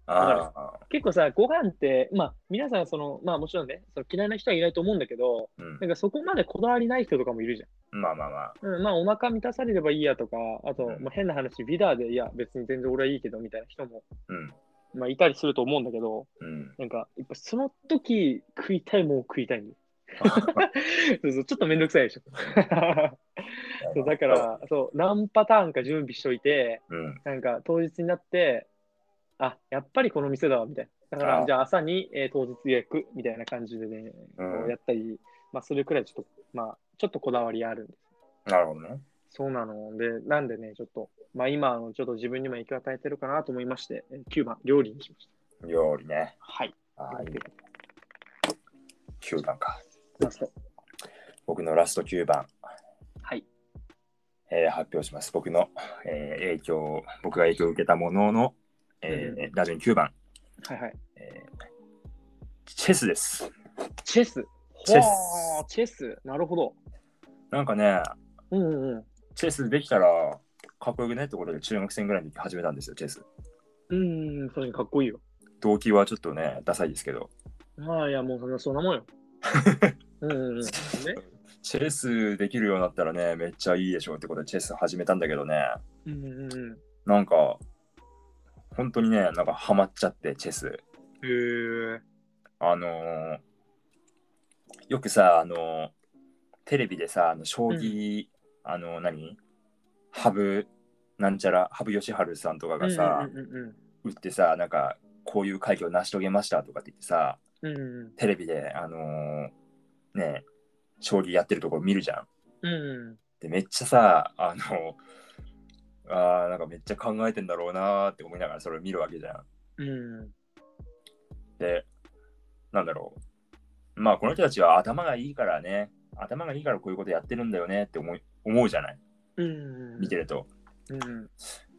ああ。結構さ、ご飯って、まあ、皆さん、その、まあもちろんね、その嫌いな人はいないと思うんだけど、うんな。んかそこまでこだわりない人とかもいるじまあまあまあ。ゃん。うん、まあお腹満たされればいいやとか、あと、うんまあ、変な話、ビダーで、いや、別に全然俺はいいけど、みたいな人も、うん。まあいたりすると思うんだけど、うん。なんか、やっぱその時食いたいもんを食いたいんだよ。 そうそうちょっとめんどくさいで しょ。そうだから、そう、何パターンか準備しといて、うん。なんか当日になって、あ、やっぱりこの店だわ、みたいな。だかあら、ーじゃあ朝に、えー当日予約みたいな感じでね、うんこうやったり、まあ、それくらいちょっと、まあ、ちょっとこだわりあるんです。なるほどね。そうなので、なんでね、ちょっと、まあ今、あのちょっと自分にも影響を与えてるかなと思いまして、えー9番、料理にしました。料理ね。はい。ははいい。、 9番か。ラスト。僕のラスト9番、はい。えー発表します。僕の、えー影響、僕が影響を受けたものの、えー打順9番、はいはい。えーチェスです。チェス。チェスほーチェス。なるほど。なんかね、うんうんうん。チェスできたらかっこよくねってことで中学生ぐらいの時始めたんですよ、チェス。うんうん、確かにかっこいいよ。動機はちょっとね、ダサいですけど、まあ、いや、もうそんな、そんな もんよ。うんうんうん。ね。チェスできるようになったらね、めっちゃいいでしょうってことでチェス始めたんだけどね、うんうんうん。なんか、本当にね、なんかハマっちゃって、チェス。へーあのーよくさ、あのーテレビでさ、あの将棋、あのー何羽生なんちゃら、羽生善治さんとかがさ、うんうんうん打ってさ、なんか、こういう快挙を成し遂げましたとかって言ってさ、うん。うんうんテレビで、あのーね、将棋やってるとこ見るじゃん。うん。で、めっちゃさ、あのーあーなんかめっちゃ考えてんだろうなーって思いながらそれを見るわけじゃん。うん。で、なんだろう。まあ、この人たちは頭がいいからね、頭がいいからこういうことやってるんだよねって思い思うじゃない、うん。見て。ると。うん。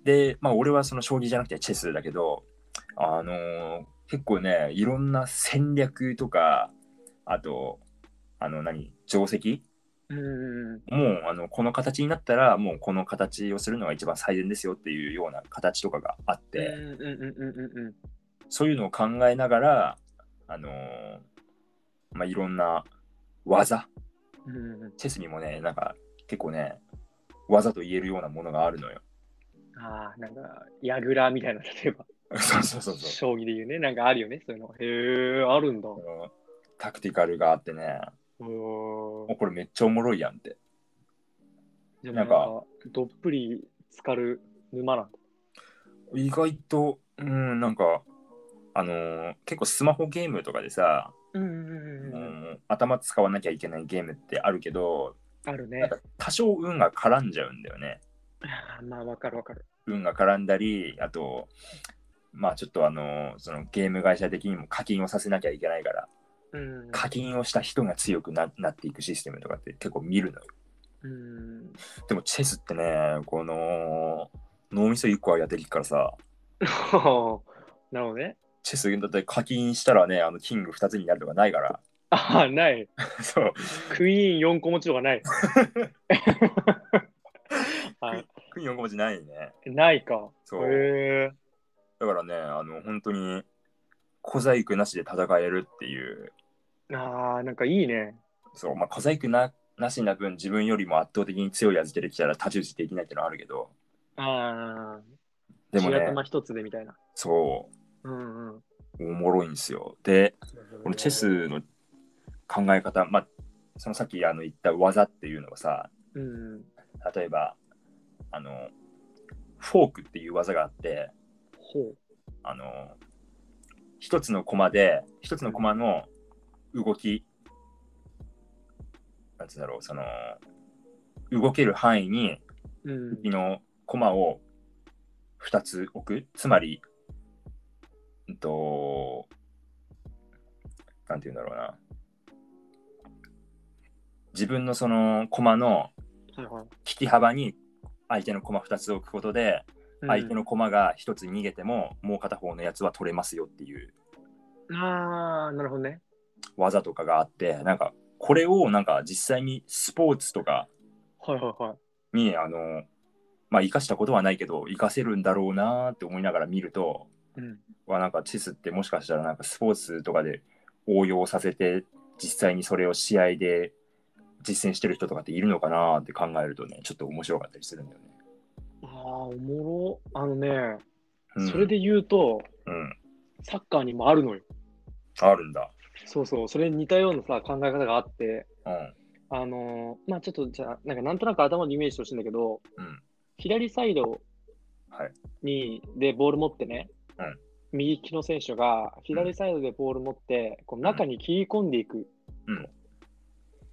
で、まあ、俺はその将棋じゃなくてチェスだけど、あのー結構ね、いろんな戦略とか、あと、あの何、定石うん。もうあのこの形になったら、もうこの形をするのが一番最善ですよっていうような形とかがあって。うんうんうんうんうんうん。そういうのを考えながら、あのーまあ、いろんな技、うんうチェスにもね、なんか結構ね、技と言えるようなものがあるのよ。 ん。ああ、なんか、矢倉みたいな、例えば、そうそうそうそ将棋で言うね、なんかあるよね、そういうの。へえ、あるんだ。う。あのタクティカルがあってね、うーおこれめっちゃおもろいやんって。でもななんんかか、どっぷり浸かる沼なんだ。意外と、うん、なんか、あのー結構スマホゲームとかでさ、うんうんうん頭使わなきゃいけないゲームってあるけど、あるなんねか。多少運が絡んじゃうんだよね。あー まあ、わかるわかる。運が絡んだり、あと、まあちょっとあの、そのゲーム会社的にも課金をさせなきゃいけないから、うん。課金をした人が強くななっていくシステムとかって結構見るのよ。うん。 でもチェスってね、この脳みそ1個はやってきからさ、なるほどね。 チェスだって課金したらね、あのキング2つになるとかないから、 ああ、ない。そう、クイーン4個持ちとか ない。あクイーン4文字ないね。ないか。そうへえ。だからね、あの、本当に小細工なしで戦えるっていう、ああ、なんかいいね。そう、まあ小細工ななしな分自分よりも圧倒的に強いやつ出てきたら太刀打ちできないってのはあるけど、ああ、でも白ね、玉一つでみたいな。そうんうん。う、おもろいんですよ。で、このチェスの考え方、まあ、そのさっきあの言った技っていうのがさ、うんうん。例えば、あの、フォークっていう技があって、ほあの、一つの駒で、一つの駒の動き、なんつうんだろう、その、動ける範囲に、う。うん。次の駒を2つ置くつまりうんとなんて言うんだろうな自分のその駒のはいはい。利き幅に相手の駒2つ置くことで、うん相手の駒が1つ逃げてももう片方のやつは取れますよっていうああ、なるほどね。技とかがあってなんかこれをなんか実際にスポーツとかはいはいはい。にあのまあ生かしたことはないけど生かせるんだろうなーって思いながら見るとうん。はなんかチェスってもしかしたらなんかスポーツとかで応用させて実際にそれを試合で実践してる人とかっているのかなって考えるとねちょっと面白かったりするんだよね。ああ、おもろ。あのね、うん、それ、で言うと、うん、サッカーにもあるのよ。あるんだ。そうそう、それに似たようなさ、考え方があって、うんあのーまあちょっとじゃあ、なんかなんとなく頭でイメージしてほしいんだけど、うん左サイドはいに、でボール持ってね、うん右利きの選手が左サイドでボール持って、こう中に切り込んでいく、うん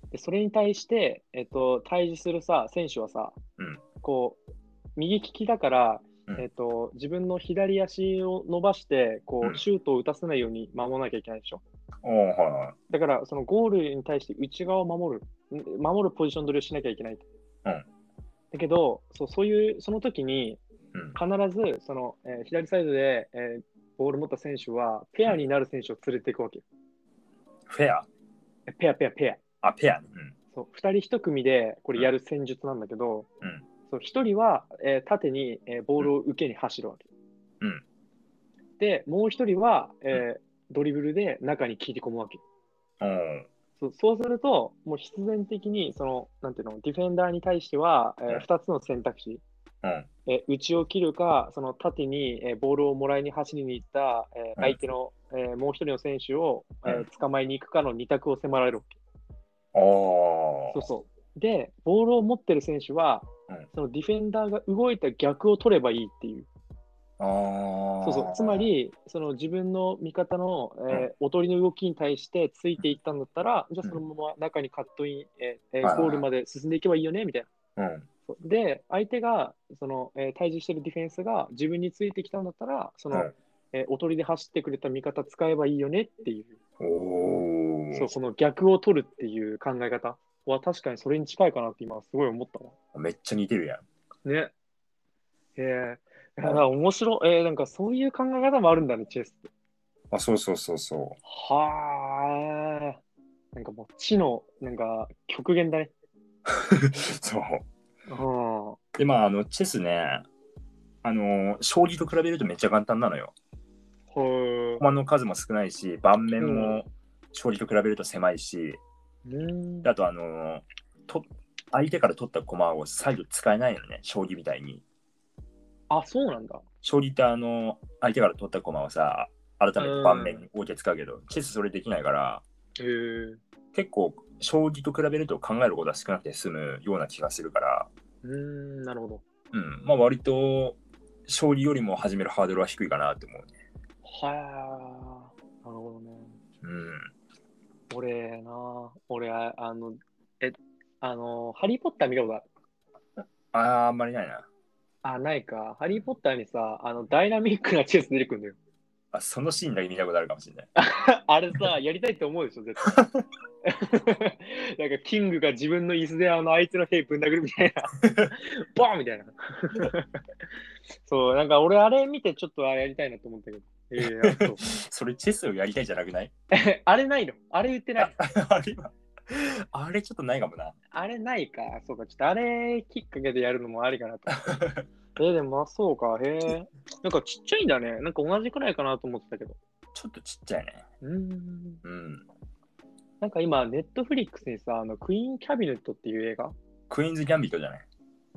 でそれに対して、えっと、対峙するさ選手はさ、うんこう右利きだから、うんえっと、自分の左足を伸ばしてこうんうシュートを打たせないように守らなきゃいけないでしょああ、はいはい。だからそのゴールに対して内側を守るん守るポジション取りをしなきゃいけない、うんだけどそうそういうその時にうん。必ずその、えー左サイドで、えーボール持った選手はペアになる選手を連れていくわけよ。フェアえペアペアペア。あ、ペアね。うん。そう2人1組でこれやる戦術なんだけど、うんそう1人は、えー縦に、えーボールを受けに走るわけ。うんでもう1人は、えードリブルで中に切り込むわけ。うん。そうそうすると、もう必然的にそのなんていうのディフェンダーに対しては、うんえ2つの選択肢、うん。えー内を切るか、その縦に、えーボールをもらいに走りに行った、えーうん相手の、えーもう一人の選手を、うえんー捕まえに行くかの2択を迫られるわけ。ああ。そうそうで、ボールを持ってる選手は、うんそのディフェンダーが動いた逆を取ればいいっていう、ああ。そうそうつま、りその自分の味方の、えーおとりの動きに対してついていったんだったら、じゃあそのまま中にカットイン、えーえーはいはいはいゴールまで進んでいけばいいよねみたいな。うん。そうで、相手がその、えー対峙してるディフェンスが自分についてきたんだったら、その、うんえーおとりで走ってくれた味方使えばいいよねっていう、おそうその逆を取るっていう考え方は確かにそれに近いかなって今すごい思ったわ。お。めっちゃ似てるやん。ね。へえいやだから面白い、えーなんかそういう考え方もあるんだね、チェスって。あ、そうそうそうそはあ。なんかもう知のなんか極限だね。う。 そう。うん。はで、まあ、あの、チェスね、あの、将棋と比べるとめっちゃ簡単なのよ。ー駒の数も少ないし、盤面も将棋と比べると狭いし、うんであと、あの、と相手から取った駒を再度使えないのね、将棋みたいに。あ、そうなんだ。将棋ってあの相手から取った駒をさ改めて盤面に置いて使うけど、チェスそれできないからへえ。結構将棋と比べると考えることは少なくて済むような気がするから、うーん、なるほど。うんまあ、割と将棋よりも始めるハードルは低いかなって思うね。はあ、なるほどね。うん、俺な、俺、ああの、え、あの、ハリー・ポッター見たことあるあーあんまりないな。あ、ないか。ハリー・ポッターにさ、あの、ダイナミックなチェス出てくるんだよ。あそのシーンだけ見たことあるかもしれない。あれさ、やりたいって思うでしょ、絶対。なんか、キングが自分の椅子で、あの、あいつの兵ぶん殴るみたいな。ボーンみたいな。そう、なんか、俺、あれ見て、ちょっとあれやりたいなと思ったけど。えーあそうそれチェスをやりたいじゃなくない えあれないのあれ言ってない。あれはあれちょっとないかもな。あれないか、そうか、ちょっとあれきっかけでやるのもありかなと思って。えーでもまあそうか、へえ。なんかちっちゃいんだね。なんか同じくらいかなと思ってたけど。ちょっとちっちゃいね。うーん。うん。なんか今、ネットフリックスにさ、あの、クイーン・キャビネットっていう映画クイーンズ・ギャンビットじゃない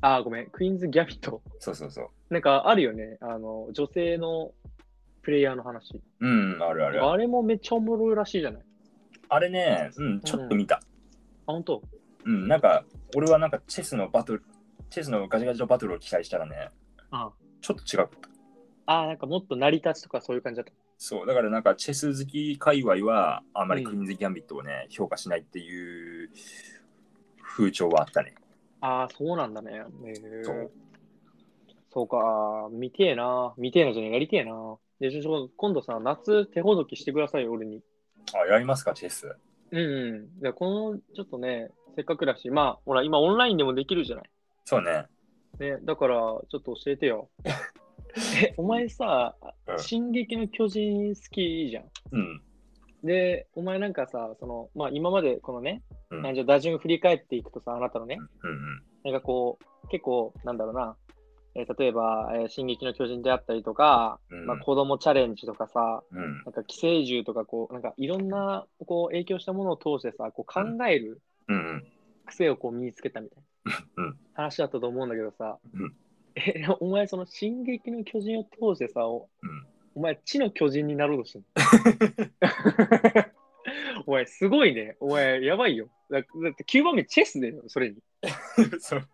あー、ごめん、クイーンズ・ギャビット。 そうそうそう。なんかあるよね。あの、女性のプレイヤーの話。うん、あるある。あれもめっちゃおもろいらしいじゃない。あれね、うん、ちょっと見た。あ、ほんとうん、なんか、俺はなんかチェスのバトル、チェスのガチガチのバトルを期待したらね、あちょっと違う。あー、なんかもっと成り立ちとかそういう感じだった。そう、だからなんかチェス好き界隈は、あまりクイーンズ・ギャンビットをね、評価しないっていう風潮はあったね。ああ、そうなんだね。へえそうそうか、見てえな。見てえなじゃねえ、やりてえな。で、ちょちょ今度さ、夏手ほどきしてくださいよ、俺に。あ、やりますか、チェス。うん、うん。で、この、ちょっとね、せっかくだし、まあ、ほら、今オンラインでもできるじゃない。そうね。ね、だから、ちょっと教えて よ。え、お前さう、ん進撃の巨人好きじゃん。うん。で、お前なんかさ、その、まあ、今までこのね、うんなんじゃ打順振り返っていくとさ、あなたのね、うんうん。なんかこう、結構、なんだろうな、えー例えば、えー進撃の巨人であったりとか、うんまあ、子供チャレンジとかさ、うん。なんか寄生獣とか、こう、なんかいろんな、こう、影響したものを通してさ、こう考えるうんうん。癖をこう身につけたみたいな、うん話だったと思うんだけどさ、うんえ、お前、その進撃の巨人を通してさ、おうんお前、地の巨人になろうとしてる お前、すごいね。お前、やばいよ。だだって9番目チェスだよ、それに。 そう。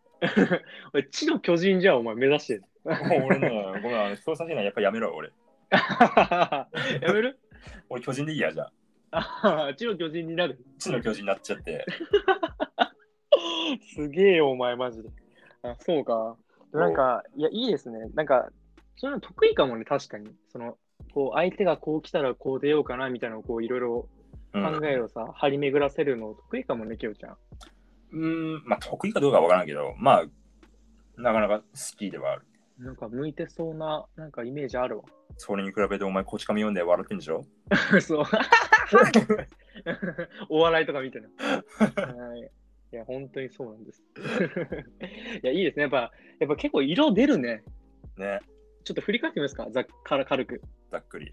おい地の巨人じゃん、お前、目指してる。 もう俺ね、ごめん、あの、操作しないやっぱやめろ、俺。やめる俺、巨人でいいや、じゃああ。ー地の巨人になる。地の巨人になっちゃって。すげえよ、お前、マジで。あ、そうか。なんか、いや、いいですね。なんか、そういうの得意かもね、確かに。その、こう、相手がこう来たらこう出ようかな、みたいなのをこう、いろいろうん考えをさ、張り巡らせるの得意かもね、きよちゃん。うーん、まあ、得意かどうかは分からんけど、まあ、なかなか好きではある。なんか、向いてそうな、なんかイメージあるわ。それに比べてお前、こち亀読んで笑ってんでし ょ そう。 お笑いとか見てる。 はい。いや、本当にそうなんです。 いや、いいですね。やっぱ、やっぱ結構色出るね。ね、ちょっと振り返ってみますか、ざっから軽く。ざっくり。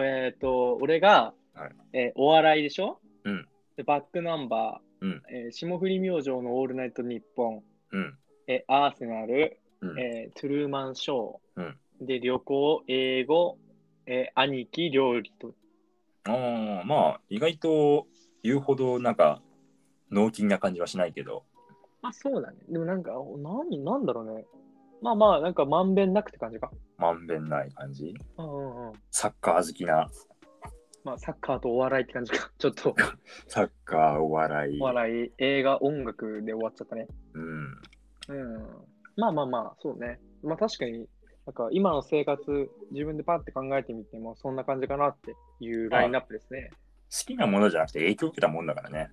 えっ、と、俺が、はえーお笑いでしょうん。で、バックナンバー、うんえー霜降り明星のオールナイトニッポン、うん。えーアーセナル、うんえートゥルーマンショー、うんで、旅行、英語、えー兄貴、料理と。あーまあ、意外と言うほど、なんか、脳筋な感じはしないけど、まあ、そうだね。でもなんか、お何、なんだろうね。まあまあ、なんかまんべんなくって感じか。まんべんない感じ。うんうんうん。サッカー好きな、まあ、サッカーとお笑いって感じか。ちょっ と、サッカー、お笑い。お笑い、映画、音楽で終わっちゃったね。うん。うんまあまあまあ、そうね。まあ確かに、なんか今の生活、自分でパッて考えてみても、そんな感じかなっていうラインナップですね。好きなものじゃなくて影響を受けたもんだからね。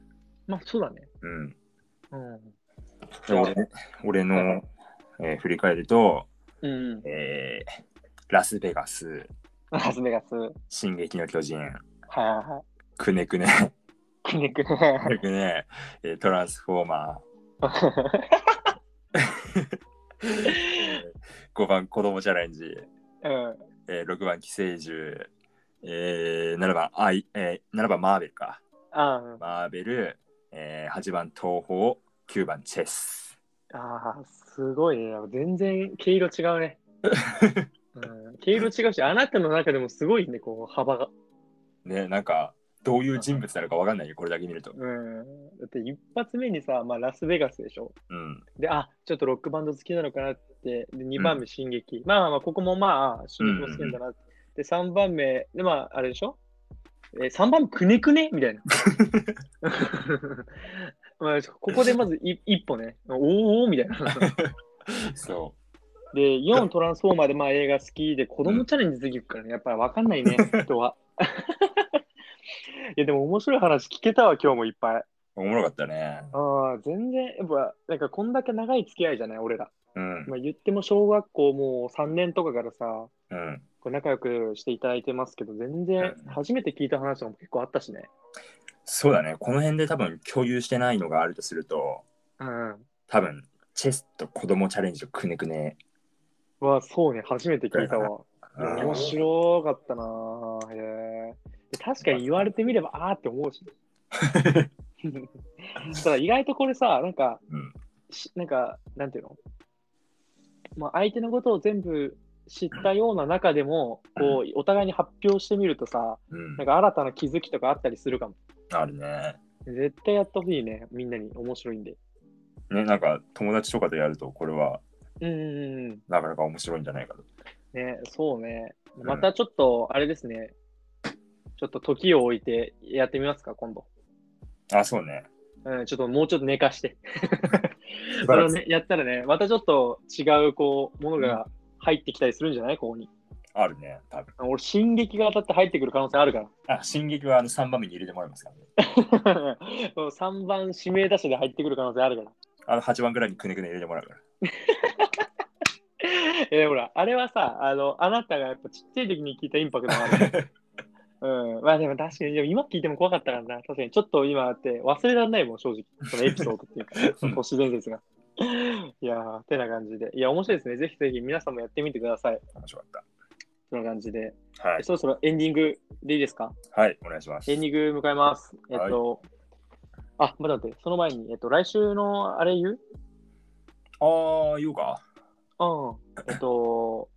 まあそうだね。うん。うん。で俺俺の、えー振り返ると、うん。えーラスベガス、ラスベガス。はい進撃の巨人、はいはい。くねくね、筋肉くねくね、えートランスフォーマー、5番子供チャレンジ、うん。えー6番寄生獣、えー7番アイ、えー7番マーベルか。あーマーベル、えー8番東宝、9番チェス。あー、すごいね。全然毛色違う ね。うん、毛色違うし、あなたの中でもすごいね、こう幅が。ね、なんか、どういう人物なのかわかんないよ、これだけ見ると。うん。だって一発目にさ、まあラスベガスでしょ。うん。で、あ、ちょっとロックバンド好きなのかなって、で、2番目、進撃。まあまあまあ、ここもまあ、進撃も好きなんだなって。で、3番目、で、まあ、あれでしょえー、3番目、くねくねみたい な。まあ、ここでまずい一歩ね、おーおーみたいな。 そう。で、4トランスフォーマーでまあ映画好きで、子供チャレンジ次行くからね、やっぱり分かんない ね、人は。いや、でも面白い話聞けたわ、今日もいっぱい。おもろかったね。ああ、全然、やっぱ、なんかこんだけ長い付き合いじゃない、俺ら。うん。まあ、言っても小学校もう3年とかからさ、うん。こう仲良くしていただいてますけど、全然うん初めて聞いた話も結構あったしね。そうだね。この辺で多分共有してないのがあるとすると、うん。多分チェスと子供チャレンジとくねくね。わあ、そうね、初めて聞いたわ。いやうん面白かったなぁへえで確かに言われてみれば、あーって思うし。 ただ意外とこれさ、なんか、うんしなんか、なんていうのまあ、相手のことを全部知ったような中でも、こう、お互いに発表してみるとさ、うんなんか新たな気づきとかあったりするかも。あるね。絶対やったほしいね、みんなに。面白いんで。ね、なんか友達とかとやると、これはうんうんうん。なかなか面白いんじゃないかと。ね、そうね。うんまたちょっと、あれですね。ちょっと時を置いてやってみますか、今度。あ、そうね。うん、ちょっともうちょっと寝かして。しそばれらを、くね、やったらね、またちょっと違う、こう、ものが入ってきたりするんじゃないここに。あるね、多分。あ俺、進撃が当たって入ってくる可能性あるから。あ、進撃はあの3番目に入れてもらいますからね。 3番指名打者で入ってくる可能性あるから。あの8番ぐらいにくねくね入れてもらうから。 えー、ほら、あれはさ、あの、あなたがやっぱちっちゃい時に聞いたインパクトがある。うん、まあでも確かに、でも今聞いても怖かったからな。確かに、ちょっと今あって忘れられないもん、正直。そのエピソードっていうか、その都市伝説が。いやー、てな感じで。いや、面白いですね。ぜひぜひ皆さんもやってみてください。面白かっそんな感じで。た。はい。そろそろエンディングでいいですかはい、お願いします。エンディング迎えます。えっと、あ、まだ待って、その前に、えっと、来週のあれ言うああ、言うか。うん。えっと、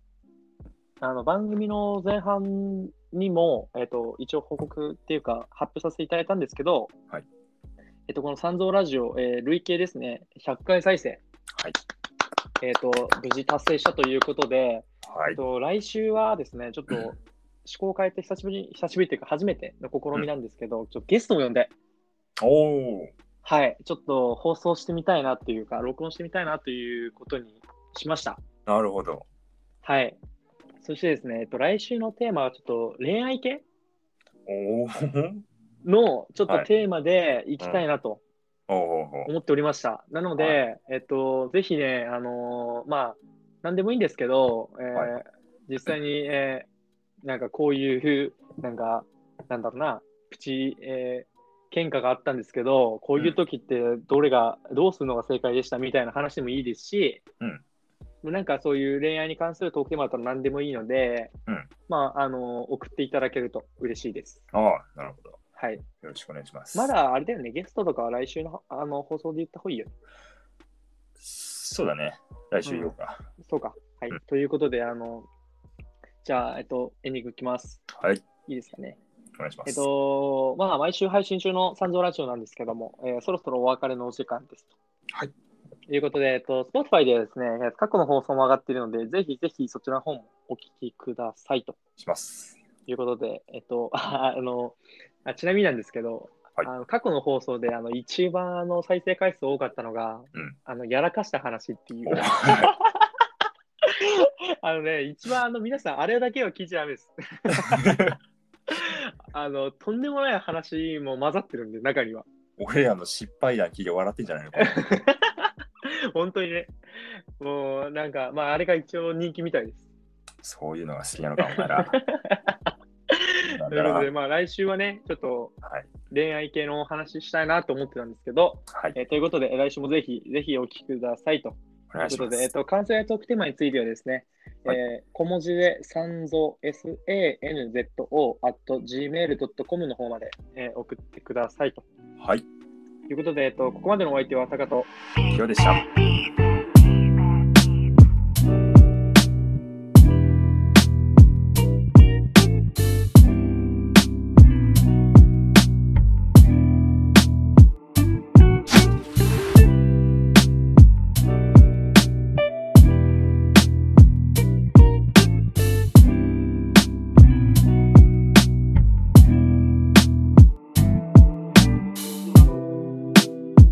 あの番組の前半にも、えっと、一応報告っていうか、発表させていただいたんですけど、はいえっと、この三蔵ラジオ、えー累計ですね、100回再生、はいえっと、無事達成したということで、はえっい。と、来週はですね、ちょっと思考を変えて久しぶり、久しぶりというか初めての試みなんですけど、ちょっとゲストを呼んで、おーはい、ちょっと放送してみたいなというか、録音してみたいなということにしました。なるほど。はい。そしてですね、えっと、来週のテーマはちょっと恋愛系おー のちょっとはいテーマでいきたいなとおーおー思っておりました。なので、はえっと、ぜひね、あのーまあ、なんでもいいんですけど、えーは実際に、えーなんかこういう、なんか、なんだろうな、プチ、えー喧嘩があったんですけど、こういう時ってどれが、どうするのが正解でしたみたいな話でもいいですし、なんかそういう恋愛に関するトークテーマだったら何でもいいので、うんまあ、あのー送っていただけると嬉しいです。おーあーなるほど。よはい。ろしくお願いします。まだあれだよね、ゲストとかは来週のあの放送で言った方がいいよねそうだね。来週言おうか。そうか。はい。うんということで、あの、じゃあ、えっと、エンディングいきます。はい。いいですかね。お願いします。えっと、まあ、毎週配信中の三蔵ラジオなんですけども、えーそろそろお別れのお時間ですと。はい。ということで、えっと、Spotify でですね、過去の放送も上がっているので、ぜひぜひそちらの方もお聞きくださいとします。いうことで、えっと、 ああのあ、ちなみになんですけど、はいあの過去の放送であの一番あの再生回数多かったのが、うんあのやらかした話っていおうーはあのね、一番あの皆さん、あれだけは聞いちゃダメ です。あの、とんでもない話も混ざってるんで、中には。い俺らの失敗談聞いて笑ってんじゃないのかな。本当にね。もう、なんか、まあ、あれが一応人気みたいです。そういうのが好きなのか、お前ら。なんということだなで、まあ、来週はね、ちょっとはい。恋愛系のお話ししたいなと思ってたんですけど、はい。えーということで、来週もぜひ、ぜひお聞きくださいと。おとい願いうこしとまで、えっす。と、関西トークテーマについてはですね、はいえー小文字で三蔵 sanzo.gmail.com の方まで、えー送ってくださいと。はい。ということで、えっと、ここまでのお相手は高と以上でした。 Baby,